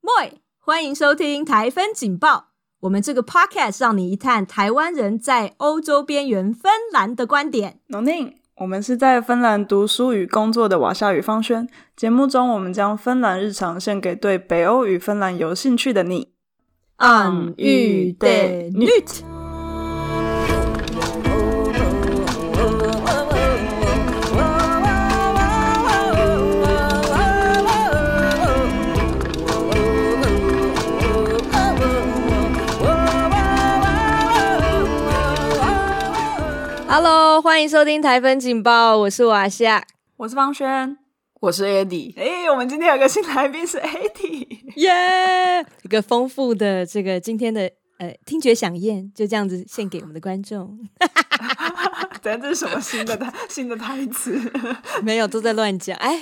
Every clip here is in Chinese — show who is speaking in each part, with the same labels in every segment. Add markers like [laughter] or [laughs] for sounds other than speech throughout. Speaker 1: Boy，欢迎收听台风警报。我们这个 podcast 让你一探台湾人在欧洲边缘芬兰的观点。
Speaker 2: 农宁，我们是在芬兰读书与工作的瓦夏与方轩。节目中，我们将芬兰日常献给对北欧与芬兰有兴趣的你。嗯
Speaker 1: 嗯，预备 n u t 哈喽，欢迎收听台风警报，我是瓦夏。
Speaker 2: 我是方轩。
Speaker 3: 我是 Eddie，
Speaker 2: 诶，我们今天有个新来宾是 AD。
Speaker 1: 耶、一个丰富的这个今天的呃听觉响宴，就这样子献给我们的观众。
Speaker 2: 等一下这是什么新的 [laughs] 台新的台词？
Speaker 1: [laughs] 没有，都在乱讲。哎，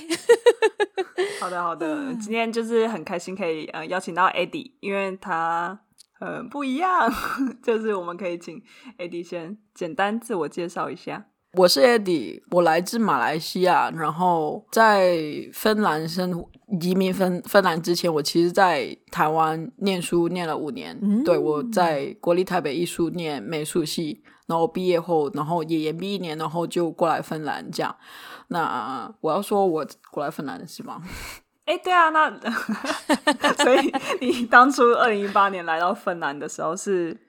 Speaker 2: [laughs] 好的，好的，嗯今天就是很开心可以呃邀请到 AD，因为他呃不一样， [laughs] 就是我们可以请 AD 先简单自我介绍一下。
Speaker 3: 我是 Eddie，我来自马来西亚，然后在芬兰生活移民芬芬兰之前，我其实在台湾念书念了五年，
Speaker 1: 嗯
Speaker 3: 对我在国立台北艺术念美术系，然后毕业后，然后也延毕一年，然后就过来芬兰这样。那我要说我过来芬兰是吗？
Speaker 2: 哎，对啊，那 [laughs] 所以你当初二零一八年来到芬兰的时候是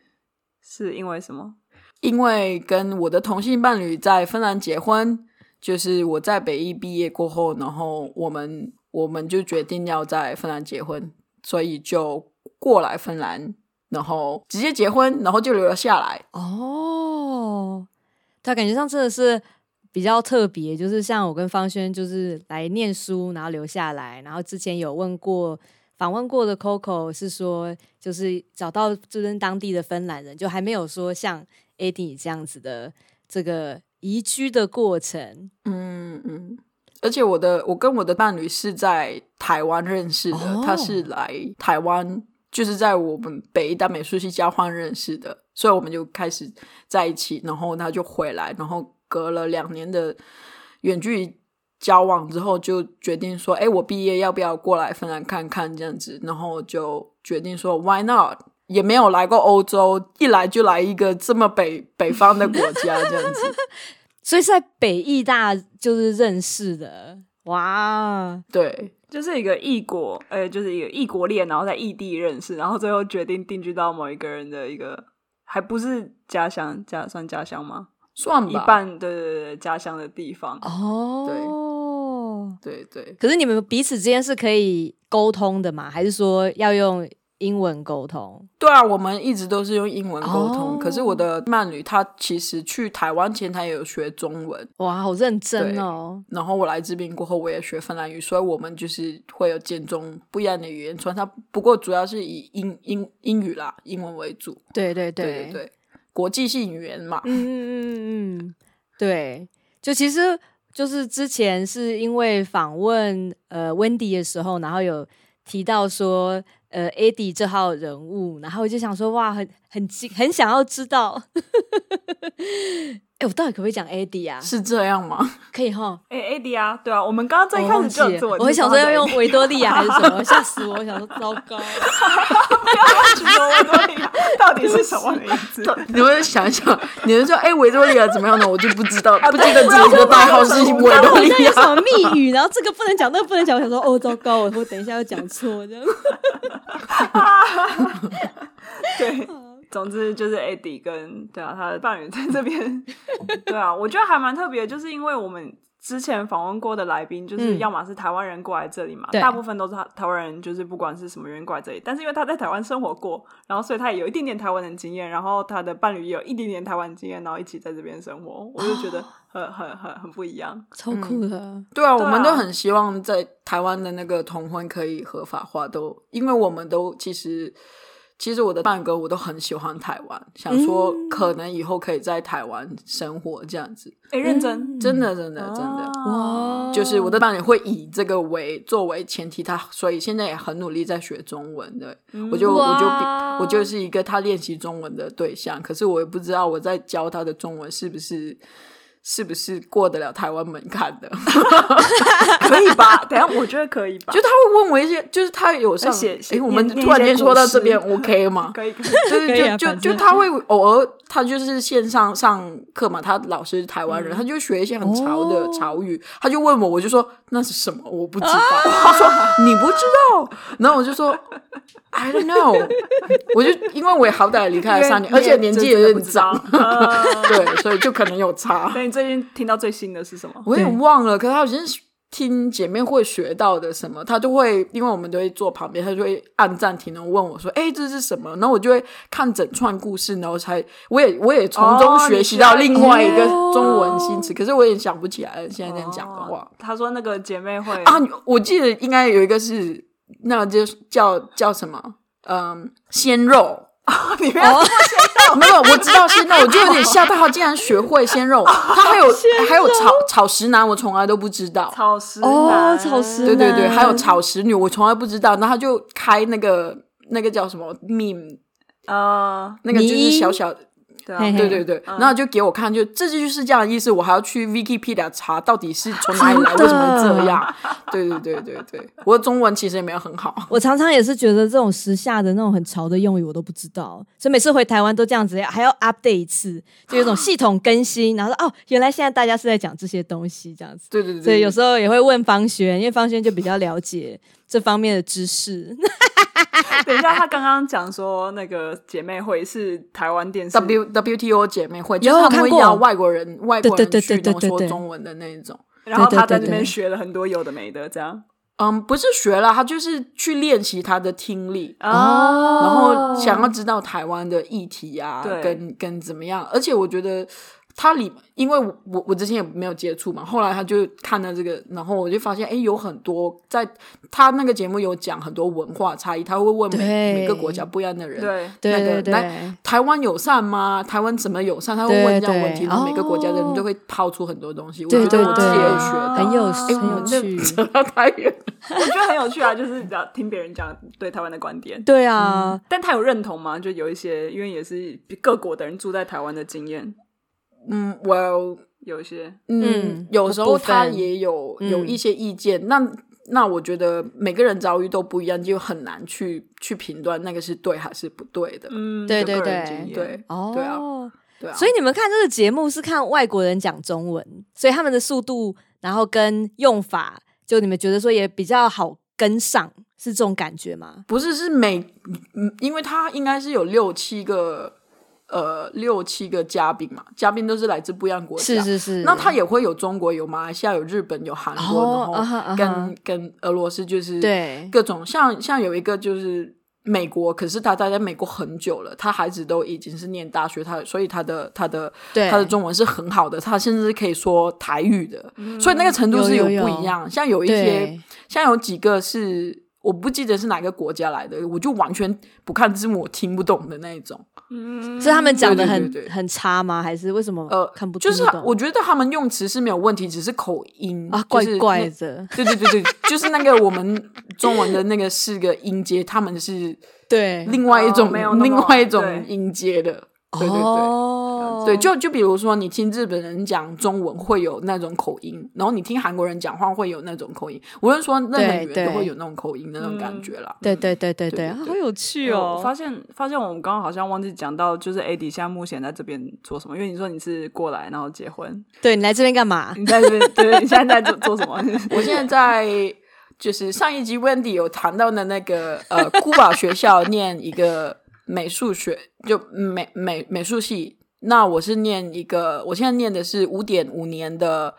Speaker 2: 是因为什么？
Speaker 3: 因为跟我的同性伴侣在芬兰结婚，就是我在北艺毕业过后，然后我们我们就决定要在芬兰结婚，所以就过来芬兰，然后直接结婚，然后就留了下来。
Speaker 1: 哦，他感觉上真的是比较特别，就是像我跟方轩就是来念书，然后留下来，然后之前有问过访问过的 Coco 是说，就是找到这边当地的芬兰人，就还没有说像 AD 这样子的这个移居的过程。
Speaker 3: 嗯嗯，而且我的我跟我的伴侣是在台湾认识的，
Speaker 1: 哦
Speaker 3: 他是来台湾，就是在我们北艺大美术系交换认识的，所以我们就开始在一起，然后他就回来，然后隔了两年的远距离。交往之后就决定说，哎，我毕业要不要过来芬兰看看这样子？然后就决定说，Why not？也没有来过欧洲，一来就来一个这么北北方的国家这样子。
Speaker 1: 所以是在北艺大就是认识的，哇！
Speaker 3: 对，
Speaker 2: 就是一个异国，呃，就是一个异国恋，然后在异地认识，然后最后决定定居到某一个人的一个，还不是家乡，家算家乡吗？
Speaker 3: 算
Speaker 2: 一
Speaker 3: 吧。
Speaker 2: 半，对对对，对家乡的地方。
Speaker 1: 哦，
Speaker 3: 对对，
Speaker 1: 可是你们彼此之间是可以沟通的吗？还是说要用英文沟通？
Speaker 3: 对啊，我们一直都是用英文沟通。
Speaker 1: 哦
Speaker 3: 可是我的呃伴侣他其实去台湾前他也有学中文，
Speaker 1: 哇，好认真哦！
Speaker 3: 然后我来这边过后我也学芬兰语，所以我们就是会有间中不一样的语言穿插。不过主要是以英英英语啦，英文为主。
Speaker 1: 对对
Speaker 3: 对对对，国际性语言嘛。
Speaker 1: 嗯嗯嗯嗯，对，就其实就是之前是因为访问呃温迪的时候，然后有提到说呃 AD 这号人物，然后我就想说哇，很很惊很想要知道， [laughs] 哎，我到底可不可以讲 AD 啊？
Speaker 3: 是这样吗？ [laughs]
Speaker 1: 可以哈。
Speaker 2: 哎，AD 啊，对啊，我们刚刚最
Speaker 1: 我
Speaker 2: 开
Speaker 1: 忘
Speaker 2: 始
Speaker 1: 记
Speaker 2: 就有自
Speaker 1: 了
Speaker 2: 我
Speaker 1: 我会
Speaker 2: 介绍
Speaker 1: 想说
Speaker 2: 的 AD，
Speaker 1: 要
Speaker 2: [laughs]
Speaker 1: 用维多利亚还是
Speaker 3: [laughs]
Speaker 1: 什么，吓死我！我想说糟糕， [laughs]
Speaker 2: 什么维多利亚到底是什么的意思？
Speaker 3: 你们想一想，你们说哎维多利亚怎么样呢？我就不啊知道，不记得自己的代号是维
Speaker 1: 然后好
Speaker 3: 多利
Speaker 1: 像有
Speaker 3: 亚。
Speaker 1: 什么 [laughs] 密语，然后这个不能讲，那个不能讲，我想说哦糟糕，我我等一下要讲错这样。
Speaker 2: 对，
Speaker 3: 嗯
Speaker 2: 总之就是 AD 跟对啊，他的伴侣在这边， [laughs] 对啊，我觉得还蛮特别，就是因为我们之前访问过的来宾，就是
Speaker 1: 嗯
Speaker 2: 要么是台湾人过来这里嘛，
Speaker 1: 对
Speaker 2: 大部分都是他台湾人，就是不管是什么原因过来这里，但是因为他在台湾生活过，然后所以他也有一点点台湾的经验，然后他的伴侣也有一点点台湾经验，然后一起在这边生
Speaker 3: [laughs]
Speaker 2: 活，我就觉得很很很很不一样。
Speaker 1: [laughs] 超酷的，
Speaker 3: 对啊，我们
Speaker 2: 对啊
Speaker 3: 都很希望在台湾的那个同婚可以合法化，都因为我们都其实其实我的伴哥我都很喜欢台湾，想说
Speaker 1: 嗯
Speaker 3: 可能以后可以在台湾生活这样子，
Speaker 2: 哎，认真，
Speaker 3: 真的真
Speaker 2: 哦
Speaker 3: 的真的。
Speaker 2: 啊
Speaker 1: 嗯哇，
Speaker 3: 就是我的伴侣会以这个为作为前提他，所以现在也很努力在学中文对，我就我就比
Speaker 1: 哇
Speaker 3: 我就是一个他练习中文的对象，可是我也不知道我在教他的中文是不是是不是过得了台湾门槛的，
Speaker 2: 可以吧？等一下我觉得可以吧
Speaker 3: 就，他会问我一些，就是他有上，
Speaker 2: 呃写写
Speaker 3: 诶我们
Speaker 2: 念念
Speaker 3: 突然
Speaker 2: 一些
Speaker 3: 间
Speaker 2: 古
Speaker 3: 说到这
Speaker 2: 诗
Speaker 3: 边
Speaker 2: [laughs]
Speaker 3: OK 吗？
Speaker 2: 可以
Speaker 3: [laughs]
Speaker 2: 可以。
Speaker 1: 可以啊
Speaker 3: 对，就就
Speaker 1: 反
Speaker 3: 就
Speaker 1: 正
Speaker 3: 他会偶尔，他就是线上上课嘛，他老师是台湾
Speaker 2: 嗯
Speaker 3: 人，他就学一些很潮的
Speaker 1: 哦
Speaker 3: 潮语，他就问我，我就说那是什么，我不知
Speaker 2: [laughs]
Speaker 3: 道。他说啊你不知道，然后我就说 I don't know，我就 [laughs] 因为我也好歹离开了
Speaker 2: [laughs]
Speaker 3: 三年，而且年纪也有点长，
Speaker 2: 真的不知道。呃
Speaker 3: 对，所以就可能有差。
Speaker 2: 那你最近听到最新的是什么？
Speaker 3: 我也
Speaker 1: 对
Speaker 3: 忘了，可是他好像是听姐妹会学到的什么，他就会因为我们都会坐旁边，他就会按暂停，然后问我说：“哎、这是什么？”然后我就会看整串故事，然后才我也我也从中
Speaker 2: 哦
Speaker 3: 学习到
Speaker 2: 你学
Speaker 3: 另外一个
Speaker 1: 哦
Speaker 3: 中文新词，可是我也想不起来了。现在这样讲的话、
Speaker 2: 哦他说那个姐妹会
Speaker 3: 啊，我记得应该有一个是那个就是叫叫什么，嗯，鲜肉。 [laughs] 哦
Speaker 2: 你不要
Speaker 3: 没有，我知道鲜肉，我就有点吓到他，竟然学会鲜肉。他还有还有草草食男，我从来都不知道。
Speaker 2: 草食
Speaker 1: 哦
Speaker 2: 男
Speaker 1: 草食
Speaker 3: 对对
Speaker 1: 男
Speaker 3: 对，还有草食女，我从来不知道。然后他就开那个那个叫什么 meme，
Speaker 2: 啊，
Speaker 3: 那个就是
Speaker 1: 迷
Speaker 3: 小小，
Speaker 2: 对啊
Speaker 1: 嘿嘿
Speaker 3: 对对对，然后就给我看，就这就是这样的意思。我还要去 Wikipedia 查到底是从哪里来，为什么会这样？对对对对对，我的中文其实也没有很好。
Speaker 1: 我常常也是觉得这种时下的那种很潮的用语我都不知道，所以每次回台湾都这样子，还要 update 一次，就有一种系统更新，然后说哦，原来现在大家是在讲这些东西这样子。
Speaker 3: 对对对，
Speaker 1: 所以有
Speaker 3: 候
Speaker 1: 时候也会问方轩，因为方轩就比较了解这方面的知识。 [laughs]
Speaker 2: 等一下，他刚刚讲说那个姐妹会是台湾电视
Speaker 3: W WTO 姐妹会，就
Speaker 1: 有
Speaker 3: 是他
Speaker 1: 我看
Speaker 3: 们会
Speaker 1: 过
Speaker 3: 邀外国人外国
Speaker 1: 对
Speaker 3: 人
Speaker 1: 对对
Speaker 3: 去
Speaker 1: 对
Speaker 3: 然后
Speaker 1: 对
Speaker 3: 说
Speaker 1: 对
Speaker 3: 中文的那一种。
Speaker 2: 然后
Speaker 1: 对对
Speaker 2: 他在
Speaker 1: 对
Speaker 2: 那边
Speaker 1: 对
Speaker 2: 学了很多有的没的，这样
Speaker 3: 嗯，不是学了，他就是去练习他的听力，
Speaker 1: 哦
Speaker 2: 啊
Speaker 3: 然后想要知道台湾的议题啊
Speaker 2: 对，
Speaker 3: 跟跟怎么样。而且我觉得他里，因为我我我之前也没有接触嘛，后来他就看了这个，然后我就发现，哎，有很多在他那个节目有讲很多文化差异，他会问每
Speaker 1: 对
Speaker 3: 每个国家不一样的人。
Speaker 2: 对，
Speaker 1: 对
Speaker 3: 那个
Speaker 1: 对对
Speaker 3: 来，台湾友善吗？台湾怎么友善？他会问这样的问题，
Speaker 1: 对对
Speaker 3: 然后每个国家的人
Speaker 1: 哦
Speaker 3: 就会抛出很多东西。
Speaker 1: 对
Speaker 3: 我觉得
Speaker 1: 对
Speaker 3: 我自
Speaker 1: 对
Speaker 3: 己也有学
Speaker 2: 啊
Speaker 3: 到，
Speaker 1: 很有、
Speaker 2: 哎
Speaker 1: 很
Speaker 3: 我
Speaker 1: 有
Speaker 3: 们这
Speaker 1: 趣。
Speaker 3: [laughs] 扯到太远了。
Speaker 2: 我觉得很有趣啊，就是只要听别人讲对台湾的观点。
Speaker 1: 对啊，
Speaker 2: 但他有认同吗？就有一些，因为也是各国的人住在台湾的经验，
Speaker 3: 嗯，Well，
Speaker 2: 有一些
Speaker 1: 嗯
Speaker 3: 嗯，有时候
Speaker 1: 部分
Speaker 3: 他也有有一些意见，那那我觉得每个人遭遇都不一样，就很难去去评断那个是对还是不对的。
Speaker 2: 嗯，
Speaker 1: 对
Speaker 2: 有个
Speaker 1: 对
Speaker 2: 人
Speaker 1: 对
Speaker 2: 经验
Speaker 3: 对，
Speaker 1: 哦，
Speaker 3: 对啊，对啊。
Speaker 1: 所以你们看这个节目是看外国人讲中文，所以他们的速度，然后跟用法，就你们觉得说也比较好跟上，是这种感觉吗？
Speaker 3: 不是是每，嗯因为他应该是有六七个呃六七个嘉宾嘛，嘉宾都是来自不一样国家，
Speaker 1: 是是啊是，
Speaker 3: 那他也会有中国、有马来西亚、有日本、有韩国，
Speaker 1: 哦啊
Speaker 3: 然
Speaker 1: 哈啊
Speaker 3: 后
Speaker 1: 哈
Speaker 3: 跟、跟俄罗斯就是
Speaker 1: 对
Speaker 3: 各种像像有一个就是美国，可是他待在美国很久了，他孩子都已经是念大学，他所以他的他的
Speaker 1: 对
Speaker 3: 他的中文是很好的，他甚至可以说台语的，所以那个程度是
Speaker 1: 嗯有有
Speaker 3: 不
Speaker 1: 有
Speaker 3: 一样。像有一些
Speaker 1: 对
Speaker 3: 像有几个是。我不记得是哪个国家来的，我就完全不看字幕，我听不懂的那一种。
Speaker 2: 嗯，
Speaker 1: 是他们讲的
Speaker 3: 对对
Speaker 1: 很
Speaker 3: 对对
Speaker 1: 很差吗？还是为什么
Speaker 3: 呃，
Speaker 1: 看不
Speaker 3: 就是
Speaker 1: 听不懂
Speaker 3: 我觉得他们用词是没有问题，只是口音
Speaker 1: 啊怪
Speaker 3: 就是那
Speaker 1: 怪的，
Speaker 3: 对对对对，就是那个我们中文的那个四个音阶，他们是
Speaker 1: 对
Speaker 3: 另外一种、
Speaker 2: 哦没有那么
Speaker 3: 另外一
Speaker 2: 对
Speaker 3: 种音阶的。对对对、
Speaker 1: 哦
Speaker 3: 对，就就比如说你听日本人讲中文会有那种口音，然后你听韩国人讲话会有那种口音，无论说任何
Speaker 1: 对
Speaker 3: 语言
Speaker 1: 对
Speaker 3: 都会有那种口音的那种感觉啦。
Speaker 1: 对对对对对，
Speaker 3: 对
Speaker 1: 啊
Speaker 3: 对
Speaker 1: 好有趣
Speaker 2: 有
Speaker 1: 哦
Speaker 2: 发！现发现我们刚刚好像忘记讲到，就是 AD 现在目前在这边做什么？因为你说你是过来然后结婚，
Speaker 1: 对你来这边干嘛？
Speaker 3: 嗯
Speaker 2: 你在这 [laughs] 边，对，你现在在做做什么？ [laughs]
Speaker 3: 我现在在就是上一集 Wendy 有谈到的那个呃，古堡学校念一个美术学，就美美美术系。那我是念一个，我现在念的是五点五年的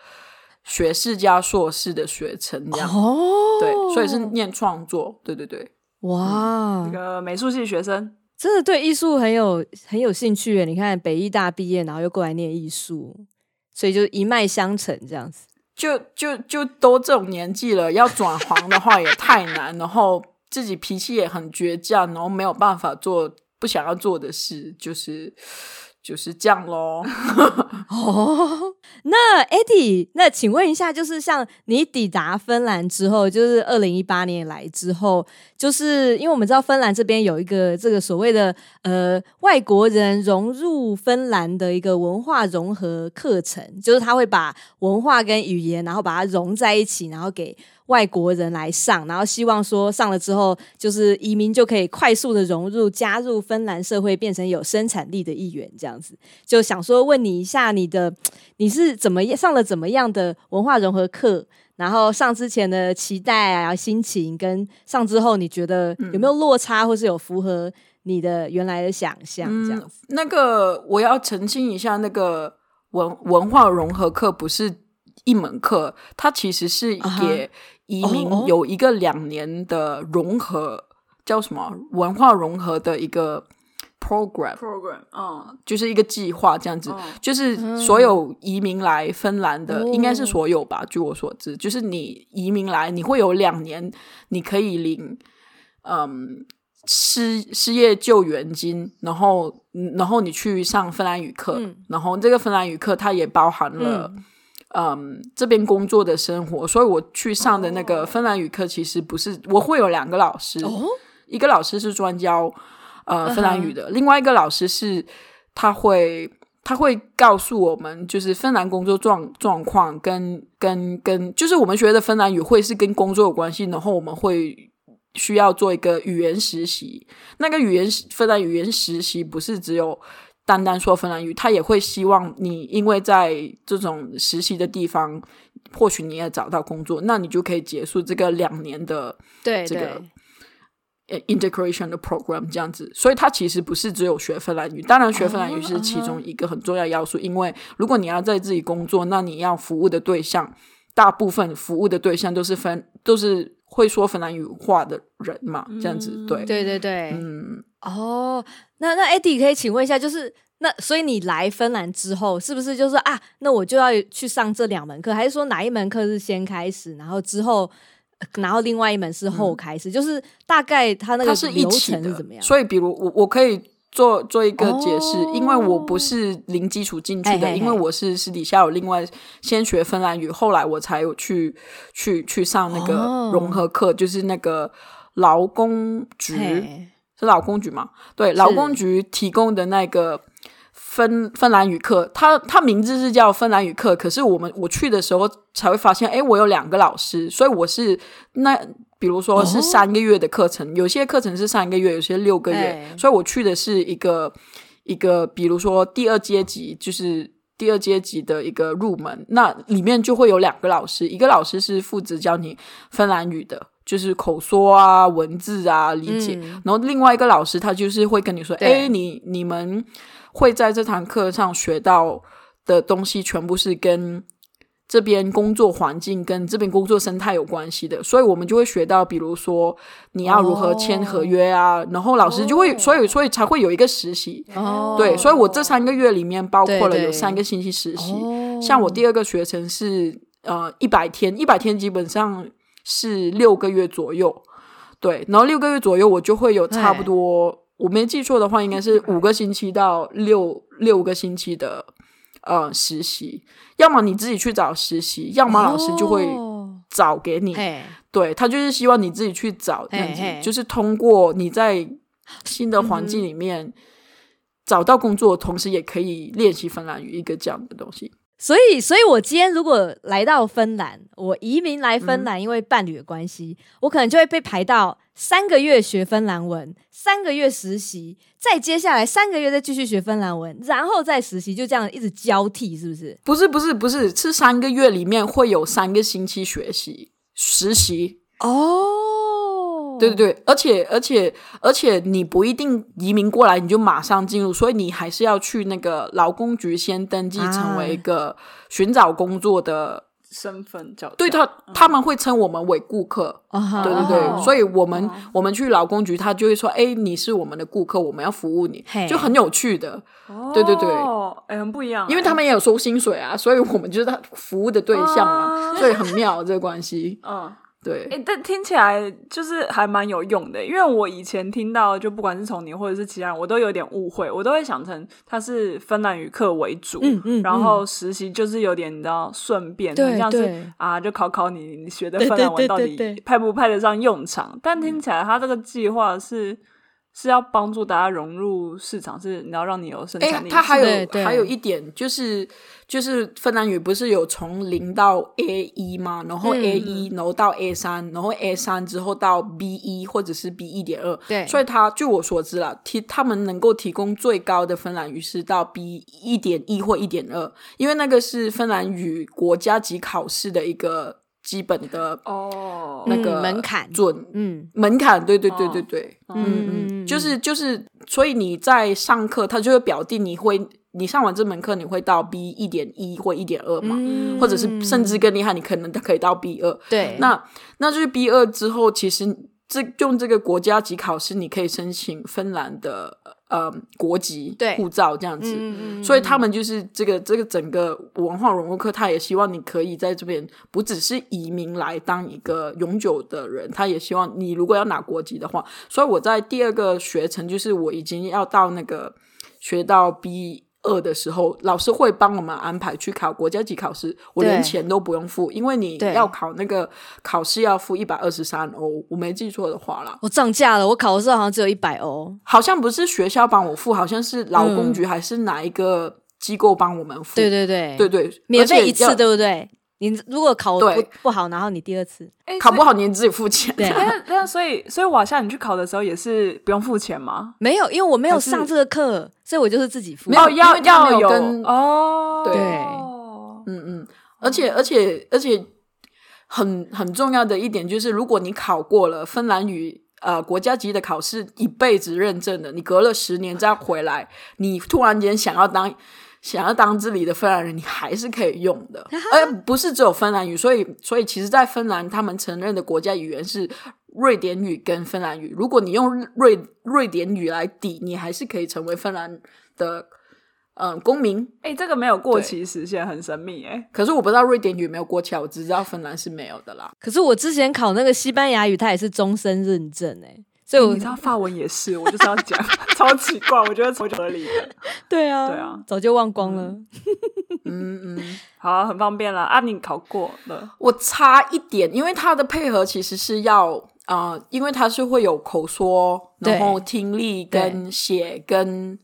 Speaker 3: 学士加硕士的学程，这样、
Speaker 1: 哦，
Speaker 3: 对，所以是念创作，对对对，
Speaker 1: 哇
Speaker 2: 嗯一，个美术系学生，
Speaker 1: 真的对艺术很有很有兴趣耶。你看北艺大毕业，然后又过来念艺术，所以就一脉相承这样子。
Speaker 3: 就就就都这种年纪了，要转行的话也太难，然后自己脾气也很倔强，然后没有办法做不想要做的事，就是就是这样喽。
Speaker 1: 哦， [laughs] 那 Eddie，那请问一下，就是像你抵达芬兰之后，就是二零一八年来之后，就是因为我们知道芬兰这边有一个这个所谓的呃外国人融入芬兰的一个文化融合课程，就是他会把文化跟语言，然后把它融在一起，然后给外国人来上，然后希望说上了之后，就是移民就可以快速的融入，加入芬兰社会，变成有生产力的一员，这样子。就想说问你一下，你的你是怎么样上了怎么样的文化融合课？然后上之前的期待啊、心情，跟上之后你觉得
Speaker 3: 嗯
Speaker 1: 有没有落差，或是有符合你的原来的想象？
Speaker 3: 嗯
Speaker 1: 这样子、
Speaker 3: 那个我要澄清一下，那个文文化融合课不是一门课，它其实是
Speaker 1: 啊哈
Speaker 3: 给移民
Speaker 1: 哦
Speaker 3: 有一个两年的融合，叫什么文化融合的一个 program，
Speaker 2: program，嗯，
Speaker 3: 就是一个计划这样子。
Speaker 2: 哦
Speaker 3: 就是所有移民来芬兰的，
Speaker 1: 哦
Speaker 3: 应该是所有吧？据我所知，就是你移民来，你会有两年，你可以领，嗯，失失业救援金，然后，嗯然后你去上芬兰语课，
Speaker 1: 嗯
Speaker 3: 然后这个芬兰语课它也包含了，嗯这边工作的生活，所以我去上的那个
Speaker 2: 哦
Speaker 3: 芬兰语课其实不是，我会有两个老师，
Speaker 1: 哦，
Speaker 3: 一个老师是专教呃
Speaker 1: 哼
Speaker 3: 芬兰语的，另外一个老师是他会他会告诉我们，就是芬兰工作状状况跟跟跟，就是我们学的芬兰语会是跟工作有关系，然后我们会。需要做一个语言实习，那个语言芬兰语言实习不是只有单单说芬兰语，他也会希望你，因为在这种实习的地方，或许你也找到工作，那你就可以结束这个两年的
Speaker 1: 对
Speaker 3: 这个
Speaker 1: 对，
Speaker 3: 呃 integration 的 program 这样子，所以它其实不是只有学芬兰语，当然学芬兰语是其中一个很重要要素，因为如果你要在自己工作，那你要服务的对象，大部分服务的对象都是芬都是会说芬兰语话的人嘛，这样子
Speaker 2: 嗯
Speaker 3: 对，
Speaker 1: 对对对，
Speaker 3: 嗯，
Speaker 1: 哦，那那 Eddie 可以请问一下，就是那所以你来芬兰之后，是不是就是啊，那我就要去上这两门课，还是说哪一门课是先开始，然后之后，呃然后另外一门是后开始？就是大概它那个
Speaker 3: 嗯它是一
Speaker 1: 流
Speaker 3: 起
Speaker 1: 程
Speaker 3: 的
Speaker 1: 是怎么，样？
Speaker 3: 所以比如我我可以。做做一个解释，
Speaker 1: 哦哎
Speaker 3: 因为我不是零基础进去的，
Speaker 1: 嘿嘿嘿
Speaker 3: 因为我是私底下有另外先学芬兰语，后来我才有去去去上那个
Speaker 1: 哦
Speaker 3: 融合课，就是那个劳工局
Speaker 1: 嘿
Speaker 3: 是劳工局嘛？对，劳工局提供的那个芬芬兰语课，它它名字是叫芬兰语课，可是我们我去的时候才会发现，哎，我有两个老师，所以我是那。比如说
Speaker 1: 哦
Speaker 3: 是三个月的课程，有些课程是三个月，有些六个月
Speaker 1: 哎，
Speaker 3: 所以我去的是一个一个，比如说第二阶级，就是第二阶级的一个入门，那里面就会有两个老师，一个老师是负责教你芬兰语的，就是口说啊、文字啊、理解，
Speaker 1: 嗯
Speaker 3: 然后另外一个老师他就是会跟你说，
Speaker 1: 对
Speaker 3: 哎，你你们会在这堂课上学到的东西全部是跟这边工作环境跟这边工作生态有关系的，所以我们就会学到，比如说你要如
Speaker 1: 哦
Speaker 3: 何签合约啊，然后老师就会，
Speaker 2: 哦
Speaker 3: 所以所以才会有一个实习。
Speaker 1: 哦
Speaker 3: 对，所以我这三个月里面包括了
Speaker 1: 对
Speaker 3: 有
Speaker 1: 对
Speaker 3: 三个星期实习，
Speaker 1: 哦
Speaker 3: 像我第二个学程是呃一百天，一百天基本上是六个月左右，对，然后六个月左右我就会有差不多，我没记错的话，应该是五个星期到六六个星期的呃实习，要么你自己去找实习，要么老师就会
Speaker 1: 哦
Speaker 3: 找给你，
Speaker 1: 嘿
Speaker 3: 对他就是希望你自己去找这样子
Speaker 1: 嘿嘿嗯
Speaker 3: 就是通过你在新的环境里面找到工作，同时也可以练习芬兰语一个这样的东西。
Speaker 1: 所以，所以我今天如果来到芬兰，我移民来芬兰，因为伴侣的关系，我可能就会被排到三个月学芬兰文，三个月实习，再接下来三个月再继续学芬兰文，然后再实习，就这样一直交替，是不是？
Speaker 3: 不是不是不是，是三个月里面会有三个星期学习实习。
Speaker 1: 哦，
Speaker 3: 对对对，而且而且而且你不一定移民过来你就马上进入，所以你还是要去那个劳工局先登记
Speaker 1: 啊
Speaker 3: 成为一个寻找工作的。
Speaker 2: 身份叫
Speaker 3: 对他
Speaker 1: 嗯
Speaker 3: 他们会称我们为顾客，
Speaker 1: 啊哈，
Speaker 3: 对对
Speaker 2: 哦
Speaker 3: 对，所以我们
Speaker 2: 哦
Speaker 3: 我们去劳工局，他就会说，哎，你是我们的顾客，我们要服务你
Speaker 1: 嘿，
Speaker 3: 就很有趣的，
Speaker 2: 哦
Speaker 3: 对对对
Speaker 2: 哎，很不一样，
Speaker 3: 因为他们也有啊 [laughs] 收薪水啊，所以我们就是他服务的对象
Speaker 2: 啊
Speaker 3: 嘛，所以很妙这个关系。
Speaker 2: 嗯，
Speaker 3: 对，
Speaker 2: 哎、但听起来就是还蛮有用的，因为我以前听到，就不管是从你或者是其他人，我都有点误会，我都会想成它是芬兰语课为主，
Speaker 1: 嗯嗯
Speaker 2: 然后实习就是有点你知道顺便，
Speaker 1: 对
Speaker 2: 很像是
Speaker 1: 对
Speaker 2: 啊，就考考你你学的
Speaker 1: 对
Speaker 2: 芬
Speaker 1: 对
Speaker 2: 兰文
Speaker 1: 对
Speaker 2: 到
Speaker 1: 对
Speaker 2: 底
Speaker 1: 对嗯
Speaker 2: 派不派得上用场。但听起来它这个计划是是要帮助大家融入市场，是你要让你有生
Speaker 3: 哎
Speaker 2: 产，力。
Speaker 3: 它还
Speaker 1: 对
Speaker 3: 有
Speaker 1: 对
Speaker 3: 还有一点就是就是芬兰语不是有从零到 A 一吗？然后
Speaker 1: 嗯
Speaker 3: A 一、然后到 A 三，然后 A 三之后到 B 一或者是 B 一点二。
Speaker 1: 对
Speaker 3: 所以它据我所知啦，提他们能够提供最高的芬兰语是到 B 一点一或一点二，因为那个是芬兰语国家级考试的一个基本的
Speaker 2: 哦，
Speaker 3: 那个
Speaker 1: 嗯门槛
Speaker 3: 准
Speaker 1: 嗯
Speaker 3: 门槛。对对对对
Speaker 2: 哦
Speaker 3: 对。
Speaker 1: 嗯嗯，
Speaker 3: 就是就是，所以你在上课，他就会表定你会，你上完这门课你会到 B 一点一或一点二嘛，
Speaker 1: 嗯
Speaker 3: 或者是甚至更厉害，你可能可以到 B 二。
Speaker 1: 对，
Speaker 3: 那那就是 B 二之后，其实这用这个国家级考试，你可以申请芬兰的呃国籍
Speaker 1: 对
Speaker 3: 护照这样子。
Speaker 1: 嗯嗯
Speaker 3: 所以他们就是这个这个整个文化融入课，他也希望你可以在这边不只是移民来当一个永久的人，他也希望你如果要拿国籍的话，所以我在第二个学程就是我已经要到那个学到 B 二的时候，老师会帮我们安排去考国家级考试，我连
Speaker 1: 对
Speaker 3: 钱都不用付，因为你
Speaker 1: 对
Speaker 3: 要考那个考试要付一百二十三欧，我没记错的话啦。
Speaker 1: 我涨价了，我考的时候好像只有一百欧，
Speaker 3: 好像不是学校帮我付，好像是劳工局还是哪一个机构帮我们付。
Speaker 1: 嗯对对对
Speaker 3: 对对，
Speaker 1: 免
Speaker 3: 而
Speaker 1: 费
Speaker 3: 且
Speaker 1: 一次，
Speaker 3: 要
Speaker 1: 对不对？你如果考不
Speaker 3: 对
Speaker 1: 不好，然后你第二次，
Speaker 2: 哎
Speaker 3: 考不
Speaker 2: 所以
Speaker 3: 好你自己付钱。
Speaker 1: 对，
Speaker 2: 哎那所以所以瓦夏，你去考的时候也是不用付钱吗？
Speaker 1: 没有，因为我没有
Speaker 2: 还是
Speaker 1: 上这个课，所以我就是自己付。
Speaker 3: 有
Speaker 2: 哦，要
Speaker 3: 因为他
Speaker 2: 要
Speaker 3: [laughs] 没有
Speaker 2: 有
Speaker 3: 跟
Speaker 2: 哦，
Speaker 3: 对
Speaker 2: 对，
Speaker 3: 嗯嗯，而且而且而且很很重要的一点就是，如果你考过了芬兰语。呃，国家级的考试一辈子认证的，你隔了十年再回来，你突然间想要当想要当这里的芬兰人，你还是可以用的。而不是只有芬兰语，所以所以其实，在芬兰他们承认的国家语言是瑞典语跟芬兰语。如果你用瑞瑞典语来抵，你还是可以成为芬兰的嗯、呃公民。
Speaker 2: 哎，这个没有过期时限，很神秘哎。
Speaker 3: 可是我不知道瑞典语有没有过期啊，我只知道芬兰是没有的啦。
Speaker 1: 可是我之前考那个西班牙语，它也是终身认证哎、所以我
Speaker 3: 嗯
Speaker 2: 你知道法文也是，我就是要讲， [laughs] 超奇怪，我觉得超合理的。
Speaker 1: 对啊
Speaker 2: 对啊，
Speaker 1: 早就忘光了。
Speaker 3: 嗯嗯，
Speaker 2: 好啊，很方便了啊，你考过了，
Speaker 3: 我差一点，因为它的配合其实是要啊、呃因为它是会有口说，
Speaker 1: 对
Speaker 3: 然后听力跟写跟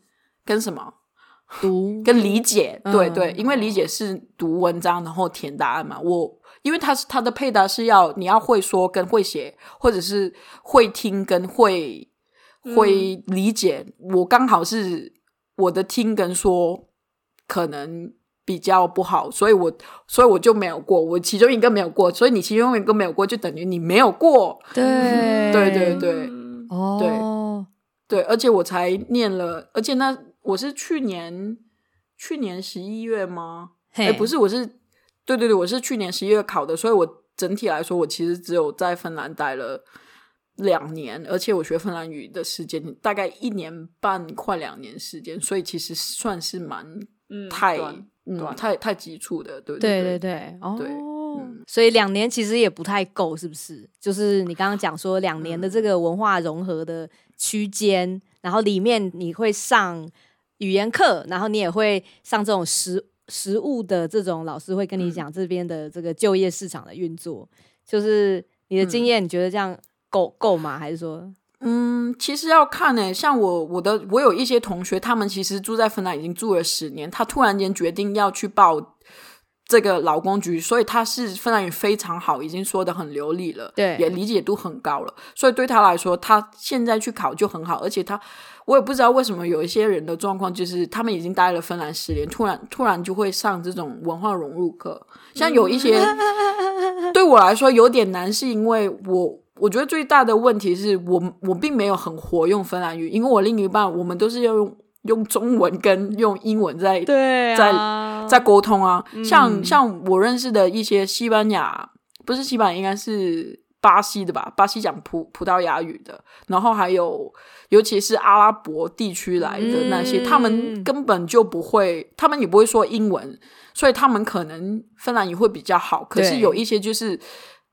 Speaker 3: 跟什么
Speaker 1: 读
Speaker 3: 跟理解，
Speaker 1: 嗯
Speaker 3: 对对，因为理解是读文章然后填答案嘛。我因为它是它的配搭是要你要会说跟会写，或者是会听跟会会理解。我刚好是我的听跟说可能比较不好，所以我所以我就没有过，我其中一个没有过，所以你其中一个没有过，就等于你没有过。
Speaker 1: 对
Speaker 3: 对对对
Speaker 2: 嗯
Speaker 1: 哦，
Speaker 3: 对，而且我才念了，而且那我是去年去年十一月吗？哎、
Speaker 1: 嘿
Speaker 3: 不是，我是对对对，我是去年十一月考的，所以我整体来说，我其实只有在芬兰待了两年，而且我学芬兰语的时间大概一年半，快两年时间，所以其实算是蛮
Speaker 2: 嗯，
Speaker 3: 太
Speaker 2: 短
Speaker 3: 嗯
Speaker 2: 短
Speaker 3: 太太基础的，对
Speaker 1: 对对
Speaker 3: 对
Speaker 1: 对，哦，
Speaker 3: 对
Speaker 2: 嗯
Speaker 1: 所以两年其实也不太够，是不是？就是你刚刚讲说两年
Speaker 2: 嗯
Speaker 1: 的这个文化融合的区间，然后里面你会上语言课，然后你也会上这种实实务的这种老师会跟
Speaker 2: 嗯
Speaker 1: 你讲这边的这个就业市场的运作，就是你的
Speaker 2: 嗯
Speaker 1: 经验，你觉得这样够够吗？还是说，
Speaker 3: 嗯，其实要看呢、像我我的我有一些同学，他们其实住在芬兰已经住了十年，他突然间决定要去报这个劳工局，所以他是芬兰语非常好，已经说的很流利了，
Speaker 1: 对
Speaker 3: 也理解度很高了，所以对他来说，他现在去考就很好，而且他我也不知道为什么有一些人的状况就是他们已经待了芬兰十年，突然突然就会上这种文化融入课，像有一些。对我来说有点难，是因为我我觉得最大的问题是我我并没有很活用芬兰语，因为我另一半我们都是要用用中文跟用英文在
Speaker 1: 对
Speaker 3: 啊
Speaker 1: 哦
Speaker 3: 在沟通啊。
Speaker 1: 嗯
Speaker 3: 像像我认识的一些西班牙，不是西班牙，应该是巴西的吧？巴西讲葡葡萄牙语的，然后还有尤其是阿拉伯地区来的那些，
Speaker 1: 嗯
Speaker 3: 他们根本就不会，他们也不会说英文，所以他们可能芬兰语会比较好，可是
Speaker 1: 对
Speaker 3: 有一些就是。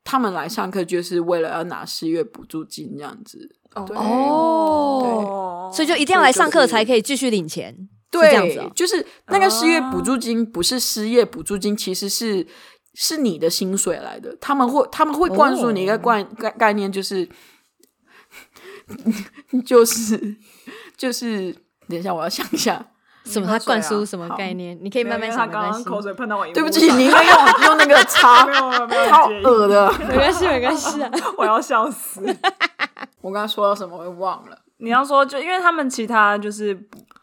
Speaker 3: 他们来上课就是为了要拿失业补助金这样子。对
Speaker 1: 哦，所以就一定要来上课才可以继续领钱，是
Speaker 3: 对，
Speaker 1: 这样子哦。哦
Speaker 3: 就是那个失业补
Speaker 2: 啊
Speaker 3: 助金不是失业补助金，其实是是你的薪水来的。他们会他们会灌输你
Speaker 1: 哦
Speaker 3: 一个概概、概念，就是 [laughs] 就是就是，等一下我要想一下。
Speaker 1: 什么？他灌
Speaker 2: 水
Speaker 1: 输
Speaker 2: 啊
Speaker 1: 什么
Speaker 2: 好
Speaker 1: 概念？你可以
Speaker 2: 没
Speaker 1: 慢慢
Speaker 2: 有因为
Speaker 1: 想，没
Speaker 2: 他刚
Speaker 1: 关
Speaker 2: 刚
Speaker 1: 系。
Speaker 2: 口水喷到我荧幕
Speaker 3: 对不
Speaker 2: 上
Speaker 3: 起，你应该用用那个
Speaker 2: 没
Speaker 3: 擦，
Speaker 2: 有没有没有
Speaker 3: 好
Speaker 2: 介意
Speaker 3: 恶的。 [laughs]
Speaker 1: 没关系，没关系啊。
Speaker 2: 我要笑死。
Speaker 3: 我刚刚说到什么我也忘了。
Speaker 2: 你要说，就因为他们其他就是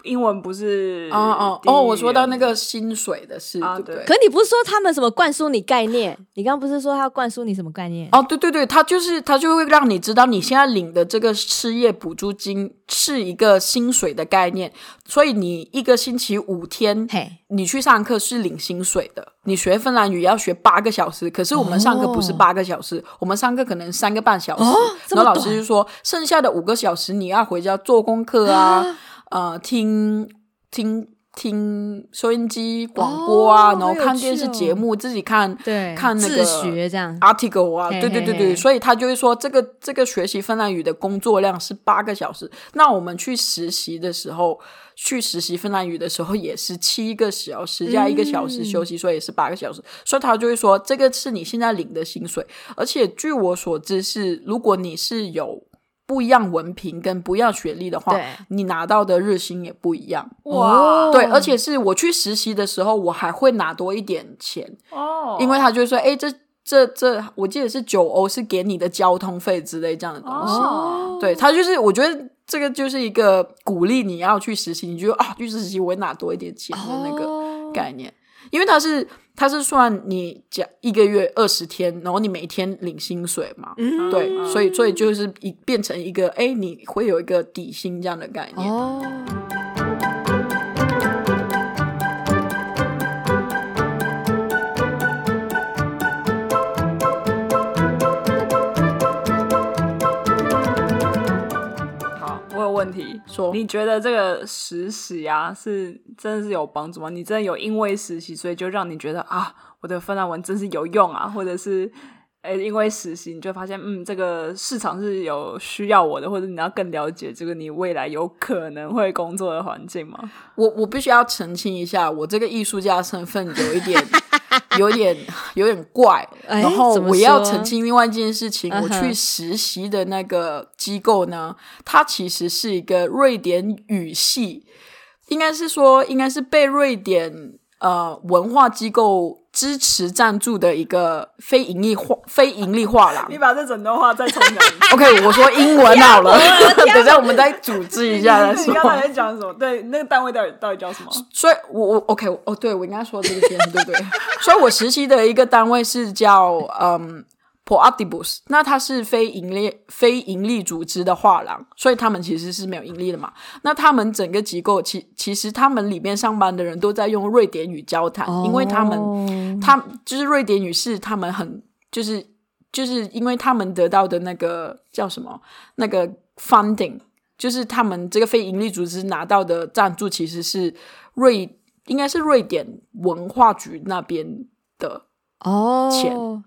Speaker 2: 英文不是
Speaker 3: 哦哦
Speaker 2: 第一语
Speaker 3: 哦，
Speaker 2: 言
Speaker 3: 我说到那个薪水的事，
Speaker 2: 啊
Speaker 3: 对不
Speaker 2: 对
Speaker 3: 对？
Speaker 1: 可你不是说他们什么灌输你概念？你刚刚不是说他灌输你什么概念？
Speaker 3: 哦，对对对，他就是他就会让你知道你现在领的这个失业补助金是一个薪水的概念，所以你一个星期五天
Speaker 1: 嘿，
Speaker 3: 你去上课是领薪水的。你学芬兰语要学八个小时，可是我们上课不是
Speaker 1: 哦
Speaker 3: 八个小时，我们上课可能三个半小时。
Speaker 1: 哦这
Speaker 3: 然后
Speaker 1: 么
Speaker 3: 老师
Speaker 1: 短
Speaker 3: 就说，剩下的五个小时你要回家做功课啊，呃，听听听收音机广播啊，
Speaker 1: 哦
Speaker 3: 然后
Speaker 1: 好有
Speaker 3: 看电视
Speaker 1: 趣哦
Speaker 3: 节目，自己看
Speaker 1: 对，
Speaker 3: 看那个
Speaker 1: 自学这样。
Speaker 3: article 啊，
Speaker 1: 嘿
Speaker 3: 对对对
Speaker 1: 嘿
Speaker 3: 对，
Speaker 1: 嘿
Speaker 3: 所以他就会说，这个这个学习芬兰语的工作量是八个小时。那我们去实习的时候，去实习芬兰语的时候也是七个小时加一个小时
Speaker 1: 嗯
Speaker 3: 休息，所以也是八个小时。所以他就会说，这个是你现在领的薪水。而且据我所知是，如果你是有不一样文凭跟不一样学历的话
Speaker 1: 对，
Speaker 3: 你拿到的日薪也不一样。
Speaker 2: 哇
Speaker 3: 对，而且是我去实习的时候，我还会拿多一点钱。
Speaker 2: 哦，
Speaker 3: 因为他就会说，哎、这这这，我记得是九欧是给你的交通费之类这样的东西。
Speaker 2: 哦，
Speaker 3: 对他就是，我觉得这个就是一个鼓励你要去实习，你就啊去实习，我会拿多一点钱的那个
Speaker 1: 哦
Speaker 3: 概念。因为他是他是算你讲一个月二十天，然后你每天领薪水嘛，
Speaker 1: 嗯
Speaker 3: 对，
Speaker 2: 嗯
Speaker 3: 所以所以就是一变成一个哎，诶你会有一个底薪这样的概念。
Speaker 1: 哦，
Speaker 2: 好，我有问题，
Speaker 3: 说
Speaker 2: 你觉得这个实习啊，是真的是有帮助吗？你真的有因为实习，所以就让你觉得啊，我的芬兰文真是有用啊，或者是？诶，因为实习你就发现，嗯，这个市场是有需要我的，或者你要更了解这个你未来有可能会工作的环境吗？
Speaker 3: 我我必须要澄清一下，我这个艺术家身份有一点。有点有点怪，
Speaker 1: 哎
Speaker 3: 然后
Speaker 1: 怎么
Speaker 3: 我要
Speaker 1: 说
Speaker 3: 澄清另外一件事情。我
Speaker 1: 嗯
Speaker 3: 去
Speaker 1: 哼
Speaker 3: 实习的那个机构呢，它其实是一个瑞典语系，应该是说应该是被瑞典呃文化机构支持赞助的一个非盈利画非盈利画廊
Speaker 2: [laughs] 你。把这整段话再重讲 [laughs] 一遍。
Speaker 3: OK，我说英文好了，等一下我们再组织一下再
Speaker 2: 你
Speaker 3: 说。
Speaker 2: 刚才在讲什么？对，那个单位到底到底叫什么？
Speaker 3: 所以我我 OK 我哦，对我应该说这个先对 [laughs] 不对？所以我实习的一个单位是叫嗯 p o a d i b u s 那它是非盈利非盈利组织的画廊，所以他们其实是没有盈利的嘛。那他们整个机构其其实他们里面上班的人都在用瑞典语交谈，
Speaker 1: 哦
Speaker 3: 因为他们
Speaker 1: 嗯
Speaker 3: 他就是瑞典语是他们很就是就是因为他们得到的那个叫什么那个 funding，就是他们这个非盈利组织拿到的赞助其实是瑞应该是瑞典文化局那边的。
Speaker 1: 哦，
Speaker 3: 钱
Speaker 1: 嗯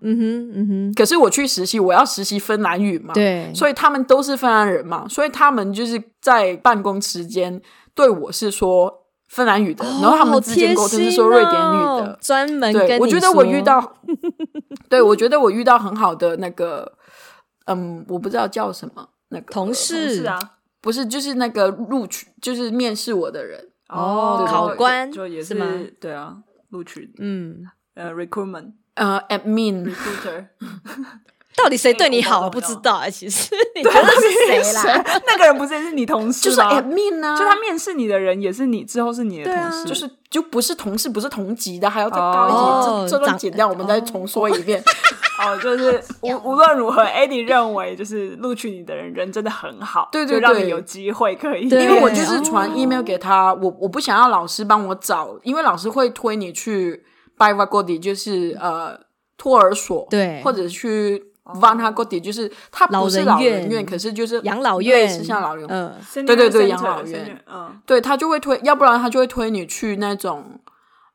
Speaker 1: 哼，哦嗯
Speaker 3: 可是我去实习，我要实习芬兰语嘛
Speaker 1: 哼，，对，
Speaker 3: 所以他们都是芬兰人嘛，所以他们就是在办公时间对我是说芬兰语的，
Speaker 1: 哦
Speaker 3: 然后他们之间沟通是说瑞典语
Speaker 1: 好贴
Speaker 3: 的
Speaker 1: 心哦，专门
Speaker 3: 对，
Speaker 1: 跟
Speaker 3: 我
Speaker 1: 你
Speaker 3: 觉得我
Speaker 1: 说
Speaker 3: 遇到，对我觉得我遇到很好的那个，嗯，我不知道叫什么那个
Speaker 1: 哦同事
Speaker 2: 是啊，
Speaker 3: 不是就是那个录取，就是面试我的人。
Speaker 1: 哦
Speaker 2: 对
Speaker 1: 考
Speaker 2: 对
Speaker 1: 官
Speaker 2: 就也
Speaker 1: 是吗
Speaker 2: 是对啊，录取
Speaker 1: 嗯，
Speaker 2: 呃 recruitment
Speaker 3: 呃，admin，
Speaker 2: recruiter
Speaker 1: 到底谁对你好，
Speaker 2: 我
Speaker 1: 我
Speaker 2: 不
Speaker 1: 不知
Speaker 2: 知道
Speaker 3: [laughs]
Speaker 1: 道啊。其实你觉得是谁啦？
Speaker 2: [laughs] 那个人不是也是你同事
Speaker 3: 就是
Speaker 2: 吗？
Speaker 3: admin 呢、啊，
Speaker 2: [laughs] 就他面试你的人也是你之后是你的
Speaker 1: 对啊
Speaker 2: 同事，
Speaker 3: 就是就不是同事，不是同级的，还要再高一级。
Speaker 1: 哦
Speaker 3: 这这段
Speaker 1: 长
Speaker 3: 剪掉，我们再
Speaker 1: 哦
Speaker 3: 重说一遍。
Speaker 2: 哦，就是
Speaker 3: [laughs]
Speaker 2: 无无论如何，Eddie 认为就是录取你的人人真的很好，
Speaker 3: 对对
Speaker 2: 就让
Speaker 3: 对
Speaker 2: 你有机会可以，
Speaker 1: 对
Speaker 3: 因为我
Speaker 1: 对
Speaker 3: 就是传
Speaker 1: 哦
Speaker 3: email 给他，我我不想要老师帮我找，因为老师会推你去 b y v a g o d i 就是呃托儿所，
Speaker 1: 对
Speaker 3: 或者去 Vanha g o d i 就是它不是老
Speaker 1: 老人
Speaker 3: 人
Speaker 1: 院
Speaker 3: 院，可是就是
Speaker 1: 养老
Speaker 3: 类
Speaker 1: 院
Speaker 3: 似像老人院，
Speaker 1: 嗯，
Speaker 2: Senior
Speaker 3: 对对对
Speaker 2: Center，
Speaker 3: 养老
Speaker 2: Senior-
Speaker 3: 院
Speaker 2: 嗯，
Speaker 3: 对他就会推，要不然他就会推你去那种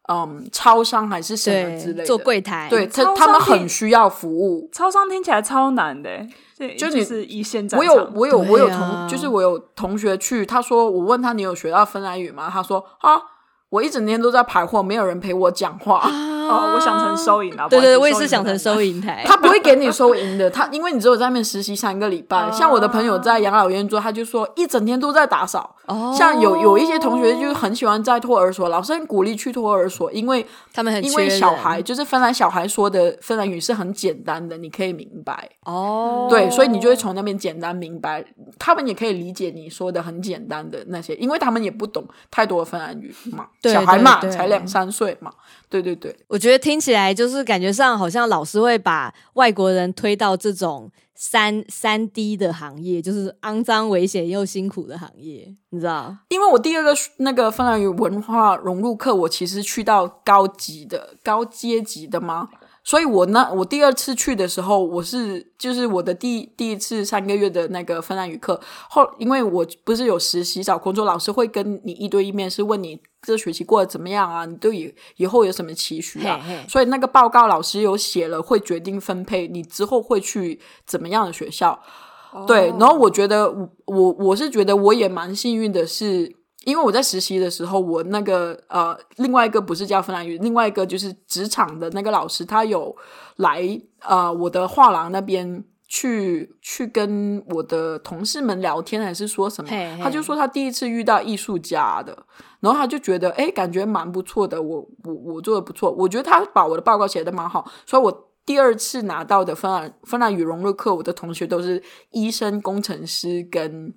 Speaker 3: 嗯超商还是什么
Speaker 1: 对
Speaker 3: 之类的，
Speaker 1: 做柜台，
Speaker 3: 对他
Speaker 2: 超商
Speaker 3: 他们
Speaker 2: 可以
Speaker 3: 很需要服务。
Speaker 2: 超商听起来超难的欸，对，
Speaker 3: 就
Speaker 2: 就
Speaker 3: 你
Speaker 2: 是一线战
Speaker 3: 我有
Speaker 2: 场
Speaker 3: 我有我有
Speaker 1: 对啊
Speaker 3: 同，就是我有同学去，他说我问他你有学到芬兰语吗？他说啊，我一整天都在排货，没有人陪我讲话。
Speaker 1: 啊
Speaker 2: 哦，我想成收银啊，
Speaker 1: 对对，我
Speaker 2: 不好意
Speaker 1: 也
Speaker 2: 思
Speaker 1: 是想成
Speaker 2: 银
Speaker 1: 收银台，
Speaker 3: 他不会给你收银的，他因为你只有在那边实习三个礼拜。
Speaker 1: 啊
Speaker 3: 像我的朋友在养老院做，他就说一整天都在打扫。
Speaker 1: 哦
Speaker 3: 像有有一些同学就是很喜欢在托儿所，老师很鼓励去托儿所，因为
Speaker 1: 他们很
Speaker 3: 因为
Speaker 1: 缺
Speaker 3: 小
Speaker 1: 人
Speaker 3: 孩就是芬兰小孩说的芬兰语是很简单的，你可以明白。
Speaker 1: 哦，
Speaker 3: 对，所以你就会从那边简单明白，他们也可以理解你说的很简单的那些，因为他们也不懂太多的芬兰语嘛，
Speaker 1: 对
Speaker 3: 小孩嘛，
Speaker 1: 对对
Speaker 3: 才两三岁嘛，对对对，
Speaker 1: 我觉得听起来就是感觉上好像老师会把外国人推到这种三三 D 的行业，就是肮脏、危险又辛苦的行业，你知道？
Speaker 3: 因为我第二个那个芬兰语文化融入课，我其实去到高级的、高阶级的嘛，所以我那我第二次去的时候，我是就是我的第第一次三个月的那个芬兰语课后，因为我不是有实习找工作，老师会跟你一对一面试，问你这学期过得怎么样啊，你对以以后有什么期许啊？
Speaker 1: 嘿嘿
Speaker 3: 所以那个报告老师有写了，会决定分配你之后会去怎么样的学校。
Speaker 1: 哦
Speaker 3: 对，然后我觉得我我我是觉得我也蛮幸运的是，因为我在实习的时候，我那个呃，另外一个不是教芬兰语，另外一个就是职场的那个老师，他有来呃我的画廊那边。去去跟我的同事们聊天，还是说什么
Speaker 1: 嘿嘿
Speaker 3: 他就说他第一次遇到艺术家的，然后他就觉得哎，诶感觉蛮不错的，我我我做的不错，我觉得他把我的报告写的蛮好，所以我第二次拿到的芬兰芬兰语融入课，我的同学都是医生、工程师跟嗯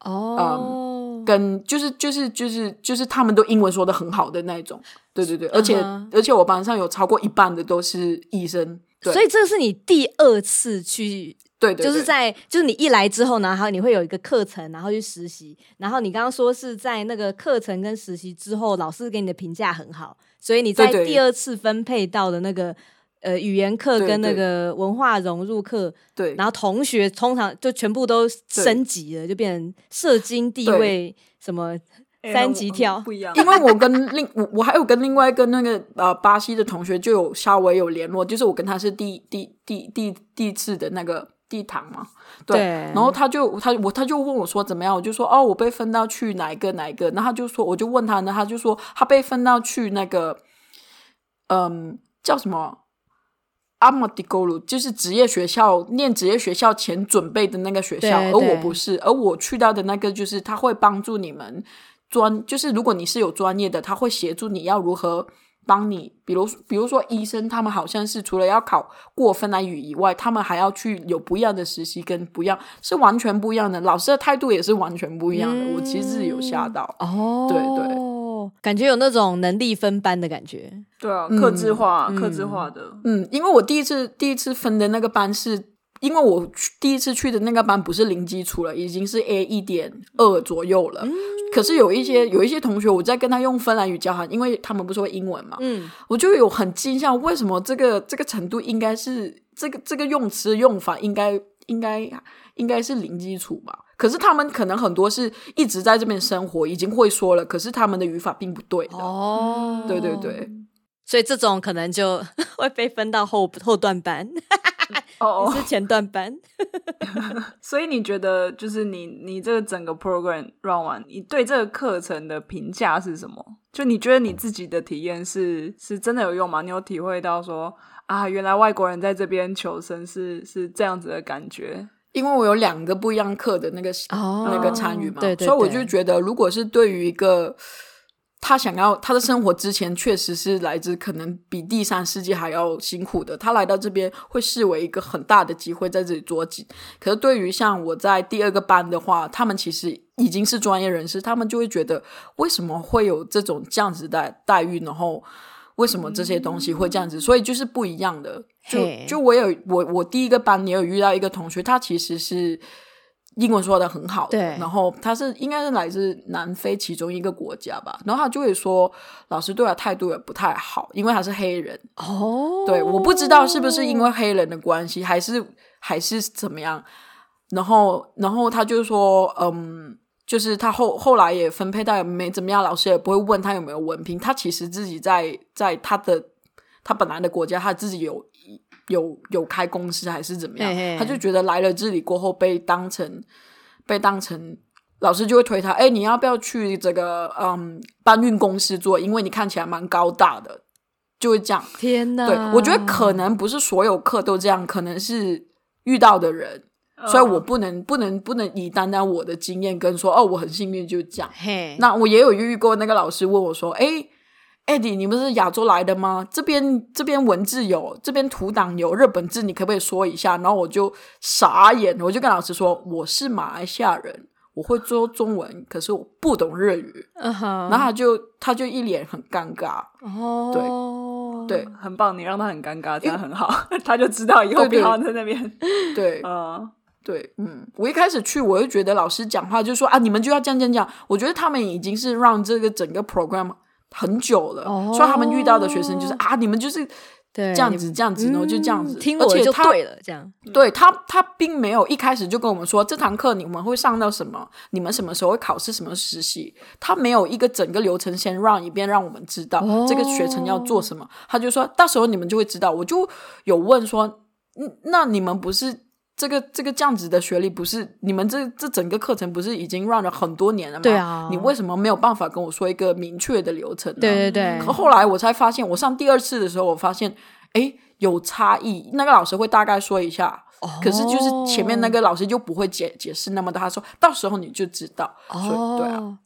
Speaker 1: 哦，
Speaker 3: 跟就是就是就是就是他们都英文说的很好的那一种，对对对，而且、
Speaker 1: 嗯哼
Speaker 3: 而且我班上有超过一半的都是医生，对
Speaker 1: 所以这是你第二次去。
Speaker 3: 对对，
Speaker 1: 就是
Speaker 3: 对
Speaker 1: 在就是你一来之后，然后你会有一个课程，然后去实习。然后你刚刚说是在那个课程跟实习之后，老师给你的评价很好，所以你在
Speaker 3: 对对
Speaker 1: 第二次分配到的那个呃语言课
Speaker 3: 对
Speaker 1: 跟那
Speaker 3: 对
Speaker 1: 个文化融入课，
Speaker 3: 对
Speaker 1: 然后同学通常就全部都升级了，就变成社经地
Speaker 3: 对哎
Speaker 1: 位什么三级跳。
Speaker 2: 哎不一样，
Speaker 3: 因为我跟另我我还有跟另外一个那个呃巴西的同学就有稍微有联络，就是我跟他是第第第第第一次的那个地堂嘛，对，
Speaker 1: 对
Speaker 3: 然后他就他我他就问我说怎么样，我就说哦我被分到去哪一个哪一个，然后他就说我就问他呢，他就说他被分到去那个嗯叫什么？阿莫迪勾鲁就是职业学校念职业学校前准备的那个学校，
Speaker 1: 对
Speaker 3: 而我
Speaker 1: 对
Speaker 3: 不是，而我去到的那个就是他会帮助你们专，就是如果你是有专业的，他会协助你要如何帮你，比如比如说医生，他们好像是除了要考过芬兰语以外，他们还要去有不一样的实习跟不一样，是完全不一样的，老师的态度也是完全不一样的，我其实有吓到。
Speaker 1: 哦，
Speaker 3: 对
Speaker 1: 对，感觉有那种能力分班的感觉。
Speaker 2: 对啊，克制化，克制化的，
Speaker 3: 嗯，因为我第一次第一次分的那个班是。因为我去第一次去的那个班不是零基础了，已经是 A 一点二左右了。
Speaker 1: 嗯
Speaker 3: 可是有一些有一些同学，我在跟他用芬兰语交谈，因为他们不说英文嘛，
Speaker 1: 嗯，
Speaker 3: 我就有很惊讶，为什么这个这个程度应该是这个这个用词用法应该应该应该是零基础吧？可是他们可能很多是一直在这边生活，已经会说了，可是他们的语法并不对的。
Speaker 1: 哦，
Speaker 3: 对对对，
Speaker 1: 所以这种可能就 [laughs] 会被分到后后段班，
Speaker 3: 嗯
Speaker 2: 哦
Speaker 1: 你
Speaker 2: 哦，
Speaker 1: 是前段班。
Speaker 2: 所以你觉得就是你你这个整个 program run 完，你对这个课程的评价是什么？就你觉得你自己的体验是是真的有用吗？你有体会到说啊，原来外国人在这边求生是是这样子的感觉？
Speaker 3: 因为我有两个不一样课的那个
Speaker 1: 哦
Speaker 3: 那个参与嘛，
Speaker 1: 对对
Speaker 3: 所以我
Speaker 1: 对
Speaker 3: 就觉得，如果是对于一个他想要他的生活之前确实是来自可能比第三世界还要辛苦的，他来到这边会视为一个很大的机会在这里捉紧。可是对于像我在第二个班的话，他们其实已经是专业人士，他们就会觉得为什么会有这种这样子的待遇，然后为什么这些东西会这样子，所以就是不一样的。
Speaker 1: 嗯
Speaker 3: 就
Speaker 1: 嘿
Speaker 3: 就我有我我第一个班也有遇到一个同学，他其实是英文说的很好的，
Speaker 1: 对
Speaker 3: 然后他是应该是来自南非其中一个国家吧，然后他就会说老师对他态度也不太好，因为他是黑人，
Speaker 1: 哦，
Speaker 3: 对，我不知道是不是因为黑人的关系，还是还是怎么样。然后，然后他就说，嗯，就是他后后来也分配到没怎么样，老师也不会问他有没有文凭。他其实自己在在他的他本来的国家，他自己有有有开公司还是怎么样，
Speaker 1: 嘿嘿
Speaker 3: 他就觉得来了这里过后被当成被当成。老师就会推他，哎、你要不要去这个嗯搬运公司做？因为你看起来蛮高大的，就会这样。
Speaker 1: 天哪！
Speaker 3: 对，我觉得可能不是所有课都这样，可能是遇到的人，所以我
Speaker 2: 嗯
Speaker 3: 不能不能不能以单单我的经验跟说哦，我很幸运就这样。
Speaker 1: 嘿，
Speaker 3: 那我也有遇过那个老师问我说，哎。艾迪，你们是亚洲来的吗？这边这边文字有，这边图档有，日本字你可不可以说一下？然后我就傻眼，我就跟老师说我是马来西亚人，我会说中文，可是我不懂日语。
Speaker 1: 嗯哼，
Speaker 3: 然后他就他就一脸很尴尬，
Speaker 1: 哦，
Speaker 3: 对
Speaker 2: 很棒，你让他很尴尬，这样很好， [laughs] 他就知道以后不
Speaker 3: 对对
Speaker 2: 要在那边。
Speaker 3: 对，
Speaker 2: 嗯，
Speaker 3: 对，嗯，我一开始去，我就觉得老师讲话就说啊，你们就要这样这样这样。我觉得他们已经是让这个整个 program 很久了，
Speaker 1: 哦
Speaker 3: 所以他们遇到的学生就是啊，你们就是
Speaker 1: 对，
Speaker 3: 这样
Speaker 1: 你
Speaker 3: 子，这样子，然后就这样
Speaker 1: 嗯
Speaker 3: 子。
Speaker 1: 听
Speaker 3: 而
Speaker 1: 我
Speaker 3: 且
Speaker 1: 就
Speaker 3: 他嗯
Speaker 1: 对了，这样
Speaker 3: 对他，他并没有一开始就跟我们说这堂课你们会上到什么，你们什么时候会考试，什么实习，他没有一个整个流程先让一遍让我们知道
Speaker 1: 哦
Speaker 3: 这个学程要做什么，他就说到时候你们就会知道。我就有问说，嗯，那你们不是这个这个这样子的学历，不是你们这这整个课程不是已经让了很多年了吗？
Speaker 1: 对啊
Speaker 3: 你为什么没有办法跟我说一个明确的流程呢？
Speaker 1: 对对对，
Speaker 3: 可后来我才发现，我上第二次的时候，我发现，哎，有差异。那个老师会大概说一下，
Speaker 1: 哦
Speaker 3: 可是就是前面那个老师就不会解解释那么多。他说到时候你就知道。 [laughs] 所以对啊，
Speaker 1: 哦，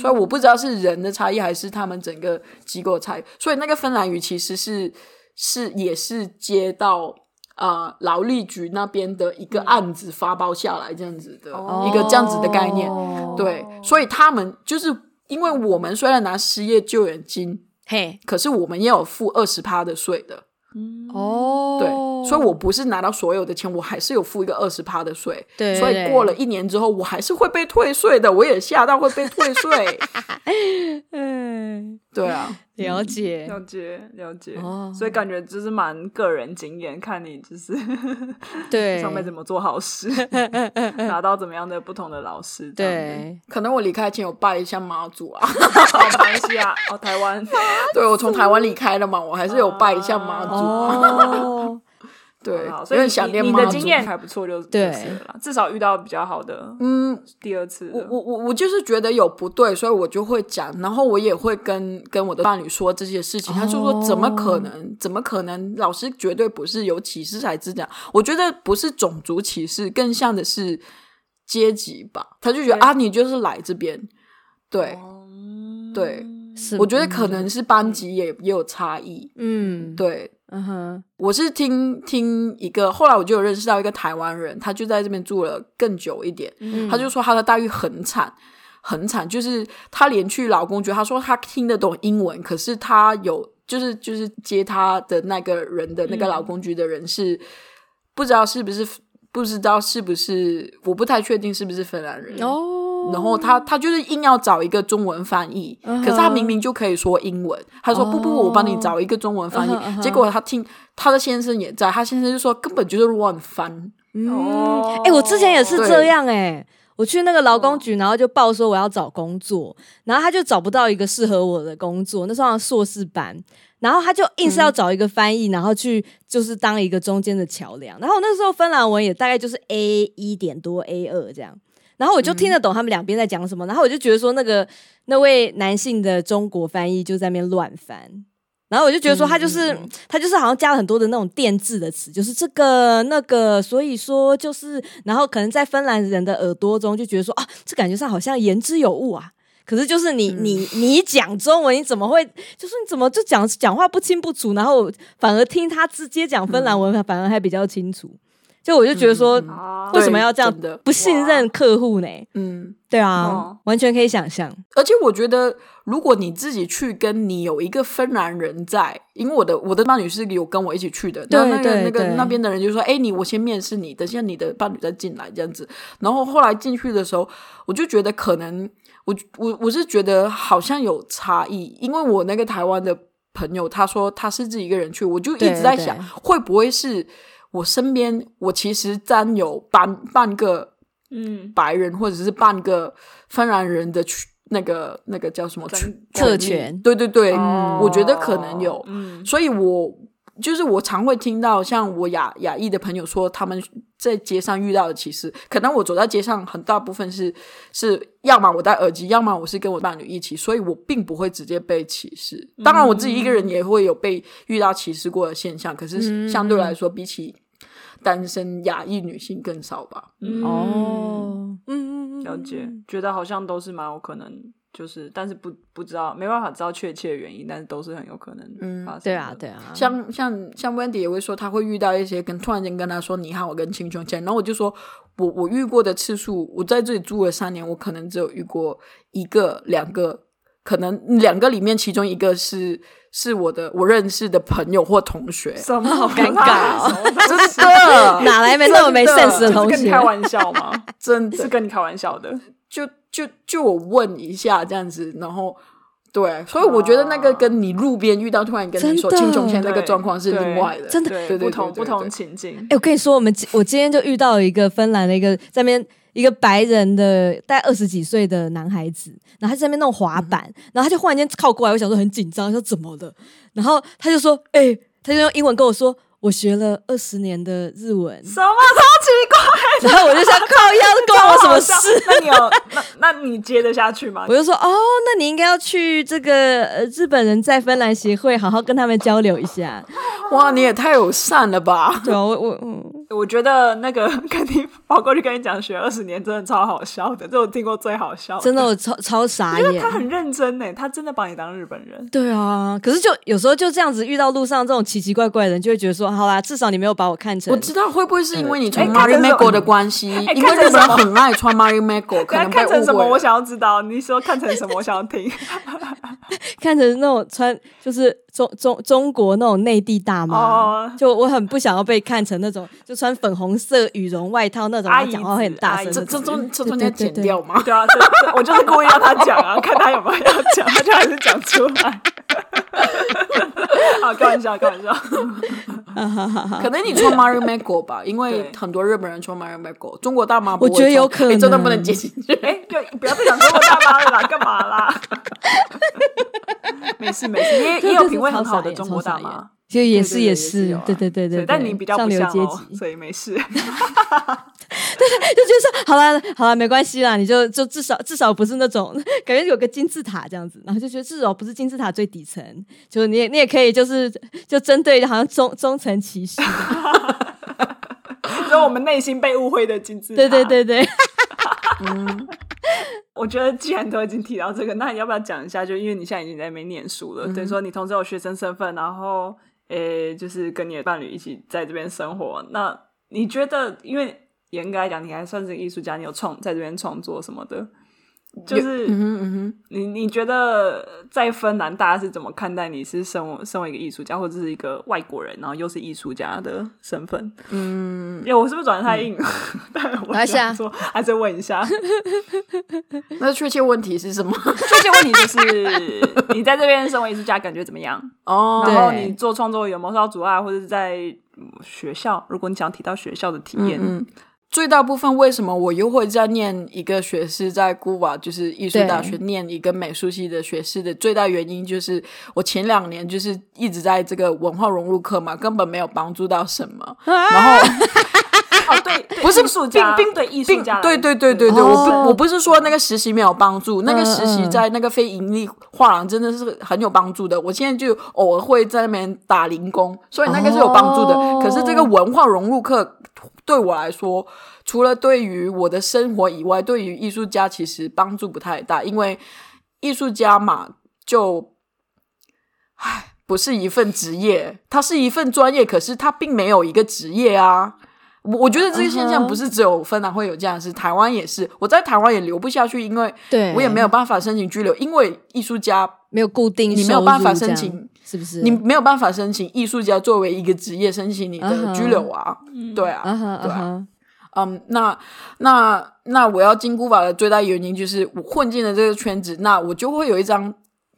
Speaker 3: 所以我不知道是人的差异还是他们整个机构的差异。所以那个芬兰语其实是是也是接到。呃，劳力局那边的一个
Speaker 1: 嗯
Speaker 3: 案子发包下来，这样子的、一个这样子的概念，
Speaker 1: 哦
Speaker 3: 对，所以他们就是因为我们虽然拿失业救援金，
Speaker 1: 嘿，
Speaker 3: 可是我们也有付二十趴的税的，
Speaker 1: 哦，
Speaker 3: 对，所以我不是拿到所有的钱，我还是有付一个二十趴的税，
Speaker 1: 对对
Speaker 3: 所以
Speaker 1: 对
Speaker 3: 过了一年之后，我还是会被退税的，我也吓到会被退税，
Speaker 1: 嗯，
Speaker 3: 对啊，
Speaker 1: 了解，
Speaker 2: 了解了解
Speaker 1: 哦，
Speaker 2: 所以感觉就是蛮个人经验，看你就是
Speaker 1: 对，
Speaker 2: 上辈怎么做好
Speaker 3: [laughs]
Speaker 2: 事，拿到怎么样的不同的老师。这样子，
Speaker 1: 对，
Speaker 3: 可能我离开前有拜一下妈祖啊， [laughs]
Speaker 2: 哦马来西亚哦，台湾，
Speaker 3: 对我从台湾离开了嘛，我还是有拜一下妈祖，啊 [laughs]
Speaker 1: 哦，
Speaker 3: 对，
Speaker 2: 好，所
Speaker 3: 有
Speaker 2: 以
Speaker 3: 点
Speaker 2: 你
Speaker 3: 想念
Speaker 2: 你
Speaker 3: 妈
Speaker 2: 的
Speaker 3: 祖。
Speaker 2: 经验还不错就，
Speaker 1: 对
Speaker 2: 就是了啦，至少遇到比较好的。
Speaker 3: 嗯，
Speaker 2: 第二次
Speaker 3: 我
Speaker 2: 的，
Speaker 3: 我我我就是觉得有不对，所以我就会讲，然后我也会跟跟我的伴侣说这些事情。他就说
Speaker 1: 哦
Speaker 3: 怎么可能？怎么可能？老师绝对不是有歧视才是这样。我觉得不是种族歧视，更像的是阶级吧。他就觉得
Speaker 2: 对
Speaker 3: 啊，你就是来这边，对
Speaker 1: 哦
Speaker 2: 嗯
Speaker 3: 对，
Speaker 1: 是
Speaker 3: 我觉得可能是班级也也有差异，
Speaker 1: 嗯，
Speaker 3: 对。
Speaker 1: 嗯哼，
Speaker 3: 我是听听一个，后来我就有认识到一个台湾人，他就在这边住了更久一点，
Speaker 1: 嗯
Speaker 3: 他就说他的待遇很惨，很惨，就是他连去劳工局，他说他听得懂英文，可是他有就是就是接他的那个人的
Speaker 1: 嗯
Speaker 3: 那个劳工局的人是、不知道是不是不知道是不是，我不太确定是不是芬兰人。
Speaker 1: 哦，
Speaker 3: 然后他他就是硬要找一个中文翻译，
Speaker 1: 嗯哼
Speaker 3: 可是他明明就可以说英文，他说、
Speaker 1: 哦
Speaker 3: 不不不，我帮你找一个中文翻译。
Speaker 1: 嗯哼嗯哼
Speaker 3: 结果他听他的先生也在，他先生就说根本就是乱翻。
Speaker 1: 嗯
Speaker 2: 哦，
Speaker 1: 哎、我之前也是这
Speaker 3: 对
Speaker 1: 样哎、我去那个劳工局，然后就报说我要找工作，然后他就找不到一个适合我的工作，那时候好像硕士班，然后他就硬是要找一个翻译，然后去就是当一个中间的桥梁。然后我那时候芬兰文也大概就是 A 一点多 A 二这样，然后我就听得懂他们两边在讲什么，然后我就觉得说那个那位男性的中国翻译就在那边乱翻。然后我就觉得说，他就是、
Speaker 3: 嗯嗯
Speaker 1: 他就是好像加了很多的那种电字的词，就是这个那个，所以说就是，然后可能在芬兰人的耳朵中就觉得说啊，这感觉上好像言之有物啊。可是就是你、你你讲中文，你怎么会就是你怎么就讲讲话不清不楚，然后反而听他直接讲芬兰文，反而还比较清楚。就我就觉得说，
Speaker 2: 啊，
Speaker 1: 为什么要这样
Speaker 3: 对真的
Speaker 1: 不信任客户呢？
Speaker 3: 嗯，
Speaker 1: 对啊，
Speaker 2: 哦
Speaker 1: 完全可以想象。
Speaker 3: 而且我觉得，如果你自己去跟你有一个芬兰人在，因为我的我的伴侣是有跟我一起去的，
Speaker 1: 对
Speaker 3: 那那个
Speaker 1: 对
Speaker 3: 那个
Speaker 1: 对
Speaker 3: 那边的人就说：“哎，你我先面试你，等一下你的伴侣再进来这样子。”然后后来进去的时候，我就觉得可能我我我是觉得好像有差异，因为我那个台湾的朋友他说他是自己一个人去，我就一
Speaker 1: 对
Speaker 3: 直在
Speaker 1: 对
Speaker 3: 想会不会是我身边我其实占有半半个
Speaker 2: 嗯，
Speaker 3: 白人或者是半个芬兰人的区那个那个叫什么
Speaker 2: 专
Speaker 3: 区
Speaker 1: 特
Speaker 3: 利
Speaker 1: 权
Speaker 3: 对对对，
Speaker 1: 哦
Speaker 3: 嗯我觉得可能有，
Speaker 2: 嗯
Speaker 3: 所以我就是我常会听到像我亚亚裔的朋友说，他们在街上遇到的歧视，可能我走在街上，很大部分是是要么我戴耳机，要么我是跟我伴侣一起，所以我并不会直接被歧视。
Speaker 1: 嗯
Speaker 3: 当然，我自己一个人也会有被遇到歧视过的现象，可是相
Speaker 1: 嗯
Speaker 3: 对来说，比起单身亚裔女性更少吧。
Speaker 2: 嗯
Speaker 1: 哦，嗯嗯嗯，
Speaker 2: 了解
Speaker 1: 嗯，
Speaker 2: 觉得好像都是蛮有可能，就是但是不不知道，没办法知道确切原因，但是都是很有可能
Speaker 3: 嗯
Speaker 2: 发生的。
Speaker 1: 对啊，对啊，
Speaker 3: 像像像 Wendy 也会说，他会遇到一些跟突然间跟他说你好，我跟青琼见，然后我就说我我遇过的次数，我在这里住了三年，我可能只有遇过一个两个，可能两个里面其中一个是是我的我认识的朋友或同学，
Speaker 2: 什
Speaker 3: [laughs]
Speaker 2: 么好
Speaker 1: 尴尬哦
Speaker 3: 真
Speaker 2: 嗯
Speaker 3: 的
Speaker 1: 哪来没那么没
Speaker 3: 哎真的
Speaker 1: sense 的啊
Speaker 2: 啊是
Speaker 1: 同
Speaker 2: 跟你
Speaker 1: 学？
Speaker 2: 开玩笑吗？
Speaker 3: [laughs] 真
Speaker 2: 是
Speaker 3: 的
Speaker 2: 跟你开玩笑的。
Speaker 3: 就就就我问一下这样子，然后。对，所以我觉得那个跟你路边遇到突然跟你说
Speaker 1: 真的
Speaker 3: 青琼签那个状况是
Speaker 2: 对
Speaker 3: 另外的，
Speaker 1: 真的
Speaker 2: 对
Speaker 3: 对对
Speaker 2: 不同
Speaker 3: 对
Speaker 2: 不
Speaker 3: 对对
Speaker 2: 同情境
Speaker 1: 哎、。我跟你说，我们今我今天就遇到一个芬兰的一个在那边一个白人的大概二十几岁的男孩子，然后他在那边弄滑板，然后他就忽然间靠过来，我想说很紧张，说怎么了？然后他就说，哎、他就用英文跟我说。我学了二十年的日文，
Speaker 2: 什么超奇怪？
Speaker 1: 然后我就想靠腰，
Speaker 3: [laughs]
Speaker 1: 关我什么
Speaker 2: [laughs]
Speaker 1: 事？？
Speaker 2: 那你有那那你接得下去吗
Speaker 1: 我？就说哦，那你应该要去这个呃日本人在芬兰协会，好好跟他们交流一下。
Speaker 3: 哇，你也太友善了吧！
Speaker 1: 对啊，我我嗯，
Speaker 2: 我觉得那个跟你跑过去跟你讲学二十年，真的超好笑的，这我听过最好笑。
Speaker 1: 真的我超超傻
Speaker 2: 因为
Speaker 1: 眼。
Speaker 2: 他很认真呢，他真的把你当日本人。
Speaker 1: 对啊，可是就有时候就这样子遇到路上这种奇奇怪怪的人，就会觉得说，好啦，至少你没有把我看成
Speaker 3: 我知道会不会是因为你穿
Speaker 2: 哎看
Speaker 3: Mary
Speaker 2: 成什
Speaker 3: Mago
Speaker 2: 么
Speaker 3: 的关系，
Speaker 2: 哎
Speaker 3: 因为
Speaker 2: 看成
Speaker 3: 日本人
Speaker 2: 什么
Speaker 3: 很爱穿 Mary Mago，可
Speaker 2: 对啊，
Speaker 3: 能被
Speaker 2: 看成什
Speaker 3: 误
Speaker 2: 么？
Speaker 3: 会
Speaker 2: 我
Speaker 3: 了。
Speaker 2: 想要知道。你说看成什么？我想要听。
Speaker 1: 看成那种穿就是中中中国那种内地大妈，
Speaker 2: 哦
Speaker 1: 就我很不想要被看成那种就穿粉红色羽绒外套那种，
Speaker 2: 阿
Speaker 1: 然
Speaker 2: 姨
Speaker 1: 后
Speaker 2: 子
Speaker 1: 讲话会很大声
Speaker 2: 阿姨
Speaker 1: 那
Speaker 3: 这
Speaker 2: 子
Speaker 1: 种。
Speaker 3: 这中这
Speaker 1: 对
Speaker 3: 中间
Speaker 1: 对对
Speaker 3: 剪掉吗？
Speaker 2: 对啊，这这我就是故意让他讲啊， [laughs] 看他有没有要讲，他就还是讲出来。 [laughs] 好，开玩笑，开
Speaker 1: [laughs]
Speaker 2: 玩笑。
Speaker 3: [laughs] 可能你穿 [laughs] Mary Mago 吧，因为
Speaker 2: 对
Speaker 3: 很多日本人穿 Mary Mago，中国大妈不
Speaker 1: 我
Speaker 3: 会
Speaker 1: 觉得有
Speaker 3: 穿
Speaker 1: 可
Speaker 3: 哎真的不能
Speaker 1: 能
Speaker 3: 接进去。
Speaker 2: 哎、就不要再讲中国大妈了啦，干嘛啦？ [laughs] 没事没事，也
Speaker 1: 这
Speaker 2: 也有
Speaker 1: [laughs] 就是
Speaker 2: 品味很
Speaker 1: 超
Speaker 2: 好
Speaker 1: 傻
Speaker 2: 的
Speaker 1: 眼
Speaker 2: 中
Speaker 1: 超
Speaker 2: 国大
Speaker 1: 傻眼
Speaker 2: 妈，
Speaker 1: 就也是
Speaker 2: 对对
Speaker 1: 也
Speaker 2: 也
Speaker 1: 是
Speaker 2: 是有啊，
Speaker 1: 对对对对
Speaker 2: 对，但你比较
Speaker 1: 上
Speaker 2: 不
Speaker 1: 流
Speaker 2: 像
Speaker 1: 阶
Speaker 2: 哦
Speaker 1: 级，，
Speaker 2: 所以没事。 [laughs]
Speaker 1: [laughs] 就觉得说好啦好啦，没关系啦，你就就至少至少不是那种 [laughs] 感觉有个金字塔这样子，然后就觉得至少不是金字塔最底层，就是你也你也可以就是就针对好像中中层歧
Speaker 3: [laughs]
Speaker 1: 视，
Speaker 2: 所以我们内心被误会的金字塔。
Speaker 1: 对对，对对，
Speaker 2: 我觉得既然都已经提到这个，那你要不要讲一下？就因为你现在已经在那边念书了，
Speaker 3: 嗯
Speaker 2: 等于说你同时有学生身份，然后诶、就是跟你的伴侣一起在这边生活。那你觉得，因为严格来讲，你还算是个艺术家，你有创在这边创作什么的，就是
Speaker 3: 嗯哼嗯哼，
Speaker 2: 你你觉得在芬兰大家是怎么看待你是身为身为一个艺术家，或者是一个外国人，然后又是艺术家的身份？嗯，哎，我是不是转的太硬？ [laughs] 但我
Speaker 1: 没关系啊
Speaker 2: 想说还是问一下，
Speaker 3: [laughs] 那确切问题是什么？
Speaker 2: 确切问题就是你在这边身为艺术家感觉怎么样？
Speaker 3: [laughs] [laughs] 哦，
Speaker 2: 然后
Speaker 1: 对
Speaker 2: 你做创作有没有受到阻碍，或者是在嗯学校？如果你想提到学校的体验，
Speaker 3: 嗯嗯，最大部分为什么我又会在念一个学士，在古瓦就是艺术大学念一个美术系的学士的最大原因就是我前两年就是一直在这个文化融入课嘛，根本没有帮助到什么，然后。
Speaker 2: 哦，
Speaker 3: [laughs]
Speaker 2: 对，对
Speaker 3: 不是
Speaker 2: 艺术家，
Speaker 3: 并并
Speaker 2: 对艺术
Speaker 3: 并
Speaker 2: 家来说，
Speaker 3: 对对对对对，
Speaker 1: 哦
Speaker 3: 我不
Speaker 2: [laughs]
Speaker 3: 我不是说那个实习没有帮助，那个实习
Speaker 1: 嗯
Speaker 3: 在那个非盈利画廊真的是很有帮助的。我现在就偶尔会在那边打零工，所以那个是有帮助的。
Speaker 1: 哦
Speaker 3: 可是这个文化融入课对我来说，除了对于我的生活以外，对于艺术家其实帮助不太大，因为艺术家嘛，就唉。不是一份职业，它是一份专业，可是它并没有一个职业啊。我我觉得这个现
Speaker 1: 嗯
Speaker 3: 象
Speaker 1: 哼
Speaker 3: 不是只有芬兰会有这样的事，台湾也是。我在台湾也留不下去，因为
Speaker 1: 对
Speaker 3: 我也没有办法申请居留，因为艺术家
Speaker 1: 没有固定，
Speaker 3: 你没有办法申请，，
Speaker 1: 是不是？
Speaker 3: 你没有办法申请艺术家作为一个职业申请你
Speaker 1: 嗯
Speaker 3: 的
Speaker 1: 哼
Speaker 3: 居留啊。对啊，
Speaker 1: 啊哈啊
Speaker 3: 对啊。
Speaker 1: 哈，
Speaker 3: 嗯，那那那我要进古法的最大原因就是我混进了这个圈子，那我就会有一张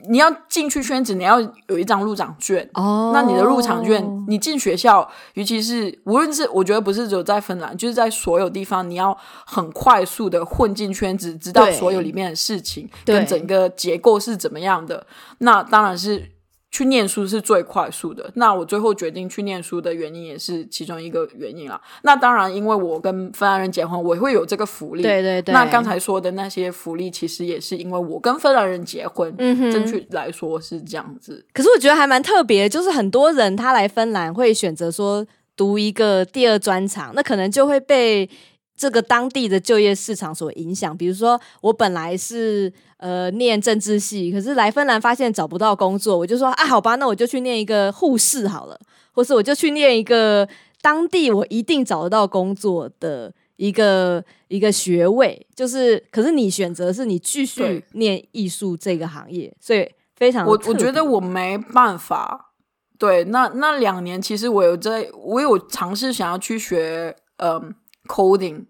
Speaker 3: 你要进去圈子，你要有一张入场券。
Speaker 1: 哦，
Speaker 3: 啊那你的入场券，你进学校，尤其是无论是我觉得不是只有在芬兰，就是在所有地方，你要很快速的混进圈子，知道
Speaker 1: 对
Speaker 3: 所有里面的事情
Speaker 1: 对
Speaker 3: 跟整个结构是怎么样的。那当然是去念书是最快速的。那我最后决定去念书的原因也是其中一个原因啦。那当然，因为我跟芬兰人结婚，我会有这个福利。
Speaker 1: 对对对，
Speaker 3: 那刚才说的那些福利，其实也是因为我跟芬兰人结婚，
Speaker 1: 嗯哼
Speaker 3: 正确来说是这样子。
Speaker 1: 可是我觉得还蛮特别的，就是很多人他来芬兰会选择说读一个第二专长，那可能就会被这个当地的就业市场所影响。比如说，我本来是呃念政治系，可是来芬兰发现找不到工作，我就说啊，好吧，那我就去念一个护士好了，或是我就去念一个当地我一定找得到工作的。一个一个学位，就是，可是你选择是你继续
Speaker 3: 对
Speaker 1: 念艺术这个行业，所以非常
Speaker 3: 我
Speaker 1: 特
Speaker 3: 我觉
Speaker 1: 别
Speaker 3: 得我没办法。对，那那两年其实我有在，我有尝试想要去学嗯 coding，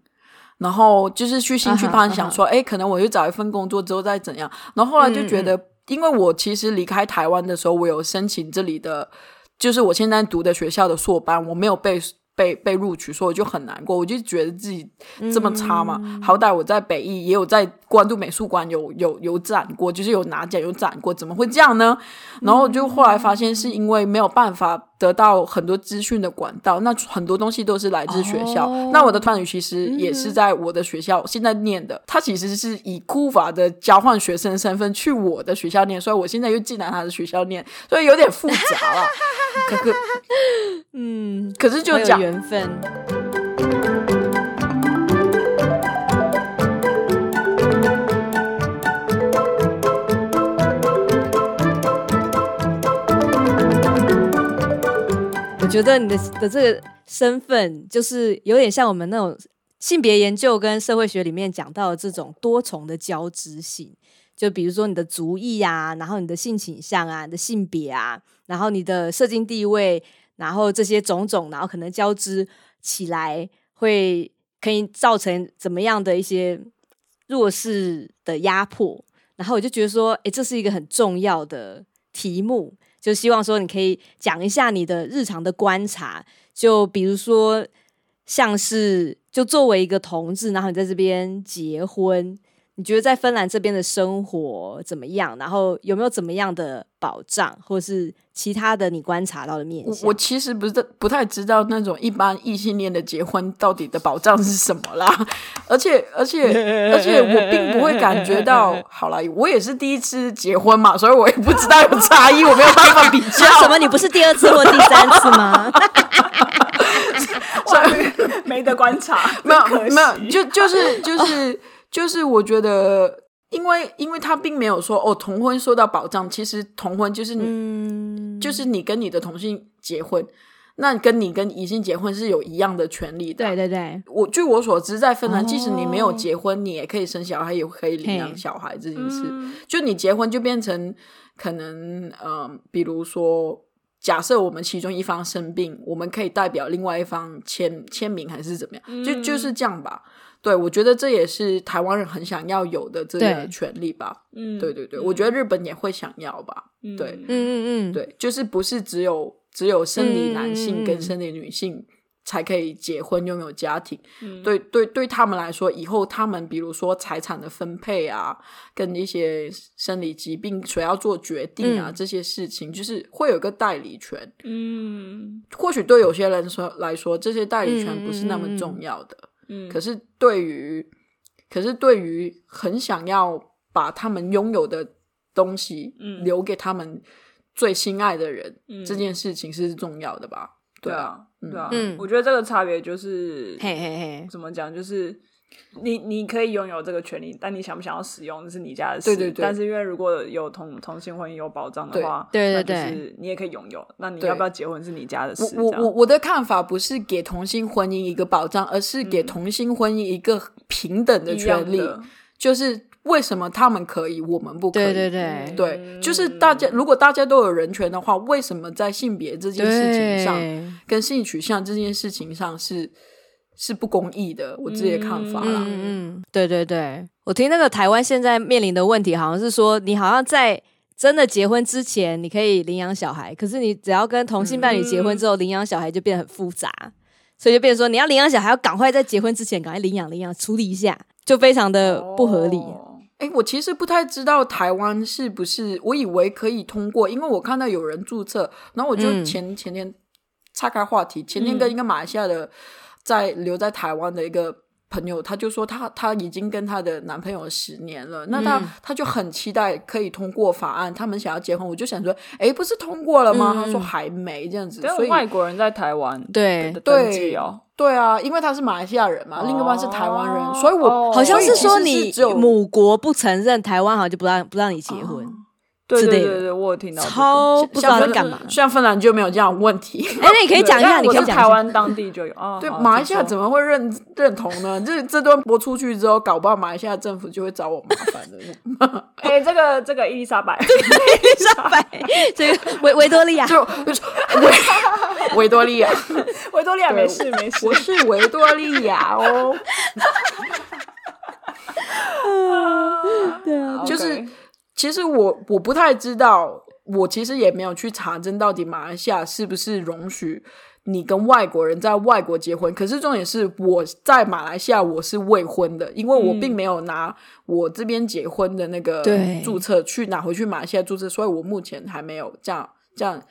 Speaker 3: 然后就是去兴趣
Speaker 1: 嗯哼嗯
Speaker 3: 班
Speaker 1: 哼嗯
Speaker 3: 想说，哎、可能我就找一份工作之后再怎样。然后后来就觉得，因为我其实离开台湾的时候，我有申请这里的，就是我现在读的学校的硕班，我没有被。被被录取，所以我就很难过，我就觉得自己这么差嘛。好歹我在北艺也有在关渡美术馆有有有展过，就是有拿奖有展过，怎么会这样呢？然后就后来发现是因为没有办法得到很多资讯的管道，那很多东西都是来自学校。
Speaker 1: 哦
Speaker 3: 那我的团语其实也是在我的学校、现在念的，他其实是以库法的交换学生身份去我的学校念，所以我现在又进来他的学校念，所以有点复
Speaker 1: [laughs]
Speaker 3: 杂了。可可
Speaker 1: 嗯，
Speaker 3: 可是就
Speaker 1: 很有
Speaker 3: 讲
Speaker 1: 缘分。我觉得你的的这个身份，就是有点像我们那种性别研究跟社会学里面讲到的这种多重的交织性。就比如说你的族裔啊，然后你的性倾向啊，你的性别啊，然后你的社经地位，然后这些种种，然后可能交织起来，会可以造成怎么样的一些弱势的压迫。然后我就觉得说，诶，这是一个很重要的题目，就希望说你可以讲一下你的日常的观察，就比如说像是就作为一个同志，然后你在这边结婚，你觉得在芬兰这边的生活怎么样？然后有没有怎么样的保障，或是其他的你观察到的面
Speaker 3: 我
Speaker 1: 向？
Speaker 3: 我其实不是不太知道那种一般异性恋的结婚到底的保障是什么啦，而且而且而且我并不会感觉
Speaker 1: [laughs]
Speaker 3: 到，好啦，我也是第一次结婚嘛，所以我也不知道有差异，我没有办法比
Speaker 1: [laughs]
Speaker 3: 较。
Speaker 1: 什么？你不是第二次或第三次 [laughs] 吗？
Speaker 3: 所以
Speaker 2: 没得观察，
Speaker 3: [laughs] 没有
Speaker 2: 真可惜
Speaker 3: 没有，就就是就是就是，我觉得，因为因为他并没有说哦，同婚受到保障，其实同婚就是你、
Speaker 1: 嗯，
Speaker 3: 就是你跟你的同性结婚，那跟你跟异性结婚是有一样的权利的。
Speaker 1: 对对对，
Speaker 3: 我据我所知，在芬兰，
Speaker 1: 哦
Speaker 3: 即使你没有结婚，你也可以生小孩，也可以领
Speaker 1: 嘿
Speaker 3: 养小孩这件事。
Speaker 2: 嗯
Speaker 3: 就你结婚就变成可能，嗯、比如说，假设我们其中一方生病，我们可以代表另外一方签签名，还是怎么样？就
Speaker 1: 嗯
Speaker 3: 就是这样吧。对，我觉得这也是台湾人很想要有的这
Speaker 1: 对
Speaker 3: 个权利吧。
Speaker 2: 嗯
Speaker 3: 对对对，我觉得日本也会想要吧。
Speaker 2: 嗯
Speaker 3: 对
Speaker 1: 嗯嗯嗯，
Speaker 3: 对，就是不是只有只有生理男
Speaker 1: 嗯嗯嗯
Speaker 3: 性
Speaker 1: 嗯
Speaker 3: 跟生理女性才可以结婚拥有家庭。
Speaker 2: 嗯
Speaker 3: 对对，对他们来说，以后他们比如说财产的分配啊，跟一些生理疾病谁要做决定啊，
Speaker 1: 嗯
Speaker 3: 这些事情，就是会有一个代理权。
Speaker 2: 嗯
Speaker 3: 或许对有些人说来说，这些代理
Speaker 1: 嗯嗯
Speaker 3: 权不是那
Speaker 1: 嗯嗯
Speaker 3: 么
Speaker 1: 嗯
Speaker 3: 重要的。
Speaker 2: 嗯，
Speaker 3: 可是对于，可是对于很想要把他们拥有的东西
Speaker 2: 嗯
Speaker 3: 留给他们最心爱的人，
Speaker 2: 嗯
Speaker 3: 这件事情是重要的吧？
Speaker 2: 对
Speaker 3: 啊，
Speaker 2: 啊，对啊，
Speaker 1: 嗯
Speaker 2: 我觉得这个差别就是
Speaker 1: 嘿嘿嘿，
Speaker 2: 怎么讲，就是你你可以拥有这个权利，但你想不想要使用，这是你家的事。
Speaker 3: 对对对
Speaker 2: 但是因为如果有同同性婚姻有保障的
Speaker 3: 对
Speaker 2: 话，
Speaker 1: 对
Speaker 2: 那
Speaker 1: 对
Speaker 2: 就
Speaker 1: 对
Speaker 2: 是你也可以拥有。那你
Speaker 3: 对
Speaker 2: 要不要结婚是你家的事。
Speaker 3: 我
Speaker 2: 这
Speaker 3: 我
Speaker 2: 样
Speaker 3: 我的看法不是给同性婚姻一个保障，而是给同性婚姻一个平等的
Speaker 2: 嗯一样
Speaker 3: 权利。
Speaker 2: 的
Speaker 3: 就是为什么他们可以，我们不可以？
Speaker 1: 对对对
Speaker 3: 对就是大
Speaker 2: 嗯
Speaker 3: 家如果大家都有人权的话，为什么在性别这件事情上
Speaker 1: 对
Speaker 3: 跟性取向这件事情上是是不公义的？我自己的看法啦。
Speaker 1: 嗯嗯嗯，对对对，我听那个台湾现在面临的问题，好像是说你好像在真的结婚之前，你可以领养小孩，可是你只要跟同性伴侣结婚之后，领养小孩就变得很复杂，所以就变成说你要领养小孩，要赶快在结婚之前赶快领养领养处理一下，就非常的呃不合理。
Speaker 2: 哦
Speaker 3: 哎，我其实不太知道台湾是不是，我以为可以通过，因为我看到有人注册，然后我就
Speaker 1: 嗯
Speaker 3: 前、前天岔开话题，前天跟一个马来西亚的在留在台湾的一个朋友，他就说他他已经跟他的男朋友十年了，那他、他就很期待可以通过法案，他们想要结婚，我就想说，哎，不是通过了吗？
Speaker 1: 嗯
Speaker 3: 他说还没这样子，
Speaker 2: 跟
Speaker 3: 所以
Speaker 2: 外国人在台湾
Speaker 1: 对
Speaker 2: 的，登记
Speaker 3: 对
Speaker 2: 哦，
Speaker 3: 对啊，因为他是马来西亚人嘛，另一半是台湾人，
Speaker 2: 哦
Speaker 3: 所以我
Speaker 2: 哦
Speaker 1: 哦好像
Speaker 3: 所以
Speaker 1: 是
Speaker 3: 其实
Speaker 1: 说
Speaker 3: 是
Speaker 1: 你
Speaker 3: 只有
Speaker 1: 母国不承认台湾，好像就不让不让你结婚，
Speaker 2: 对
Speaker 1: 之
Speaker 2: 对
Speaker 1: 类的
Speaker 2: 对对，我有听到这个、
Speaker 1: 超不知道
Speaker 3: 像
Speaker 1: 在
Speaker 3: 芬
Speaker 1: 干嘛。
Speaker 3: 像芬兰就没有这样的问题。 [laughs]
Speaker 1: 哎、那你可以讲一下，
Speaker 2: 但
Speaker 1: 你
Speaker 2: 我
Speaker 1: 可以
Speaker 2: 是
Speaker 1: 讲一下
Speaker 2: 台湾当地就有啊。
Speaker 3: 对，
Speaker 2: 好
Speaker 3: 马来西亚
Speaker 2: 请
Speaker 3: 怎
Speaker 2: 说
Speaker 3: 么会认认同呢？这这段播出去之后，搞不好马来西亚政府就会找我麻烦的。
Speaker 2: 哎，这个这个伊丽莎
Speaker 3: [laughs]
Speaker 2: 白，
Speaker 1: 这个维维多利亚，
Speaker 3: 就就是 [laughs] 维维多利亚，
Speaker 2: 维多利亚
Speaker 3: 对
Speaker 2: 没事没事
Speaker 3: 我，是维多利亚哦。
Speaker 1: 对啊，
Speaker 3: [laughs] 就是
Speaker 2: OK
Speaker 3: 其实我我不太知道，我其实也没有去查证到底马来西亚是不是容许你跟外国人在外国结婚。可是重点是我在马来西亚我是未婚的，因为我并没有拿我这边结婚的那个
Speaker 1: 对
Speaker 3: 注册去拿回去马来西亚注册，所以我目前还没有这样这样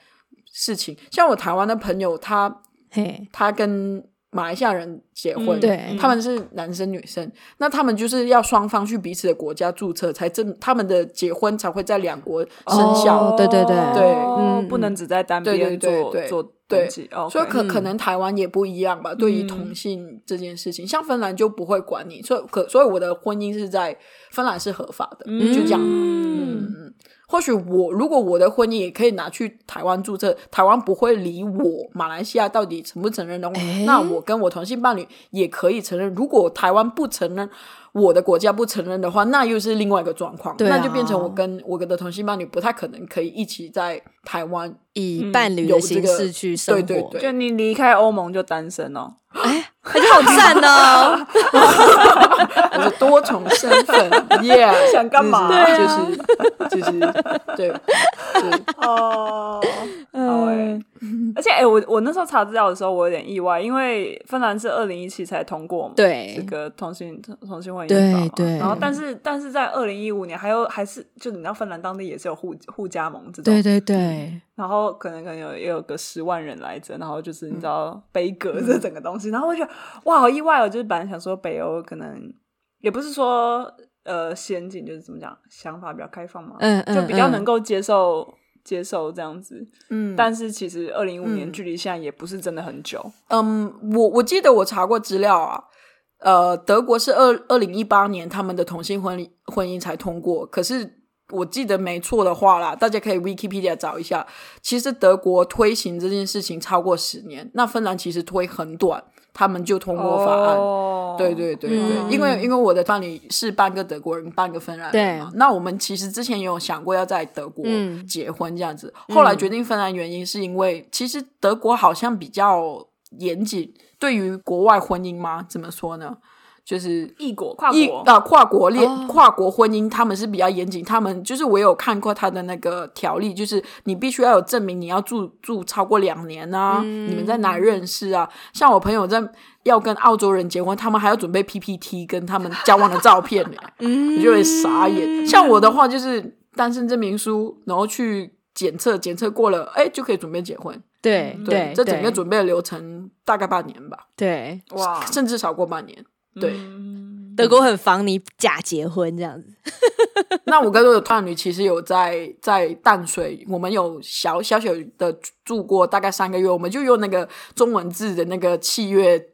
Speaker 3: 事情。像我台湾的朋友，他
Speaker 1: 嘿，
Speaker 3: 他跟马来西亚人结婚，
Speaker 2: 嗯
Speaker 1: 对
Speaker 3: 他们是男生女生，那他们就是要双方去彼此的国家注册，才证他们的结婚才会在两国生效。
Speaker 1: 哦对对对
Speaker 3: 对
Speaker 2: 哦
Speaker 1: 嗯
Speaker 2: 不能只在单
Speaker 3: 对对
Speaker 2: 边
Speaker 3: 对
Speaker 2: 做
Speaker 3: 对
Speaker 2: 做
Speaker 3: 对
Speaker 2: 登记。哦，
Speaker 3: 所以可、
Speaker 1: 嗯
Speaker 3: 可能台湾也不一样吧，对于同性这件事情，像芬兰就不会管你，所以可所以我的婚姻是在芬兰是合法的，就这样。
Speaker 1: 嗯，
Speaker 3: 嗯，或许我如果我的婚姻也可以拿去台湾注册，台湾不会理我马来西亚到底承不承认的话，
Speaker 1: 诶
Speaker 3: 那我跟我同性伴侣也可以承认。如果台湾不承认，我的国家不承认的话，那又是另外一个状况，
Speaker 1: 对啊
Speaker 3: 那就变成我跟我的同性伴侣不太可能可以一起在台湾。 [laughs]
Speaker 1: 以伴侣的
Speaker 3: 有这
Speaker 1: 形
Speaker 3: 个
Speaker 1: 式去生活，
Speaker 3: 对对
Speaker 2: 就你离开欧盟就单身哦。
Speaker 1: 哎好赞哦！
Speaker 3: 我是多重身
Speaker 2: [laughs]
Speaker 3: 份，Yeah，
Speaker 2: 想干嘛
Speaker 3: 就是
Speaker 1: [laughs]
Speaker 3: 就是就是对，就是
Speaker 2: 哦， [laughs]
Speaker 1: 嗯
Speaker 2: 好诶、 [laughs] 而且诶、哎我我那时候查资料的时候，我有点意外，因为芬兰是二零一七才通过嘛，
Speaker 1: 对
Speaker 2: 这个同性同性婚姻
Speaker 1: 对
Speaker 2: 法嘛
Speaker 1: 对
Speaker 2: 然后但是但是在二零一五年还有还是就你知道芬兰当地也是有互互加盟这种，
Speaker 1: 对对对，
Speaker 2: 然后可能可能有也有个十万人来着，然后就是你知道杯葛这整个东西，然后我就觉得哇好意外哦，就是本来想说北欧可能也不是说呃先进，就是怎么讲想法比较开放嘛，
Speaker 1: 嗯嗯，
Speaker 2: 就比较
Speaker 1: 嗯
Speaker 2: 能够接受、接受这样子。
Speaker 3: 嗯
Speaker 2: 但是其实二零一五年
Speaker 3: 嗯
Speaker 2: 距离现在也不是真的很久，
Speaker 3: 嗯，我我记得我查过资料啊，呃，德国是二二零一八年他们的同性婚礼婚姻才通过，可是我记得没错的话啦，大家可以 Wikipedia 找一下。其实德国推行这件事情超过十年，那芬兰其实推很短，他们就通过法案。
Speaker 2: 哦
Speaker 3: 对对对对，
Speaker 1: 嗯
Speaker 3: 因为因为我的伴侣是半个德国人，半个芬兰人嘛。那我们其实之前也有想过要在德国
Speaker 1: 嗯
Speaker 3: 结婚这样子，后来决定芬兰原因是因为其实德国好像比较严谨，对于国外婚姻吗？怎么说呢？就是
Speaker 2: 异国跨
Speaker 3: 一
Speaker 2: 国，
Speaker 3: 啊，跨国恋、
Speaker 1: 哦
Speaker 3: 跨国婚姻，他们是比较严谨。他们就是我有看过他的那个条例，就是你必须要有证明你要住住超过两年啊，
Speaker 1: 嗯
Speaker 3: 你们在哪认识啊？像我朋友在要跟澳洲人结婚，他们还要准备 PPT 跟他们交往的照片
Speaker 1: [laughs]
Speaker 3: 呢、我就会傻
Speaker 1: 嗯
Speaker 3: 眼。像我的话就是单身证明书，然后去检测，检测过了，哎，就可以准备结婚。
Speaker 1: 对对，
Speaker 3: 这整个
Speaker 1: 对
Speaker 3: 准备的流程大概半年吧，
Speaker 1: 对
Speaker 2: 哇，
Speaker 3: 甚至少过半年。对，
Speaker 1: [laughs]
Speaker 2: 哦嗯
Speaker 1: 德国很防你假结婚这样子，
Speaker 3: 那我跟我的伴侣其实有在在淡水，我们有小小小的住过大概三个月，我们就用那个中文字的那个契约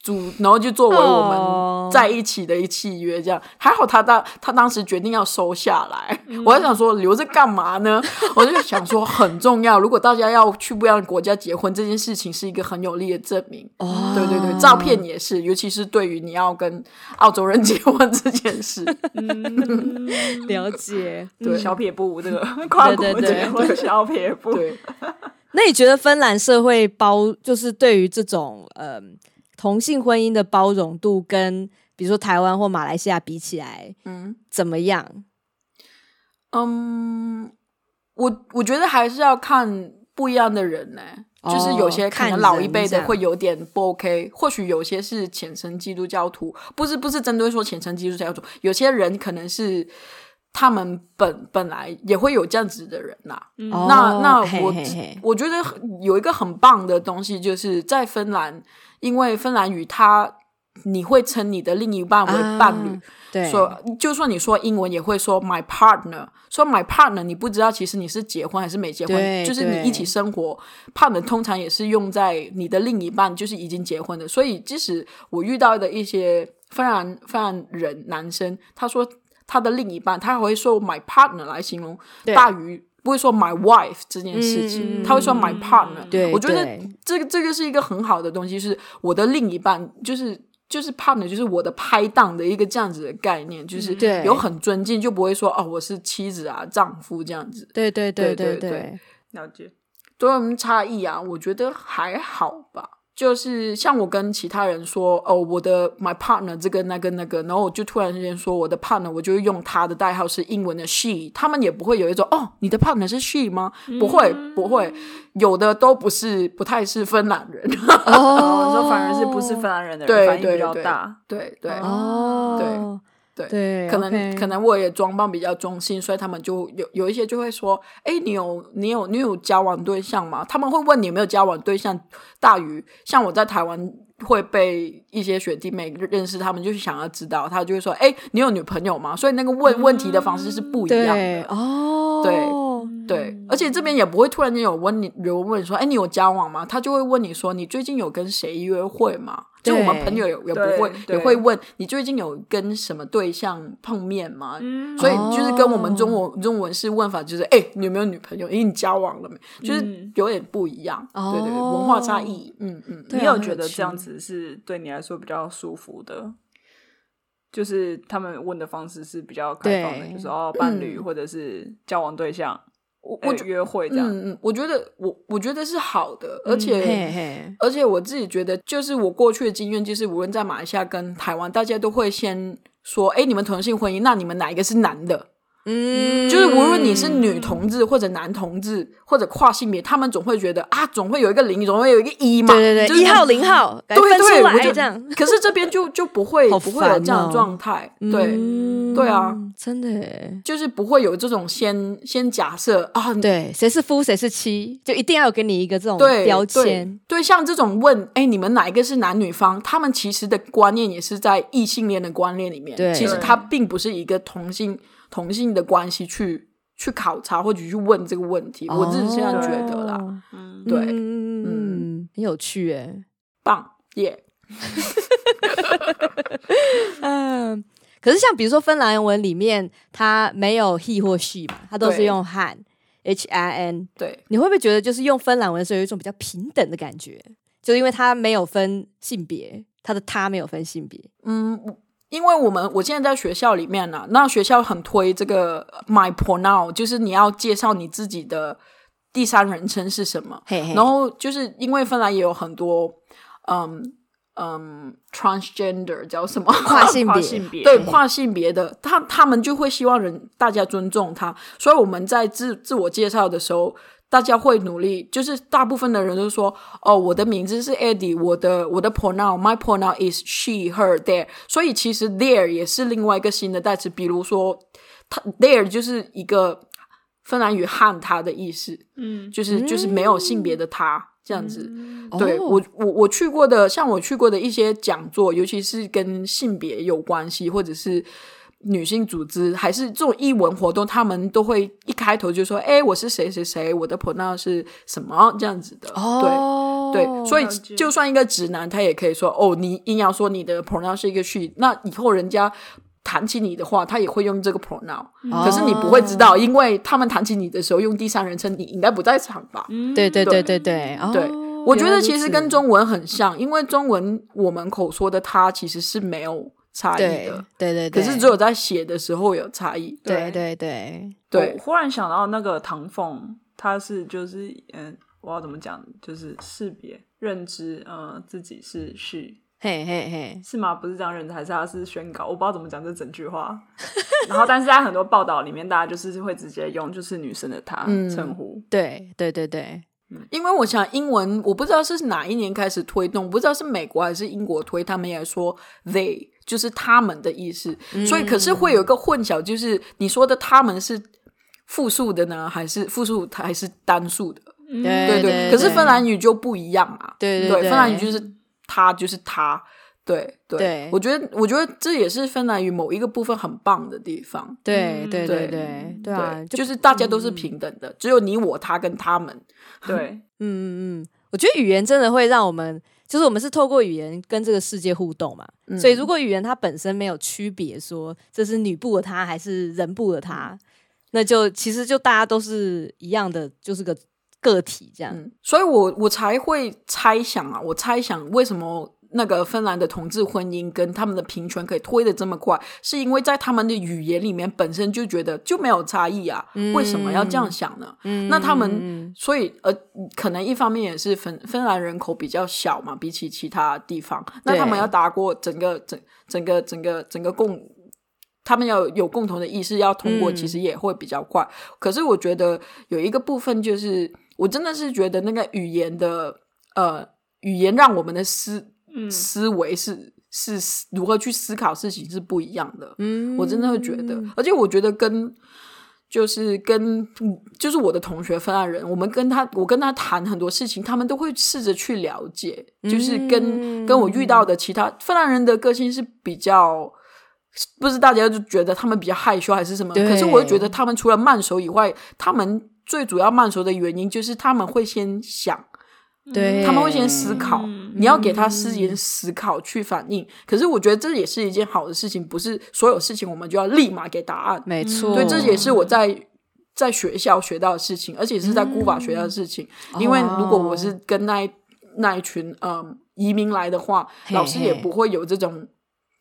Speaker 3: 租，然后就作为我
Speaker 1: 哦
Speaker 3: 们在一起的一契约这样。还好他当他当时决定要收下来，
Speaker 1: 嗯
Speaker 3: 我还想说留着干嘛呢？我就想说很重要，如果大家要去不一样的国家结婚，这件事情是一个很有力的证明。
Speaker 1: 哦
Speaker 3: 对对对，照片也是，尤其是对于你要跟澳洲人 [laughs] 结婚这件事。
Speaker 1: 了解。
Speaker 3: 对
Speaker 2: 嗯小撇步这个跨国
Speaker 1: 对对
Speaker 2: 结婚小撇步，
Speaker 3: 对。
Speaker 1: 那你觉得芬兰社会包就是对于这种嗯同性婚姻的包容度，跟比如说台湾或马来西亚比起来，
Speaker 3: 嗯
Speaker 1: 怎么样？
Speaker 3: 嗯，我我觉得还是要看不一样的人呢、
Speaker 1: 哦
Speaker 3: 就是有些可能老一
Speaker 1: 看
Speaker 3: 辈
Speaker 1: 人这
Speaker 3: 的
Speaker 1: 样
Speaker 3: 会有点不 OK，或许有些是虔诚基督教徒，不是不是针对说虔诚基督教徒，有些人可能是他们本本来也会有这样子的人呐、
Speaker 2: 嗯
Speaker 1: 哦
Speaker 3: 那那
Speaker 1: 嘿
Speaker 3: 我
Speaker 1: 嘿嘿
Speaker 3: 我觉得很有一个很棒的东西，就是在芬兰，因为芬兰语它你会称你的另一半为伴侣，
Speaker 1: 啊对，
Speaker 3: 说就算你说英文也会说 my partner，说 my partner，你不知道其实你是结婚还是没结
Speaker 1: 对
Speaker 3: 婚，就是
Speaker 1: 对
Speaker 3: 你一起生活，partner 通常也是用在你的另一半，就是已经结婚的。所以即使我遇到的一些芬兰芬兰人男生，他说他的另一半，他还会说 my partner 来形容
Speaker 1: 对
Speaker 3: 大于。不会说 my wife 这件事
Speaker 1: 嗯
Speaker 3: 情，
Speaker 1: 嗯嗯嗯
Speaker 3: 他会说 my partner。
Speaker 1: 对
Speaker 3: 我觉得
Speaker 1: 对
Speaker 3: 这个这个是一个很好的东西，是我的另一半，就是就是 partner，就是我的拍档的一个这样子的概念，就是
Speaker 1: 对
Speaker 3: 有很尊敬，就不会说哦我是妻子啊丈夫这样子，
Speaker 1: 对对对对
Speaker 3: 对对
Speaker 1: 对，
Speaker 2: 了解。
Speaker 3: 多有什么差异啊？我觉得还好吧。就是像我跟其他人说，哦，我的 my partner 这个那个那个，然后我就突然之间说我的 partner，我就用他的代号是英文的 she，他们也不会有一种哦，你的 partner 是 she 吗？不会，不会，有的都不是，不太是芬兰人。 [laughs]
Speaker 2: 哦，
Speaker 1: 哦
Speaker 2: 你说反而是不是芬兰人的人
Speaker 3: 对
Speaker 2: 反应
Speaker 3: 对
Speaker 2: 比较
Speaker 3: 对
Speaker 2: 大？
Speaker 3: 对对，
Speaker 2: 哦
Speaker 1: 哦，
Speaker 3: 对对
Speaker 1: 对，
Speaker 3: 可能
Speaker 1: OK
Speaker 3: 可能我也装扮比较中性，所以他们就有有一些就会说，哎，你有你有你有交往对象吗？他们会问你有没有交往对象，大于像我在台湾会被一些学弟妹认识，他们就是想要知道，他就会说，哎，你有女朋友吗？所以那个问问题的方式是
Speaker 1: 嗯
Speaker 3: 不一样
Speaker 1: 对
Speaker 3: 的。
Speaker 1: 哦，
Speaker 3: 对，而且这边也不会突然间有问你，有人问你说，哎，你有交往吗？他就会问你说，你最近有跟谁约会吗？就我
Speaker 1: 对
Speaker 3: 们朋友也也不会
Speaker 2: 对对
Speaker 3: 也会问你最近有跟什么对象碰面吗？
Speaker 2: 嗯
Speaker 3: 所以就是跟我们中
Speaker 1: 哦
Speaker 3: 文、中文式问法就是，哎、你有没有女朋友？哎、你交往了没？就是
Speaker 2: 嗯
Speaker 3: 有点不一样，
Speaker 1: 哦
Speaker 3: 对对对，文化差异，嗯嗯，
Speaker 1: 对
Speaker 2: 你
Speaker 1: 啊
Speaker 2: 有
Speaker 1: 很
Speaker 2: 觉
Speaker 1: 有
Speaker 2: 得
Speaker 1: 趣
Speaker 2: 这样子是对你来说比较舒服的？就是他们问的方式是比较开放的，
Speaker 1: 对
Speaker 2: 就是哦，伴侣
Speaker 3: 嗯
Speaker 2: 或者是交往对象，
Speaker 3: 我
Speaker 2: 呃
Speaker 3: 我觉
Speaker 2: 约会这样。
Speaker 3: 嗯嗯，我觉得我我觉得是好的，而且。
Speaker 1: 嗯嘿嘿，
Speaker 3: 而且我自己觉得，就是我过去的经验，就是无论在马来西亚跟台湾，大家都会先说：“哎，你们同性婚姻，那你们哪一个是男的？”
Speaker 1: 嗯
Speaker 3: 就是无论你是女同志或者男同志或者跨性别，他们总会觉得啊，总会有一个零，总会有一个一嘛，
Speaker 1: 对对
Speaker 3: 就
Speaker 1: 对，
Speaker 3: 是
Speaker 1: 一号零号，来
Speaker 3: 对
Speaker 1: 分
Speaker 3: 对
Speaker 1: 出
Speaker 3: 我
Speaker 1: 来
Speaker 3: 就
Speaker 1: 这样，
Speaker 3: [laughs] 可是这边就就不会、
Speaker 1: 好
Speaker 3: 不会有这样
Speaker 1: 烦哦
Speaker 3: 的状态，对。
Speaker 1: 嗯
Speaker 3: 对啊，
Speaker 1: 真的耶
Speaker 3: 就是不会有这种先先假设啊，
Speaker 1: 对，谁是夫谁是妻，就一定要有给你一个这种
Speaker 3: 对
Speaker 1: 标
Speaker 3: 对
Speaker 1: 签，
Speaker 3: 对，像这种问，哎，你们哪一个是男女方？他们其实的观念也是在异性恋的观念里面，
Speaker 1: 对
Speaker 3: 其实
Speaker 2: 对
Speaker 3: 它并不是一个同性同性的关系去去考察或者去问这个问题，我自己是这样觉得啦，
Speaker 1: 哦
Speaker 2: 嗯
Speaker 3: 对
Speaker 1: 嗯嗯嗯，很有趣哎。
Speaker 3: 棒耶
Speaker 1: 嗯，可是像比如说芬兰文里面，它没有 he 或 she 嘛，它都是
Speaker 3: 对
Speaker 1: 用汉 h i n。
Speaker 3: 对，
Speaker 1: 你会不会觉得就是用芬兰文的时候有一种比较平等的感觉？就是因为它没有分性别，它的他没有分性别。
Speaker 3: 嗯，我因为我们我现在在学校里面呢、那学校很推这个 my pronoun，就是你要介绍你自己的第三人称是什么。
Speaker 1: 嘿嘿，
Speaker 3: 然后就是因为芬兰也有很多，嗯嗯，transgender 叫什么？
Speaker 1: 跨性
Speaker 2: 跨
Speaker 1: 别，
Speaker 2: 性别，
Speaker 3: 对跨性别的，他他们就会希望人大家尊重他，所以我们在自自我介绍的时候，大家会努力，就是大部分的人都说，哦，我的名字是 Eddie，我的我的 pronoun my pronoun is she her there，所以其实 there 也是另外一个新的代词，比如说，它 there 就是一个芬兰语汉他的意思，
Speaker 2: 嗯，
Speaker 3: 就是就是没有性别的他这样子，对
Speaker 1: 哦
Speaker 3: 我，我我去过的，像我去过的一些讲座，尤其是跟性别有关系，或者是女性组织，还是这种艺文活动，他们都会一开头就说：“哎，我是谁谁谁，我的 pronoun 是什么？”这样子的。
Speaker 1: 哦，
Speaker 3: 对对，所以
Speaker 2: 了解
Speaker 3: 就算一个直男，他也可以说：“哦，你硬要说你的 pronoun 是一个 she，那以后人家谈起你的话，他也会用这个 pronoun。
Speaker 1: 哦
Speaker 3: 可是你不会知道，因为他们谈起你的时候用第三人称，你应该不在场吧？
Speaker 1: 哦对对对对
Speaker 3: 对
Speaker 1: 对，哦
Speaker 3: 对，我觉
Speaker 1: 原来
Speaker 3: 得
Speaker 1: 如
Speaker 3: 其实跟
Speaker 1: 此
Speaker 3: 中文很像，因为中文我们口说的“它”其实是没有差异
Speaker 1: 对
Speaker 3: 的，
Speaker 1: 对对，
Speaker 3: 可
Speaker 1: 对
Speaker 3: 是只有在写的时候有差异。
Speaker 1: 对对对，
Speaker 3: 对
Speaker 2: 我忽然想到那个唐凤，他是呃就是嗯，我要怎么讲？就是识别认知，呃，自己是 she
Speaker 1: 嘿嘿嘿，
Speaker 2: 是吗？不是这样认识，还是他是宣告？我不知道怎么讲这整句话。然后，但是在很多报道里面，大家就是会直接用就是女生的她
Speaker 3: 嗯
Speaker 2: 称呼。
Speaker 1: 对对对对，
Speaker 3: 因为我想英文，我不知道是哪一年开始推动，不知道是美国还是英国推，他们也说 they 就是他们的意思，所以可是会有一
Speaker 1: 嗯
Speaker 3: 个混淆，就是你说的他们是复数的呢，还是复数还是单数的？
Speaker 2: 嗯
Speaker 1: 对
Speaker 3: 对
Speaker 1: 对
Speaker 3: 可是芬兰语就不一样啊。
Speaker 1: 对对
Speaker 3: 对
Speaker 1: 对
Speaker 3: 芬兰语就是他就是他，对对
Speaker 1: 对
Speaker 3: 我觉得我觉得这也是芬兰语某一个部分很棒的地方。
Speaker 1: 对
Speaker 2: 嗯
Speaker 1: 对对
Speaker 3: 对
Speaker 1: 对对啊，就嗯
Speaker 3: 就是大家都是平等的，只有你我他跟他们。
Speaker 2: 对，
Speaker 1: 嗯嗯嗯，我觉得语言真的会让我们，就是我们是透过语言跟这个世界互动嘛。所以
Speaker 3: 嗯
Speaker 1: 如果语言它本身没有区别，说这是女部的她还是人部的
Speaker 3: 嗯
Speaker 1: 她，那就其实就大家都是一样的，就是个个体这样。
Speaker 3: 嗯，所以我我才会猜想啊，我猜想为什么那个芬兰的同志婚姻跟他们的平权可以推得这么快，是因为在他们的语言里面本身就觉得就没有差异啊，为什么要这样想呢？
Speaker 1: 嗯
Speaker 3: 那他们
Speaker 1: 嗯
Speaker 3: 所以呃，可能一方面也是芬芬兰人口比较小嘛，比起其他地方，那他们
Speaker 1: 对
Speaker 3: 要打过整个整整个整个整个共，他们要有共同的意识要通过，
Speaker 1: 嗯
Speaker 3: 其实也会比较快。可是我觉得有一个部分就是，我真的是觉得那个语言的呃，语言让我们的思、
Speaker 2: 嗯
Speaker 3: 思维是是是如何去思考事情是不一样的。
Speaker 1: 嗯
Speaker 3: 我真的会觉得，而且我觉得跟就是跟嗯就是我的同学芬兰人，我们跟他我跟他谈很多事情，他们都会试着去了解，就是
Speaker 1: 嗯
Speaker 3: 跟跟我遇到的其他芬兰人的个性是比较。不是大家就觉得他们比较害羞还是什么？
Speaker 1: 对
Speaker 3: 可是我又觉得他们除了慢熟以外，他们最主要慢熟的原因就是他们会先想，
Speaker 1: 对，
Speaker 3: 他们会先思考，
Speaker 2: 嗯
Speaker 3: 你要给他时间思考去反应。可是我觉得这也是一件好的事情，不是所有事情我们就要立马给答案。
Speaker 1: 没错，
Speaker 3: 嗯对，这也是我在在学校学到的事情，而且是在
Speaker 1: 嗯
Speaker 3: 孤法学到的事情。
Speaker 1: 哦
Speaker 3: 因为如果我是跟那一那一群嗯移民来的话，
Speaker 1: 嘿
Speaker 3: 老师也
Speaker 1: 嘿
Speaker 3: 不会有这种。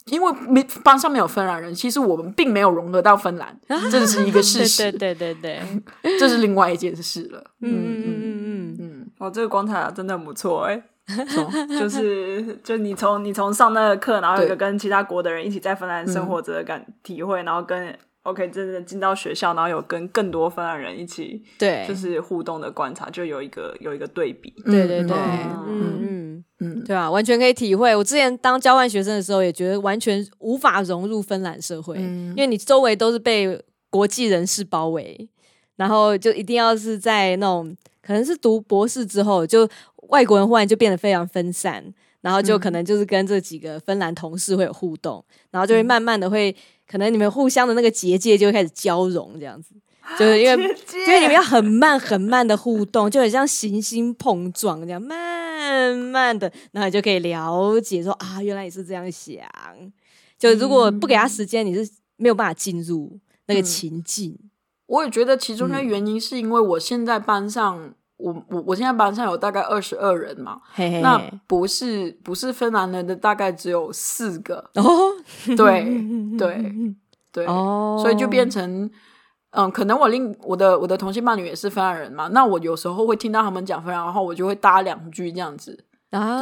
Speaker 3: 因为没班上没有芬兰人，其实我们并没有融合到
Speaker 1: [laughs]
Speaker 3: 芬兰，这是一个事
Speaker 1: 对
Speaker 3: 实，
Speaker 1: 对对对对，嗯
Speaker 3: 这是另外一件事了。
Speaker 1: 嗯嗯
Speaker 3: 嗯
Speaker 1: 嗯嗯，
Speaker 3: 嗯
Speaker 2: 哦，这个观察真的很不错
Speaker 3: [laughs]
Speaker 2: 哎、
Speaker 3: 嗯，什么
Speaker 2: 就是就你从你从上那个课，然后有一个
Speaker 3: 对嗯
Speaker 2: 跟其他国的人一起在芬兰生活着的感体会，然后跟 OK 真的进到学校，然后有跟更多芬兰人一起
Speaker 1: 对，
Speaker 2: 就是互动的观察，就有一个有一个对比。
Speaker 1: 对对对，
Speaker 2: 嗯
Speaker 1: 嗯嗯
Speaker 3: 嗯
Speaker 1: 对啊，完全可以体会。我之前当交换学生的时候，也觉得完全无法融入芬兰社会，
Speaker 2: 嗯
Speaker 1: 因为你周围都是被国际人士包围，然后就一定要是在那种可能是读博士之后，就外国人忽然就变得非常分散，然后
Speaker 2: 嗯
Speaker 1: 就可能就是跟这几个芬兰同事会有互动，然后
Speaker 2: 嗯
Speaker 1: 就会慢慢的会，可能你们互相的那个结界就会开始交融，这样子，就是因
Speaker 2: [laughs]
Speaker 1: 为因为你们要很慢很慢的互动，就很像行星碰撞这样，慢慢的，然后你就可以了解说啊，原来你是这样想。就如果不给他时间，你是没有办法进入那个情境。
Speaker 3: 我也觉得其中的原因是因为我现在班上，我我我现在班上有大概二十二人嘛，
Speaker 1: 嘿嘿
Speaker 3: 那
Speaker 1: 嘿，
Speaker 3: 不是不是芬兰人的大概只有四个，
Speaker 1: 哦
Speaker 3: 对对对，
Speaker 1: 哦，
Speaker 3: 所以就变成。嗯，可能我另我的我的同性伴侣也是芬兰人嘛，那我有时候会听到他们讲芬兰，然后我就会搭两句这样子。
Speaker 1: 啊，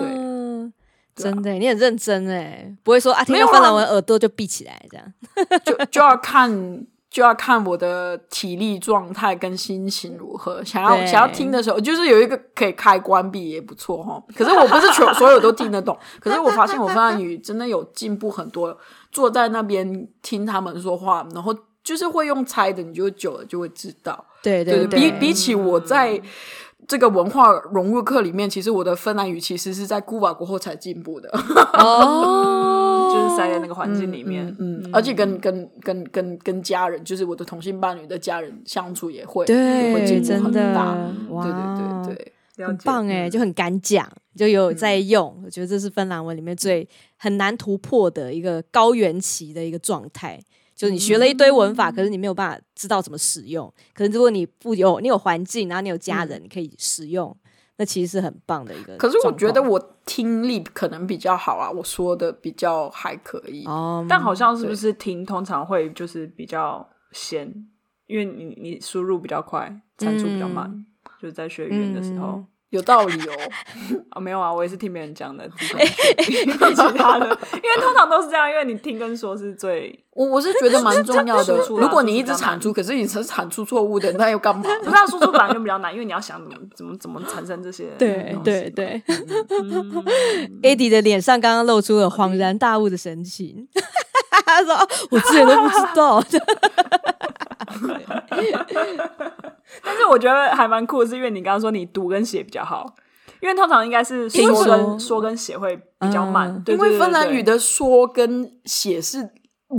Speaker 3: 对
Speaker 1: 真的，你很认真哎，不会说啊，听
Speaker 3: 没
Speaker 1: 到
Speaker 3: 有啊
Speaker 1: 芬兰文耳朵就闭起来这样。
Speaker 3: 就就要看就要看我的体力状态跟心情如何。想要
Speaker 1: 对
Speaker 3: 想要听的时候，就是有一个可以开关闭也不错哈。可是我不是全所有都听
Speaker 1: [laughs]
Speaker 3: 得懂，可是我发现我芬兰语真的有进步很多。坐在那边听他们说话，然后就是会用猜的，你就久了就会知道。
Speaker 1: 对
Speaker 3: 对
Speaker 1: 对，
Speaker 3: 比比起我在。这个文化融入课里面，其实我的芬兰语其实是在古瓦过后才进步的。
Speaker 1: 哦，
Speaker 2: 就是塞在那个环境里面，
Speaker 3: 嗯，而且跟跟跟跟跟家人，就是我的同性伴侣的家人相处也会也会
Speaker 1: 对，
Speaker 3: 进
Speaker 1: 真
Speaker 3: 步很
Speaker 1: 的
Speaker 3: 大。，
Speaker 1: 哇，
Speaker 3: 对对对对，
Speaker 2: 了
Speaker 1: 很
Speaker 2: 解嗯
Speaker 3: 嗯
Speaker 1: 棒
Speaker 3: 欸
Speaker 1: 哎、就很敢讲，就有在用。我觉得这是芬兰文里面最很难突破的一个高原期的一个状态，就是你学了一堆文法，
Speaker 3: 嗯
Speaker 1: 可是你没有办法知道怎么使用。可是如果你不有你有环境，然后你有家人，你可以使用，那其实是很棒的一个状
Speaker 3: 嗯可
Speaker 1: 况。
Speaker 3: 是我觉得我听力可能比较好啊，我说的比较还可以。
Speaker 1: 哦，
Speaker 2: 但好像是不是听通常会就是比较先，
Speaker 3: 嗯
Speaker 2: 因为你你输入比较快，产出比较慢，就是在学语言的时候，
Speaker 3: 有道理哦。
Speaker 2: 啊，没有啊，我也是听别人讲的，自
Speaker 3: 哎
Speaker 2: 己其他的，因为通常都是这样，因为你听跟说是最
Speaker 3: 我我是觉得蛮重 [laughs] 要的
Speaker 2: 这这这。输出啊
Speaker 3: 如果你一
Speaker 2: 这
Speaker 3: 直
Speaker 2: 是比较难
Speaker 3: 产出，可是你只是产出错误的，那又干嘛？
Speaker 2: 不
Speaker 3: [laughs]
Speaker 2: 是他输出本来就比较难，因为你要想怎么怎么怎么产生这些
Speaker 3: 嗯
Speaker 1: 对
Speaker 2: 东西
Speaker 1: 对对，Eddie 的脸上刚刚露出了恍然大悟的神
Speaker 3: [laughs]
Speaker 1: 情，他说：“我之前都不知道。
Speaker 2: 但是我觉得还蛮酷的是，因为你刚刚说你读跟写比较好，因为通常应该是说
Speaker 1: 听说
Speaker 2: 跟说跟写会比较慢，
Speaker 1: 嗯
Speaker 2: 对
Speaker 3: 因
Speaker 2: 对对
Speaker 3: 为芬兰语
Speaker 2: 对
Speaker 3: 的说跟写是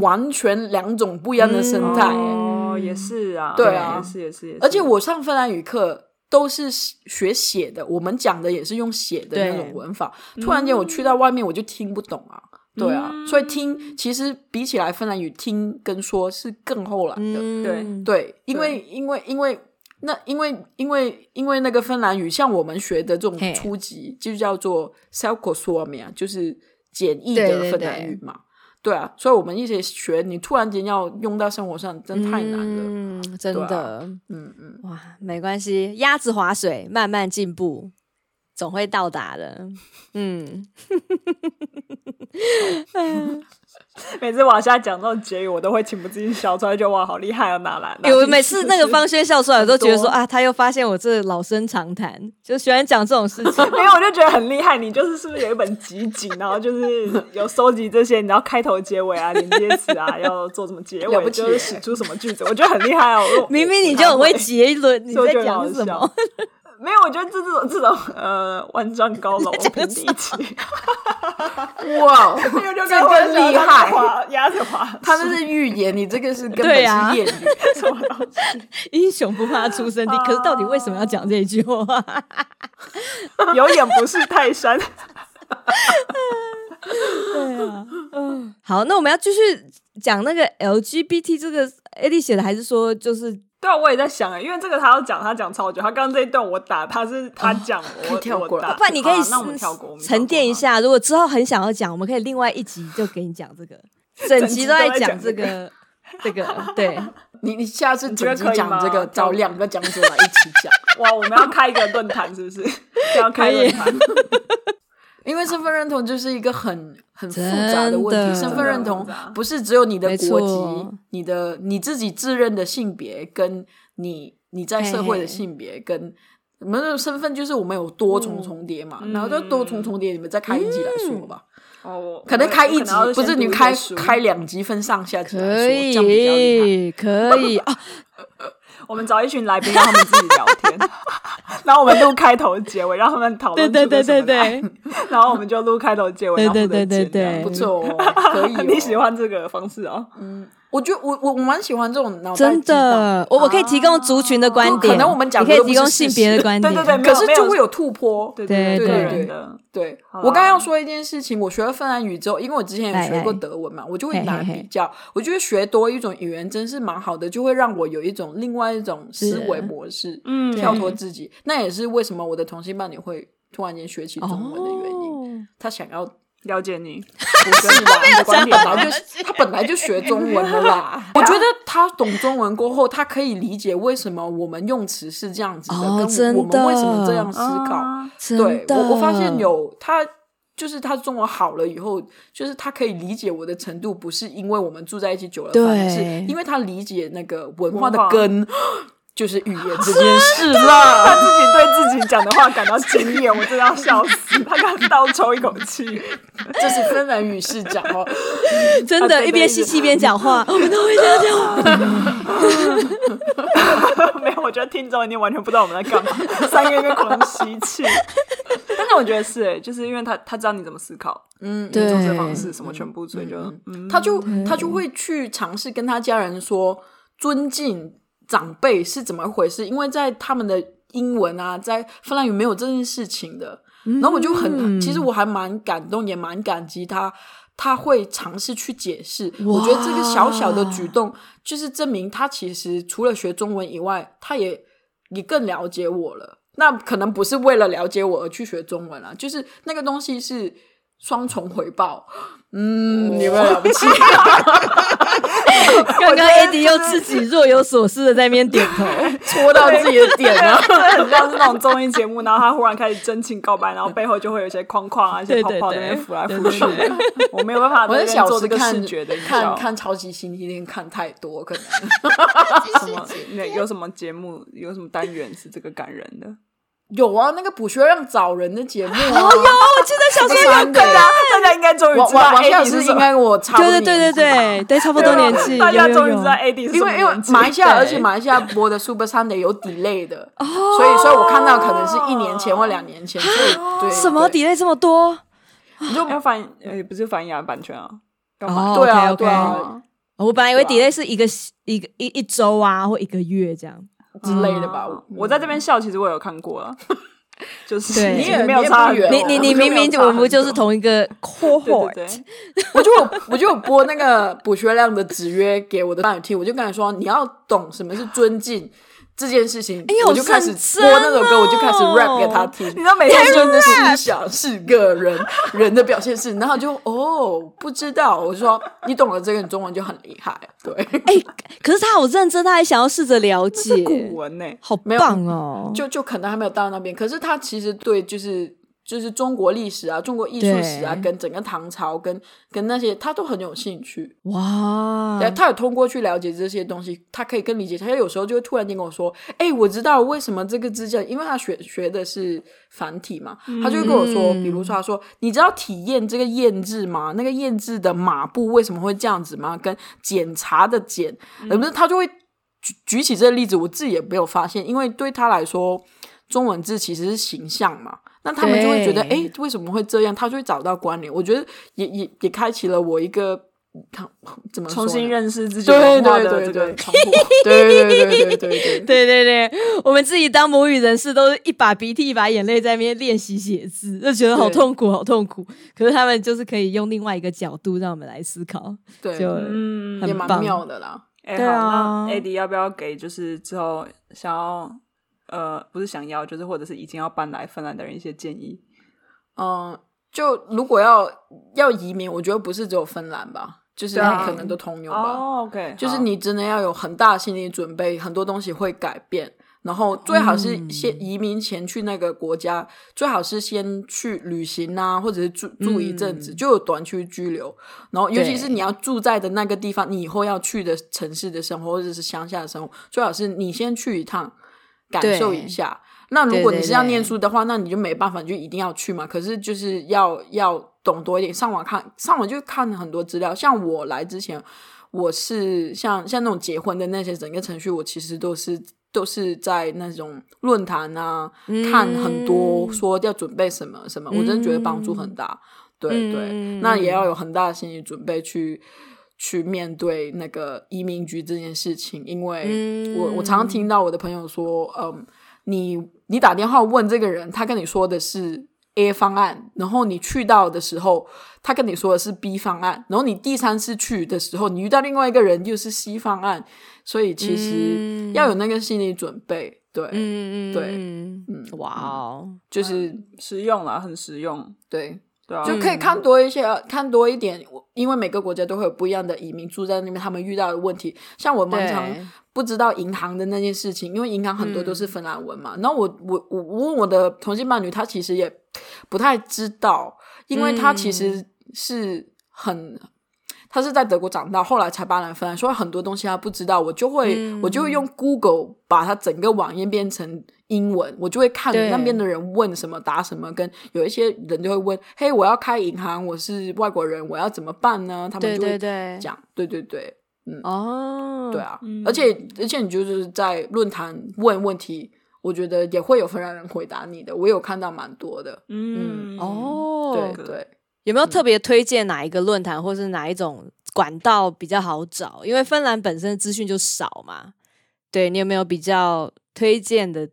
Speaker 3: 完全两种不一样的生态。欸
Speaker 2: 哦，也是啊，
Speaker 3: 对啊
Speaker 2: 也是也是也是，
Speaker 3: 而且我上芬兰语课都是学写的，我们讲的也是用写的那
Speaker 1: 对嗯
Speaker 3: 种文法。突然间我去到外面，我就听不懂啊。对啊，
Speaker 2: 嗯
Speaker 3: 所以听其实比起来，芬兰语听跟说是更后来”的。
Speaker 1: 嗯，
Speaker 2: 对
Speaker 3: 对，因为因为因为那因为因为因为那个芬兰语，像我们学的这
Speaker 1: 嘿
Speaker 3: 种初级，就叫做 s e l k o s u o m i a 就是简易
Speaker 1: 对对
Speaker 3: 的芬兰语嘛。对啊，所以我们一些学，你突然间要用到生活上，真太难了。嗯
Speaker 1: 嗯，真
Speaker 3: 对啊
Speaker 1: 的，
Speaker 3: 嗯嗯，
Speaker 1: 哇，没关系，鸭子划水，慢慢进步，总会到达的。
Speaker 3: [laughs]
Speaker 1: 嗯，
Speaker 2: [laughs] 每次往下讲这种结语，我都会情不自禁笑出来，觉得哇，好厉害啊，哪来的？
Speaker 1: 欸我每次那个方轩笑出来，我都觉得说
Speaker 2: 很多。
Speaker 1: 啊，他又发现我这老生常谈，就喜欢讲这种事情
Speaker 3: [laughs]
Speaker 2: 没有，我就觉得很厉害。你就是是不是有一本集锦，然后就是有收集这些，你要开头、结尾啊，连接词啊，要做什么结
Speaker 3: 了
Speaker 2: 尾，
Speaker 3: 不起
Speaker 2: 就是使出什么句子，我觉得很厉害哦。
Speaker 1: [laughs]
Speaker 2: 我
Speaker 1: 明明你就很会结
Speaker 3: [laughs]
Speaker 1: 论，你
Speaker 2: 所以
Speaker 1: 在
Speaker 2: 我觉得很好
Speaker 1: 讲什
Speaker 2: 笑
Speaker 1: 么？ [laughs]
Speaker 2: [laughs] 没有，我觉得这这种这种呃，万丈
Speaker 1: [laughs]
Speaker 2: 高楼平地起，
Speaker 3: 哇，
Speaker 2: [laughs] 这就
Speaker 3: 这更厉害。
Speaker 2: 滑鸭子
Speaker 1: [laughs]
Speaker 2: 滑
Speaker 3: [laughs] 他们是预言，你这个是根本
Speaker 1: 对啊
Speaker 3: 是谚语。
Speaker 2: 什么东西？
Speaker 1: 英雄不怕出
Speaker 3: [laughs]
Speaker 1: 身低，可是到底为什么要讲这一句话？
Speaker 2: 有眼不识泰山。
Speaker 1: 对啊，嗯，好，那我们要继续讲那个 LGBT 这个 A D 写的，还是说就是
Speaker 2: 对啊，我也在想啊，因为这个他要讲，他讲超久。他刚刚这一段我打，他是
Speaker 1: 哦
Speaker 2: 他讲，我
Speaker 3: 跳过
Speaker 2: 我打。
Speaker 1: 不然你可以
Speaker 2: 好啊那我们
Speaker 1: 是
Speaker 2: 跳过，我们跳过
Speaker 1: 沉淀一。下。如果之后很想要讲，我们可以另外一集就给你讲这个，整集都在讲这个，这个对，
Speaker 3: 你你下次整集
Speaker 2: 啊你觉得可以
Speaker 3: 讲这
Speaker 2: [laughs] 吗
Speaker 3: 个，找两个讲者来一起讲。
Speaker 2: 哇，我们要开一个论坛是不 [laughs] 是？要开论坛。
Speaker 3: 因为身份认同就是一个很很复杂的问
Speaker 1: 真的
Speaker 3: 题，身份认
Speaker 2: 很
Speaker 3: 同
Speaker 2: 复杂
Speaker 3: 不是只有你的
Speaker 1: 没
Speaker 3: 国
Speaker 1: 错
Speaker 3: 籍、你的你自己自认的性别，跟你你在社会
Speaker 1: 嘿嘿
Speaker 3: 的性别，跟我们的身份就是我们有多重重叠嘛，然后就多重重叠，你们再开一集来说吧，
Speaker 2: 哦，
Speaker 1: [laughs]
Speaker 2: 我
Speaker 3: 可能开一
Speaker 2: 我
Speaker 3: 集
Speaker 2: 可能要
Speaker 3: 不是
Speaker 2: 先
Speaker 3: 你
Speaker 2: 读一
Speaker 3: 开
Speaker 2: 些书
Speaker 3: 开两集分上下集来说，
Speaker 1: 可
Speaker 3: 这样比较厉害。
Speaker 1: 以，可以啊，
Speaker 2: 我们找一群来宾，让他们自己聊天，然后我们录开头、结尾，让他们讨
Speaker 1: 对
Speaker 2: 论。
Speaker 1: 对对对，对，
Speaker 2: 然后我们就录开头、结尾，
Speaker 1: 对
Speaker 2: 然后
Speaker 1: 对
Speaker 2: 负责
Speaker 1: 对对
Speaker 2: 剪这样。
Speaker 1: 对
Speaker 3: 不错哦，可以、哦
Speaker 2: 你喜？欢这个方式
Speaker 1: [laughs]
Speaker 2: 哦？
Speaker 3: 我觉得我我我蛮喜欢这种脑袋
Speaker 1: 真
Speaker 3: 激荡，
Speaker 1: 的，我我可以提供族群的观点，
Speaker 3: 可能我们讲
Speaker 1: 你可
Speaker 3: 的
Speaker 1: 以
Speaker 3: 都不
Speaker 1: 提
Speaker 3: 是
Speaker 1: 供
Speaker 3: 事实
Speaker 1: 性别的观点，
Speaker 2: 对对对，
Speaker 3: 可是
Speaker 2: 没有
Speaker 3: 就会有突破。
Speaker 2: 对
Speaker 1: 对对
Speaker 2: 对个人
Speaker 3: 对
Speaker 2: 的
Speaker 3: 对啊
Speaker 2: 好
Speaker 3: 我刚
Speaker 2: 啦
Speaker 3: 刚要说一件事情，我学了芬兰语之后，因为我之前
Speaker 1: 哎
Speaker 3: 有学过
Speaker 1: 哎
Speaker 3: 德文嘛，我就会
Speaker 1: 嘿
Speaker 3: 拿来
Speaker 1: 嘿嘿
Speaker 3: 比较，我觉得学多一种语言真是蛮好的，就会让我有一种另外一种思维模式，
Speaker 2: 嗯
Speaker 3: 跳脱自己。那也是为什么我的同性伴侣会突然间学起中文的原因，
Speaker 1: 哦，
Speaker 3: 他想要
Speaker 2: 了解
Speaker 1: [laughs]
Speaker 2: 你，
Speaker 3: 不是啦，他
Speaker 1: 想
Speaker 3: 本
Speaker 1: 到 [laughs]
Speaker 3: 来
Speaker 1: 了解
Speaker 3: 就他本来就学中文
Speaker 1: [laughs]
Speaker 3: 了啦。我觉得他懂中文过后，他可以理解为什么我们用词是这样子的，
Speaker 1: 哦真
Speaker 3: 跟我们为什么
Speaker 1: 的哦
Speaker 3: 这样思考。
Speaker 2: 啊
Speaker 3: 对
Speaker 1: 真的，啊
Speaker 3: 我我发现有他，就是他中文好了以后，就是他可以理解我的程度，不是因为我们住在一起久了，
Speaker 1: 对
Speaker 3: 反而是因为他理解那个文化的
Speaker 2: 文化
Speaker 3: 根， [gasps] 就是语言这
Speaker 1: [laughs]
Speaker 3: 件事啦。
Speaker 2: 他自己对自己讲的话感到惊艳，我真的要笑死。他刚倒抽一口气， [laughs]
Speaker 3: 这是芬兰语是讲哦，
Speaker 1: 真
Speaker 2: 啊对
Speaker 1: 的，
Speaker 2: 对
Speaker 1: 一边吸气一边讲话，哦我们都会这样讲话。
Speaker 2: 没有，我觉得听众一定完全不知道我们在干嘛， [laughs] 三个月狂吸气。但是我觉得是、欸，就是因为他他知道你怎么思考，
Speaker 1: [laughs]
Speaker 3: 嗯，
Speaker 1: 对
Speaker 2: 做事方式什么全部，所以就嗯， [laughs]
Speaker 3: 他就他就会去尝试跟他家人说尊敬长辈是怎么回事，因为在他们的英文啊，在芬兰语没有这件事情的。然后我就很，其实我还蛮感动，也蛮感激他，他会尝试去解释。我觉得这个小小的举动，就是证明他其实除了学中文以外，他也也更了解啊我了。那可能不是为了了解我而去学中文了、就是那个东西是双重回报。嗯，你们了不起。
Speaker 1: 刚刚
Speaker 2: 觉得
Speaker 1: Eddie 又自己若有所思的在那边点头，
Speaker 3: 戳到自己的点啊了。
Speaker 2: 很像是那种综艺节目，然后他忽然开始真情告白，然后背后就会有一些框框啊，一些
Speaker 1: 对
Speaker 2: 泡
Speaker 1: 对
Speaker 2: 泡在
Speaker 1: 对
Speaker 2: 那边浮来
Speaker 1: 对
Speaker 2: 浮
Speaker 1: 对
Speaker 2: 去 [laughs]
Speaker 1: 对
Speaker 2: 的。我没有办法
Speaker 3: [laughs] 我
Speaker 2: 在
Speaker 3: 在
Speaker 2: 那边
Speaker 3: 小
Speaker 2: 做
Speaker 3: 时
Speaker 2: 这个
Speaker 3: 看
Speaker 2: 视觉的营
Speaker 3: 看
Speaker 2: 销。
Speaker 3: 看超级星期天看太多，可能
Speaker 2: 什么？那有什么节目？有什么单元是这个感人的？
Speaker 3: 有啊，那个补学让找人的节目 [laughs] 啊，
Speaker 1: 哦我记得小时候
Speaker 3: 三
Speaker 1: 有
Speaker 3: 个
Speaker 1: 看
Speaker 2: 大。家大家应该终于
Speaker 3: 王
Speaker 2: 知道
Speaker 3: 王王老
Speaker 2: AD
Speaker 3: 师
Speaker 2: 是什
Speaker 3: 应
Speaker 2: 么，啊
Speaker 3: 该跟我差不多
Speaker 1: 对对对对
Speaker 3: 年
Speaker 1: 对
Speaker 3: 纪
Speaker 1: 对，差不多年纪，
Speaker 2: 大家
Speaker 1: 有
Speaker 2: 终于
Speaker 1: 有
Speaker 2: 知
Speaker 1: 有
Speaker 2: 道哎 AD 是
Speaker 3: 吧，因
Speaker 2: 什么
Speaker 3: 为因为
Speaker 2: 年纪
Speaker 3: 马来西亚，
Speaker 1: 对
Speaker 3: 而且马来西亚播的 Super Sunday 有 delay [laughs] 的，所以所以我看到可能是一年前或两年前，所以对
Speaker 1: 什么
Speaker 3: 对
Speaker 1: delay 这么多？
Speaker 2: 你就要反呃不是反亚版权啊，干嘛？
Speaker 1: 哦
Speaker 3: 对啊
Speaker 1: OK，OK 哦
Speaker 3: 对啊
Speaker 1: 我本来以为
Speaker 2: 对吧
Speaker 1: delay 是一个一个一一周啊，或一个月这样。
Speaker 3: 之类的吧。
Speaker 1: 嗯
Speaker 2: 我我在这边笑，其实我有看过了， [laughs] 就是
Speaker 1: 对
Speaker 2: 其实
Speaker 1: 你
Speaker 3: 也
Speaker 2: 没有
Speaker 3: 你也
Speaker 2: 差
Speaker 3: 不
Speaker 2: 很
Speaker 3: 远
Speaker 2: 多
Speaker 1: 你你你明明我们不就是？同一个
Speaker 2: 我
Speaker 1: cohort？
Speaker 2: 觉得没有差很多对对对，
Speaker 3: 我就有我就有播那个补学亮的子约给我的伴侣听，我就跟他说你要懂什么是尊敬这件事情，
Speaker 1: 哎呦
Speaker 3: 我就开始播那首歌，
Speaker 1: 认真哦
Speaker 3: 我就开始 rap 给他听。
Speaker 2: 你知道每天
Speaker 3: 天生的思想是个人，人的表现是，然后就哦不知道，我就说你懂了这个，你中文就很厉害，对，
Speaker 1: 哎、可是他好认真，他还想要试着了解，
Speaker 2: 古文呢？
Speaker 1: 好
Speaker 3: 没有
Speaker 1: 棒哦！
Speaker 3: [laughs] 就就可能还没有到那边，可是他其实对就是。就是中国历史啊，中国艺术史啊，
Speaker 1: 对
Speaker 3: 跟整个唐朝，跟跟那些他都很有兴趣。
Speaker 1: 哇，
Speaker 2: 嗯
Speaker 3: 对，他有通过去了解这些东西，他可以更理解。他有时候就会突然间跟我说：“哎、我知道为什么这个字叫，因为他学学的是繁体嘛。”
Speaker 2: 嗯
Speaker 3: 他就会跟我说，比如说他说：“你知道体验这个验字吗？那个验字的马步为什么会这样子吗？跟检查的检，
Speaker 2: 嗯
Speaker 3: 呃不是他就会举举起这个例子，我自己也没有发现，因为对他来说，中文字其实是形象嘛。”那他们就会觉得，
Speaker 1: 对
Speaker 3: 哎，为什么会这样？他就会找到关联。我觉得也也也开启了我一个，看怎么
Speaker 2: 重
Speaker 3: 说呢
Speaker 2: 新认识自己
Speaker 3: 对
Speaker 2: 文化
Speaker 3: 对
Speaker 2: 的这
Speaker 3: 对对
Speaker 2: 个啊
Speaker 3: 对
Speaker 2: 窗
Speaker 1: [laughs]
Speaker 2: 户。
Speaker 3: 对对对对对对。
Speaker 1: 对对对，我们自己当母语人士都是一把鼻涕一把眼泪在那边练习写字，就觉得好
Speaker 3: 对
Speaker 1: 痛苦，好痛苦。可是他们就是可以用另外一个角度让我们来思考，
Speaker 3: [laughs] 对，
Speaker 1: 就
Speaker 2: 嗯，
Speaker 1: 很
Speaker 3: 也蛮
Speaker 1: 棒
Speaker 3: 妙的啦。
Speaker 2: 哎、
Speaker 1: 对
Speaker 2: 好，
Speaker 1: 啊
Speaker 2: 那 AD 要不要给就是之后想要呃不是想要就是或者是已经要搬来芬兰的人一些建议？
Speaker 3: 嗯，就如果要要移民，我觉得不是只有芬兰吧，就是
Speaker 2: 对啊
Speaker 3: 可能都通用吧。
Speaker 2: 哦，OK，
Speaker 3: 就是
Speaker 2: 好
Speaker 3: 你真的要有很大的心理准备，很多东西会改变。然后最好是先移民前去那个国家，最好是先去旅行啊，或者是住住一阵子，就有短期居留。然后尤其是
Speaker 1: 对
Speaker 3: 你要住在的那个地方，你以后要去的城市的生活或者是乡下的生活，最好是你先去一趟，感
Speaker 1: 对
Speaker 3: 受一下。那如果
Speaker 1: 对
Speaker 3: 你
Speaker 1: 对
Speaker 3: 是要念
Speaker 1: 对
Speaker 3: 书的话，那你就没办法，你就一定要去嘛。可是就是要要懂多一点，上网看，上网就看很多资料。像我来之前，我是像像那种结婚的那些整个程序，我其实都是都是在那种论坛啊，
Speaker 1: 嗯
Speaker 3: 看很多说要准备什么什么，我真的觉得帮助
Speaker 1: 嗯
Speaker 3: 很大。对对，那也要有很大的心理准备去。去面对那个移民局这件事情，因
Speaker 1: 嗯
Speaker 3: 为我、我常常听到我的朋友说，嗯，你你打电话问这个人，他跟你说的是 A 方案，然后你去到的时候，他跟你说的是 B 方案，然后你第三次去的时候，你遇到另外一个人又是 C 方案，所以其实要有那个心理准备，对，
Speaker 1: 嗯
Speaker 3: 对
Speaker 1: 嗯，哇哦，
Speaker 3: 就是
Speaker 2: 实用啦，很实用，
Speaker 3: 对，
Speaker 2: 对
Speaker 1: 嗯
Speaker 2: 啊，
Speaker 3: 就可以看多一些，呃看多一点，因为每个国家都会有不一样的移民住在那边，他们遇到的问题，像我蛮常
Speaker 1: 对
Speaker 3: 不知道银行的那件事情，因为银行很多都是芬兰文嘛。然后我我我我问我的同性伴侣，他其实也不太知道，因为他其
Speaker 1: 嗯
Speaker 3: 实是很。他是在德国长大，后来才搬来芬兰，所以很多东西他不知道，我就会、
Speaker 1: 嗯
Speaker 3: 我就会用 Google 把它整个网页变成英文，我就会看
Speaker 1: 对
Speaker 3: 那边的人问什么答什么，跟有一些人就会问，嘿，我要开银行，我是外国人，我要怎么办呢？他们
Speaker 1: 对
Speaker 3: 就
Speaker 1: 对
Speaker 3: 会
Speaker 1: 对，
Speaker 3: 讲，对对对，
Speaker 1: 哦，
Speaker 3: 对啊，而且而且你就是在论坛问问题，我觉得也会有芬兰人回答你的，我有看到蛮多的，
Speaker 2: 嗯，
Speaker 1: 哦，
Speaker 3: 对嗯对。
Speaker 1: 有没有特别推荐哪一个论坛或是哪一种管道比较好找？因为芬兰本身资讯就少嘛。对你有没有比较推荐的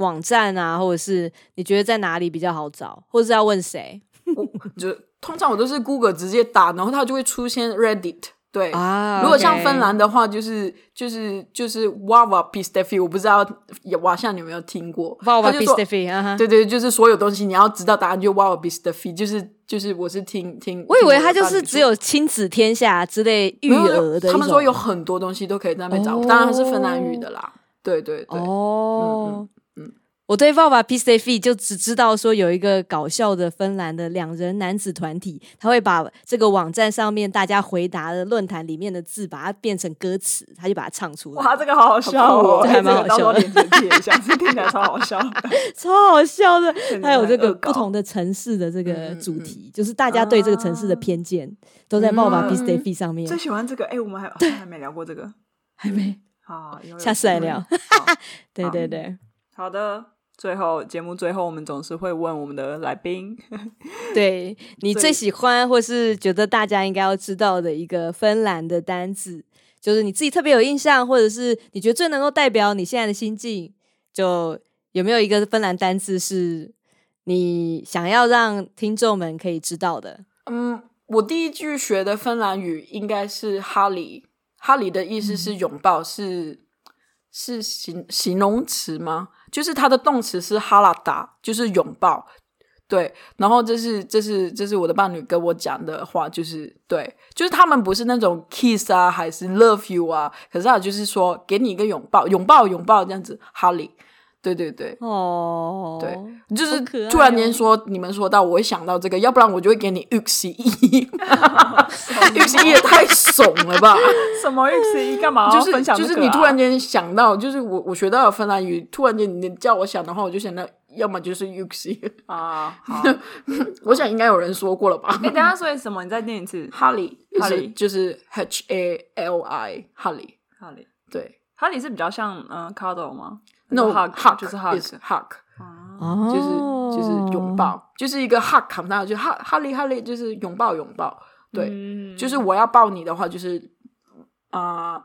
Speaker 1: 网站啊，或者是你觉得在哪里比较好找，或者是要问谁
Speaker 3: 就通常我都是 Google 直接打，然后它就会出现 Reddit。对，
Speaker 1: 啊
Speaker 3: 如果像
Speaker 1: OK
Speaker 3: 芬兰的话，就是就是就是 Wawa p i s t e f i 我不知道瓦夏你有没有听过
Speaker 1: v a v a b
Speaker 3: 它就
Speaker 1: i
Speaker 3: 说
Speaker 1: s t e f i 啊哈，
Speaker 3: 对对，就是所有东西你要知道答案就 Wawa p i s t e f i 就是就是我是听听，
Speaker 1: 我以为他
Speaker 3: 听
Speaker 1: 就
Speaker 3: 我的伴
Speaker 1: 是
Speaker 3: 侣
Speaker 1: 只
Speaker 3: 说
Speaker 1: 有亲子天下之类育
Speaker 3: 没有
Speaker 1: 儿的一种。
Speaker 3: 他们说有很多东西都可以在那边找，当然它是芬兰语的啦。对对对，
Speaker 1: 哦，
Speaker 3: 嗯嗯嗯
Speaker 1: 我对《爸爸 p i s t f 就只知道说有一个搞笑的芬兰的两人男子团体，他会把这个网站上面大家回答的论坛里面的字，把它变成歌词，他就把它唱出来，
Speaker 2: 哇，这个好好笑
Speaker 3: 好酷
Speaker 2: 哦！
Speaker 3: 哦
Speaker 1: 这还蛮好
Speaker 2: 哎这个到时候
Speaker 1: 笑的
Speaker 2: 链接贴一下，这听起来超好笑的。 [laughs]
Speaker 1: 超好笑的。
Speaker 2: 简直
Speaker 1: 还有这
Speaker 2: 很
Speaker 1: 个
Speaker 2: 恶搞
Speaker 1: 不同的城市的这个
Speaker 3: 嗯嗯
Speaker 1: 主
Speaker 3: 嗯
Speaker 1: 题，就是大家对这个城市的偏见，都在《爸爸 p i s t f 上面
Speaker 2: 最。喜欢这个，哎，我们还好像还没聊过这个
Speaker 1: 还
Speaker 3: 嗯
Speaker 1: 没，
Speaker 2: 啊，以后有
Speaker 1: 下次来
Speaker 2: 机会
Speaker 1: 聊。 [laughs]
Speaker 2: 好
Speaker 1: 对
Speaker 2: 好
Speaker 1: 对对
Speaker 2: 好的，最后节目最后，我们总是会问我们的来
Speaker 3: [laughs]
Speaker 2: 宾，
Speaker 1: 对，你
Speaker 2: 所
Speaker 1: 最
Speaker 2: 以
Speaker 1: 喜欢或是觉得大家应该要知道的一个芬兰的单字，就是你自己特别有印象，或者是你觉得最能够代表你现在的心境，就有没有一个芬兰单字是你想要让听众们可以知道的？
Speaker 3: 嗯，我第一句学的芬兰语应该是哈里，哈里的意思
Speaker 1: 嗯
Speaker 3: 是拥抱，是是形形容词吗？就是它的动词是哈拉达，就是拥抱。对，然后这是这是这是我的伴侣跟我讲的话，就是对，就是他们不是那种 kiss 啊，还是 love you 啊，可是他就是说给你一个拥抱，拥抱拥抱这样子，哈里，对对对，
Speaker 1: 哦，
Speaker 3: 对就是
Speaker 1: 好可爱哦
Speaker 3: 突然间说、你们说到，我会想到这个，要不然我就会给你 [laughs] u x e [laughs] 玉玺也太怂了
Speaker 2: [laughs]
Speaker 3: 吧！
Speaker 2: 什么意思？干嘛要
Speaker 3: 就是
Speaker 2: 分享这
Speaker 3: 就
Speaker 2: 个啊？
Speaker 3: 是你突然间想到，就是我我学到了芬兰语，突然间你叫我想的话，我就想到，要么就是 u x i
Speaker 2: 啊，好，
Speaker 3: [laughs] 我想应该有人说过了
Speaker 2: [laughs]
Speaker 3: 吧？
Speaker 2: 哎，等一下，所以什么？你再念一次。
Speaker 3: 哈利，就
Speaker 2: 哈
Speaker 3: 是
Speaker 2: 利
Speaker 3: 就是 H A L I 哈利，
Speaker 2: 哈利，
Speaker 3: 对
Speaker 2: 哈利是比较像嗯 cuddle 吗啊
Speaker 3: ，No
Speaker 2: 还是
Speaker 3: hug
Speaker 2: hug 就是
Speaker 3: is
Speaker 2: hug，
Speaker 3: hug，
Speaker 1: 哦，
Speaker 3: 就是就是拥。抱，就是一个 hug，看不到就哈哈利哈利就是拥抱拥抱，对，
Speaker 2: 嗯
Speaker 3: 就是我要抱你的话，就是
Speaker 2: 呃
Speaker 3: 啊、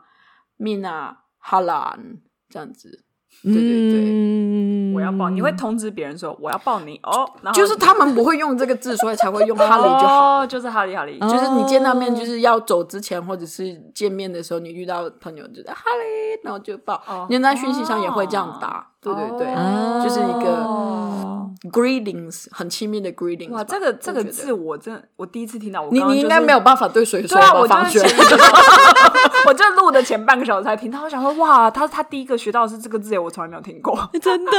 Speaker 3: 米 mina 哈兰这样子，对对对
Speaker 1: 对
Speaker 2: 我要抱，你会通知别人说我要抱你哦，然后
Speaker 3: 嗯就是他们不会用这个字，所以才会用哈利就好。嗯
Speaker 2: 哦，就是哈利哈利，
Speaker 1: 哦
Speaker 3: 就是你见到面，就是要走之前或者是见面的时候，你遇到朋友就在哈利，然后就抱
Speaker 2: 哦。
Speaker 3: 你在讯息上也会这样打，对对对
Speaker 2: 哦
Speaker 3: 就是一个
Speaker 1: 哦
Speaker 3: ，greetings 很亲密的 greetings 吧。
Speaker 2: 哦哇，这个这个
Speaker 3: 我觉得
Speaker 2: 字我真的我第一次听到，我
Speaker 3: 你
Speaker 2: 刚刚
Speaker 3: 你
Speaker 2: 就
Speaker 3: 应该
Speaker 2: 是
Speaker 3: 没有办法对
Speaker 2: [laughs]
Speaker 3: 谁说
Speaker 2: 对啊，
Speaker 3: 吧？
Speaker 2: 我
Speaker 3: 方
Speaker 2: 就是
Speaker 3: 轩 [laughs]
Speaker 2: 前，一个 [laughs] 我这录的前半个小时才听到，我想说哇，他他第一个学到的是这个字耶，我从来没有听
Speaker 3: [laughs]
Speaker 2: 过。
Speaker 1: 真的。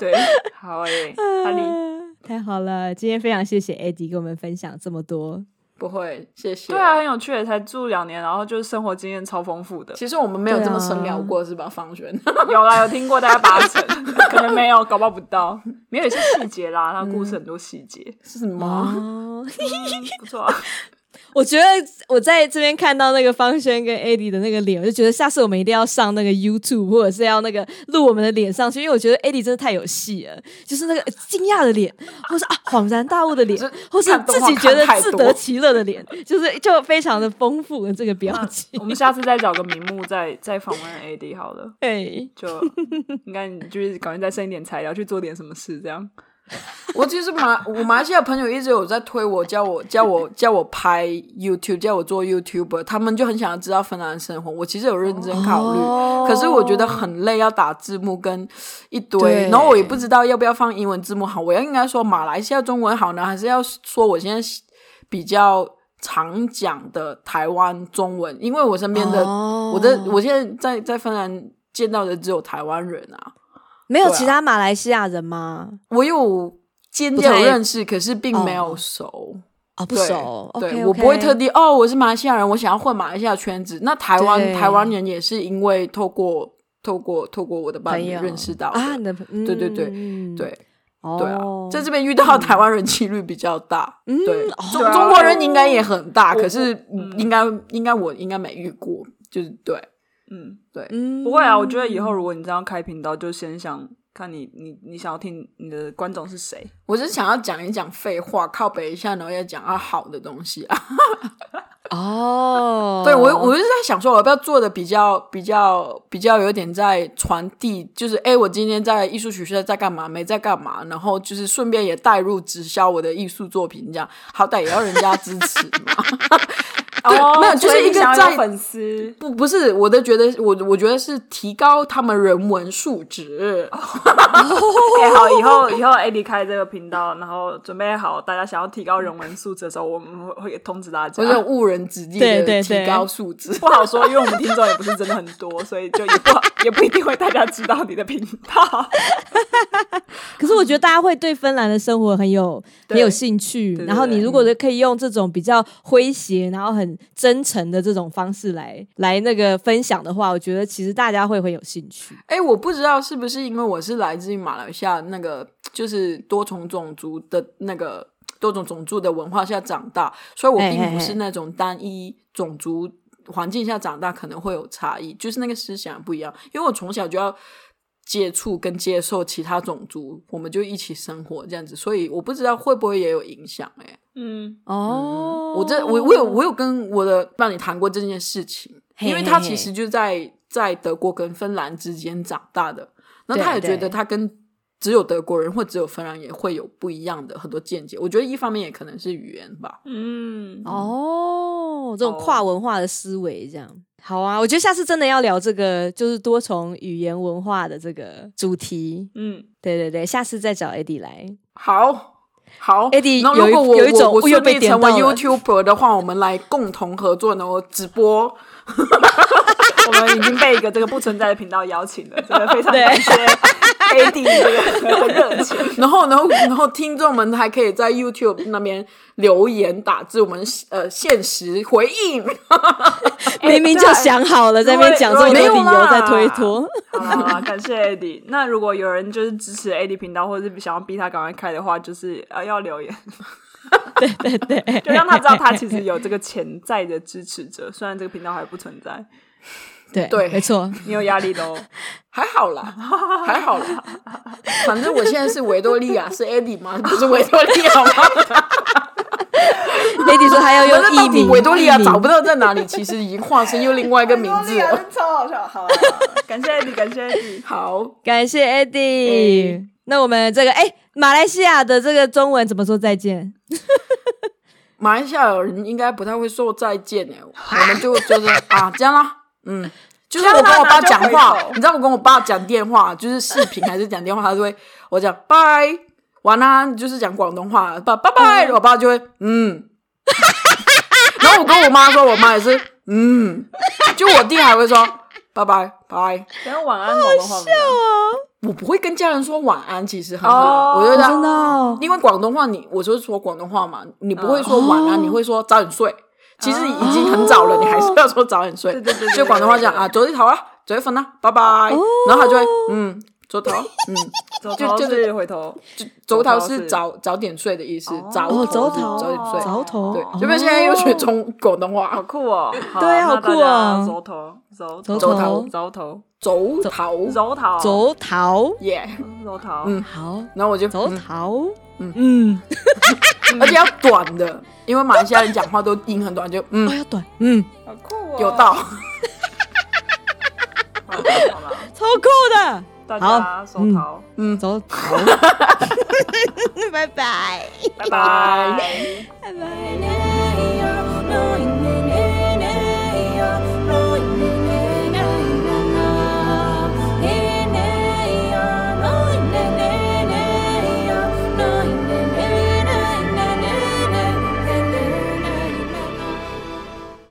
Speaker 2: 对，好诶，哈利，
Speaker 3: 嗯
Speaker 1: 太好了！今天非常谢谢 Eddie 跟我们分享这么多。
Speaker 3: 不会，谢谢。
Speaker 2: 对啊，，很有趣耶，才住两年，然后就是生活经验超丰富的。
Speaker 3: 其实我们没有这么深聊
Speaker 1: 对啊
Speaker 3: 过，是吧？方轩， [laughs]
Speaker 2: 有啦，有听过大概八成，可能没有，搞不好不到，没有一些细节啦，他故事很多细节，
Speaker 3: 是什么？
Speaker 1: 哦， [laughs]
Speaker 2: 不错、啊。
Speaker 1: 我觉得我在这边看到那个方轩跟 Eddie 的那个脸，我就觉得下次我们一定要上那个 YouTube，或者是要那个录我们的脸上去，因为我觉得 Eddie 真的太有戏了，就是那个呃惊讶的脸，或是啊恍然大悟的
Speaker 3: [laughs]
Speaker 1: 脸
Speaker 3: 是，
Speaker 1: 或是
Speaker 3: 看动
Speaker 1: 自
Speaker 3: 画
Speaker 1: 己觉得
Speaker 3: 看太
Speaker 1: 自
Speaker 3: 多
Speaker 1: 得其乐的脸，就是就非常的丰富的这个表情
Speaker 2: [laughs]
Speaker 3: [laughs]
Speaker 2: 我。们下次再找个名目再 [laughs] 再访问 AD 好了，
Speaker 1: 对，
Speaker 3: [laughs]
Speaker 2: 就应该你就是赶快再生一点材料去做点什么事，这样。
Speaker 3: 我其实马我马来西亚朋友一直有在推我，叫我叫我叫我拍 YouTube，叫我做 YouTuber，他们就很想要知道芬兰生活。我其实有认真考虑，
Speaker 1: 哦
Speaker 3: 可是我觉得很累，要打字幕跟一堆
Speaker 1: 对，
Speaker 3: 然后我也不知道要不要放英文字幕好。我要应该说马来西亚中文好呢，还是要说我现在比较常讲的台湾中文？因为我身边的、
Speaker 1: 哦
Speaker 3: 我的我现在在在芬兰见到的只有台湾人啊。
Speaker 1: 没有
Speaker 3: 对啊
Speaker 1: 其他马来西亚人吗？
Speaker 3: 我有渐
Speaker 1: 不
Speaker 3: 渐
Speaker 1: 太
Speaker 3: 有认识，可是并没有
Speaker 1: 哦
Speaker 3: 熟。
Speaker 1: 啊，不
Speaker 3: 对
Speaker 1: 熟。
Speaker 3: 对
Speaker 1: OK，OK
Speaker 3: 我不会特地哦，我是马来西亚人，我想要混马来西亚圈子。那台湾
Speaker 1: 对
Speaker 3: 台湾人也是因为透过透过透过我的伴
Speaker 1: 朋
Speaker 3: 侣
Speaker 1: 友
Speaker 3: 认识到的
Speaker 1: 啊，你的朋
Speaker 3: 对对对，
Speaker 1: 嗯
Speaker 3: 对
Speaker 1: 哦
Speaker 3: 对啊，在这边遇到的台湾人几率比较大。
Speaker 1: 嗯
Speaker 3: 对
Speaker 1: 哦，
Speaker 3: 中
Speaker 2: 对啊
Speaker 3: 中国人应该也很大，
Speaker 2: 我
Speaker 3: 可是
Speaker 2: 嗯
Speaker 3: 应该应该我应该没遇过，就是对
Speaker 2: 嗯，
Speaker 3: 对。
Speaker 1: 嗯
Speaker 2: 不会啊，我觉得以后如果你这样开频道，就先想看你你你想要听你的观众是谁。
Speaker 3: 我是想要讲一讲废话，靠北一下，然后要讲到好的东西啊。
Speaker 1: [laughs] 哦，
Speaker 3: 对我，我就是在想说，我要不要做的比较、比较、比较有点在传递，就是哎，诶我今天在艺术学校在干嘛，没在干嘛，然后就是顺便也带入直销我的艺术作品，这样好歹也要人家支持嘛。 [laughs]
Speaker 2: 哦，
Speaker 3: 没有就是
Speaker 2: 所以你
Speaker 3: 一个
Speaker 2: 想要
Speaker 3: 在
Speaker 2: 有粉丝，
Speaker 3: 不不是我的觉得我我觉得是提高他们人文素质。
Speaker 1: 哦
Speaker 2: 哎、好，以
Speaker 3: [laughs]
Speaker 2: 后以后 A 离开这个频道，然后准备好大家想要提高人文素质的时候，我们会会通知大家
Speaker 3: 我。这种误人子弟
Speaker 1: 啊对
Speaker 3: 的
Speaker 1: 对
Speaker 3: 提
Speaker 1: 对
Speaker 3: 高素质，
Speaker 2: [laughs] 不好说，因为我们听众也不是真的很多，所以就也不好， [laughs] 也不一定会大家知道你的频
Speaker 3: [laughs]
Speaker 2: 道。
Speaker 1: 可是我觉得大家会对芬兰的生活很有很
Speaker 2: 对
Speaker 1: 有兴趣
Speaker 2: 对，对
Speaker 1: 然后你
Speaker 2: 对
Speaker 1: 如果可以用这种比较诙谐，然后很真诚的这种方式来来那个分享的话，我觉得其实大家会很有兴趣。
Speaker 3: 哎、我不知道是不是因为我是来自于马来西亚那个就是多重种族的那个多种种族的文化下长大，所以我
Speaker 1: 嘿
Speaker 3: 并
Speaker 1: 嘿
Speaker 3: 不
Speaker 1: 嘿
Speaker 3: 是那种单一种族环境下长大，可能会有差异，就是那个思想不一样。因为我从小就要接触跟接受其他种族，我们就一起生活这样子，所以我不知道会不会也有影响哎、
Speaker 2: 嗯，
Speaker 1: 哦，
Speaker 3: 我这我我有我有跟我的伴侣谈过这件事情，
Speaker 1: 嘿
Speaker 3: 因为
Speaker 1: 嘿
Speaker 3: 他
Speaker 1: 嘿
Speaker 3: 其实就在在德国跟芬兰之间长大的，那
Speaker 1: 对
Speaker 3: 他也觉
Speaker 1: 对
Speaker 3: 得他跟只有德国人或只有芬兰也会有不一样的很多见解。我觉得一方面也可能是语言吧，
Speaker 2: 嗯，
Speaker 1: 哦，这种
Speaker 2: 哦
Speaker 1: 跨文化的思维，这样好啊！我觉得下次真的要聊这个，就是多重语言文化的这个主题。
Speaker 2: 嗯，
Speaker 1: 对对对，下次再找 Eddie 来。
Speaker 3: 好。好
Speaker 1: Eddie，
Speaker 3: 那如
Speaker 1: 有一
Speaker 3: 果我
Speaker 1: 有一种
Speaker 3: 我我
Speaker 1: 又
Speaker 3: 顺
Speaker 1: 被
Speaker 3: 利
Speaker 1: 点
Speaker 3: 成为
Speaker 1: 到了
Speaker 3: YouTuber 的话，我们来共同合作呢，我直播。 [laughs]
Speaker 2: 我们已经被一个这个不存在的频道邀请了，真的非常
Speaker 1: 对
Speaker 2: 感谢 AD 这个热情。
Speaker 3: 然后，然后，然后，听众们还可以在 YouTube 那边留言打字，我们呃限时回应。
Speaker 1: [laughs] 明明就想好了，在那边讲这么
Speaker 3: 哎
Speaker 1: 多理
Speaker 2: 如果
Speaker 1: 由在推脱。
Speaker 2: 好啦好啦，感谢 [laughs] AD。那如果有人就是支持 AD 频道，或者是想要逼他赶快开的话，就是呃要留言，
Speaker 1: 对对对，
Speaker 2: 就让他知道他其实有这个潜在的支持者，虽然这个频道还不存在，
Speaker 1: 对
Speaker 3: 对
Speaker 1: 没
Speaker 3: [laughs]
Speaker 1: 错。
Speaker 2: 你有压力的 [laughs] 哦。
Speaker 3: 还
Speaker 1: [laughs]
Speaker 3: 好啦，还好啦，反正我现在是维多
Speaker 1: [laughs]
Speaker 3: 利亚，是 Eddie 吗？不是维多利亚吗？
Speaker 1: Eddie 说他要
Speaker 3: [laughs] 那
Speaker 1: 用
Speaker 3: 到
Speaker 1: 艺
Speaker 3: 底
Speaker 1: 名，
Speaker 3: 维多利亚
Speaker 1: 艺名
Speaker 3: 找不到在哪里，其实已经化身又另外一个名
Speaker 2: 哦
Speaker 3: 字了。
Speaker 2: 超好笑，好啦，感谢 AD，感谢 AD。
Speaker 3: 好，
Speaker 1: 感谢 Eddie。那我们这个哎，马来西亚的这个中文怎么说再见？
Speaker 3: 马来西亚人应该不太会说再
Speaker 2: [laughs]
Speaker 3: 见诶，我们就就是啊这样啦，嗯。就是我跟我爸讲话
Speaker 2: 这样啦那就回头，
Speaker 3: 你知道我跟我爸讲电话，就是视频还是讲电话，他就会我讲拜晚安，就是讲广东话，爸拜拜，
Speaker 2: 哦
Speaker 3: 我爸就会嗯， [laughs] 然后我跟我妈说，我妈也是嗯，就我弟还会说拜拜拜，
Speaker 2: 然后晚安，好的话
Speaker 3: 我不会跟家人说晚安，其实很好，
Speaker 2: 哦
Speaker 3: 我就这样
Speaker 1: 真的哦
Speaker 3: 因为广东话你，我就是说广东话嘛，你不会说晚安，
Speaker 1: 哦
Speaker 3: 你会说早点睡。其实已经很早了，你还是要说早点睡。
Speaker 2: 对对对对
Speaker 3: 就广东话讲啊，早啲唞啊，早啲瞓啦，拜拜。然后他就会嗯，早唞，嗯，
Speaker 2: 走
Speaker 3: 就
Speaker 2: 头
Speaker 3: 就是
Speaker 2: 回头，
Speaker 3: 就早
Speaker 2: 早
Speaker 3: 唞
Speaker 2: 唞
Speaker 3: 是
Speaker 2: 是
Speaker 3: 早早点睡的意思，
Speaker 2: 哦
Speaker 3: 早
Speaker 1: 哦
Speaker 3: 头
Speaker 1: 早
Speaker 3: 是
Speaker 1: 头
Speaker 3: 早点睡。
Speaker 1: 早头
Speaker 3: 对
Speaker 1: 哦，
Speaker 3: 有没有现在又学中广东话
Speaker 2: 好？酷
Speaker 1: [laughs]
Speaker 2: 哦！
Speaker 1: 对好酷哦
Speaker 2: 走头，走
Speaker 1: 走
Speaker 3: 走
Speaker 1: 头
Speaker 3: 头
Speaker 2: 走头，
Speaker 3: 早头，
Speaker 2: 走头，
Speaker 1: 走桃，
Speaker 3: 耶。
Speaker 2: 走头，
Speaker 3: 嗯
Speaker 1: 好，
Speaker 3: 然后我就
Speaker 1: 走
Speaker 3: 嗯
Speaker 1: 桃，
Speaker 3: 嗯
Speaker 1: 嗯，
Speaker 3: 而且要短的，因为马来西亚人讲话都音很短，就
Speaker 1: 哦
Speaker 3: 嗯
Speaker 1: 要短，嗯，
Speaker 2: 好酷哦！
Speaker 3: 有道。
Speaker 2: 好啦，好啦，
Speaker 1: 超酷的。
Speaker 2: 大家走头，
Speaker 3: 嗯， [laughs]
Speaker 1: [laughs] 走，好，拜拜，
Speaker 2: 拜拜。
Speaker 1: 拜拜。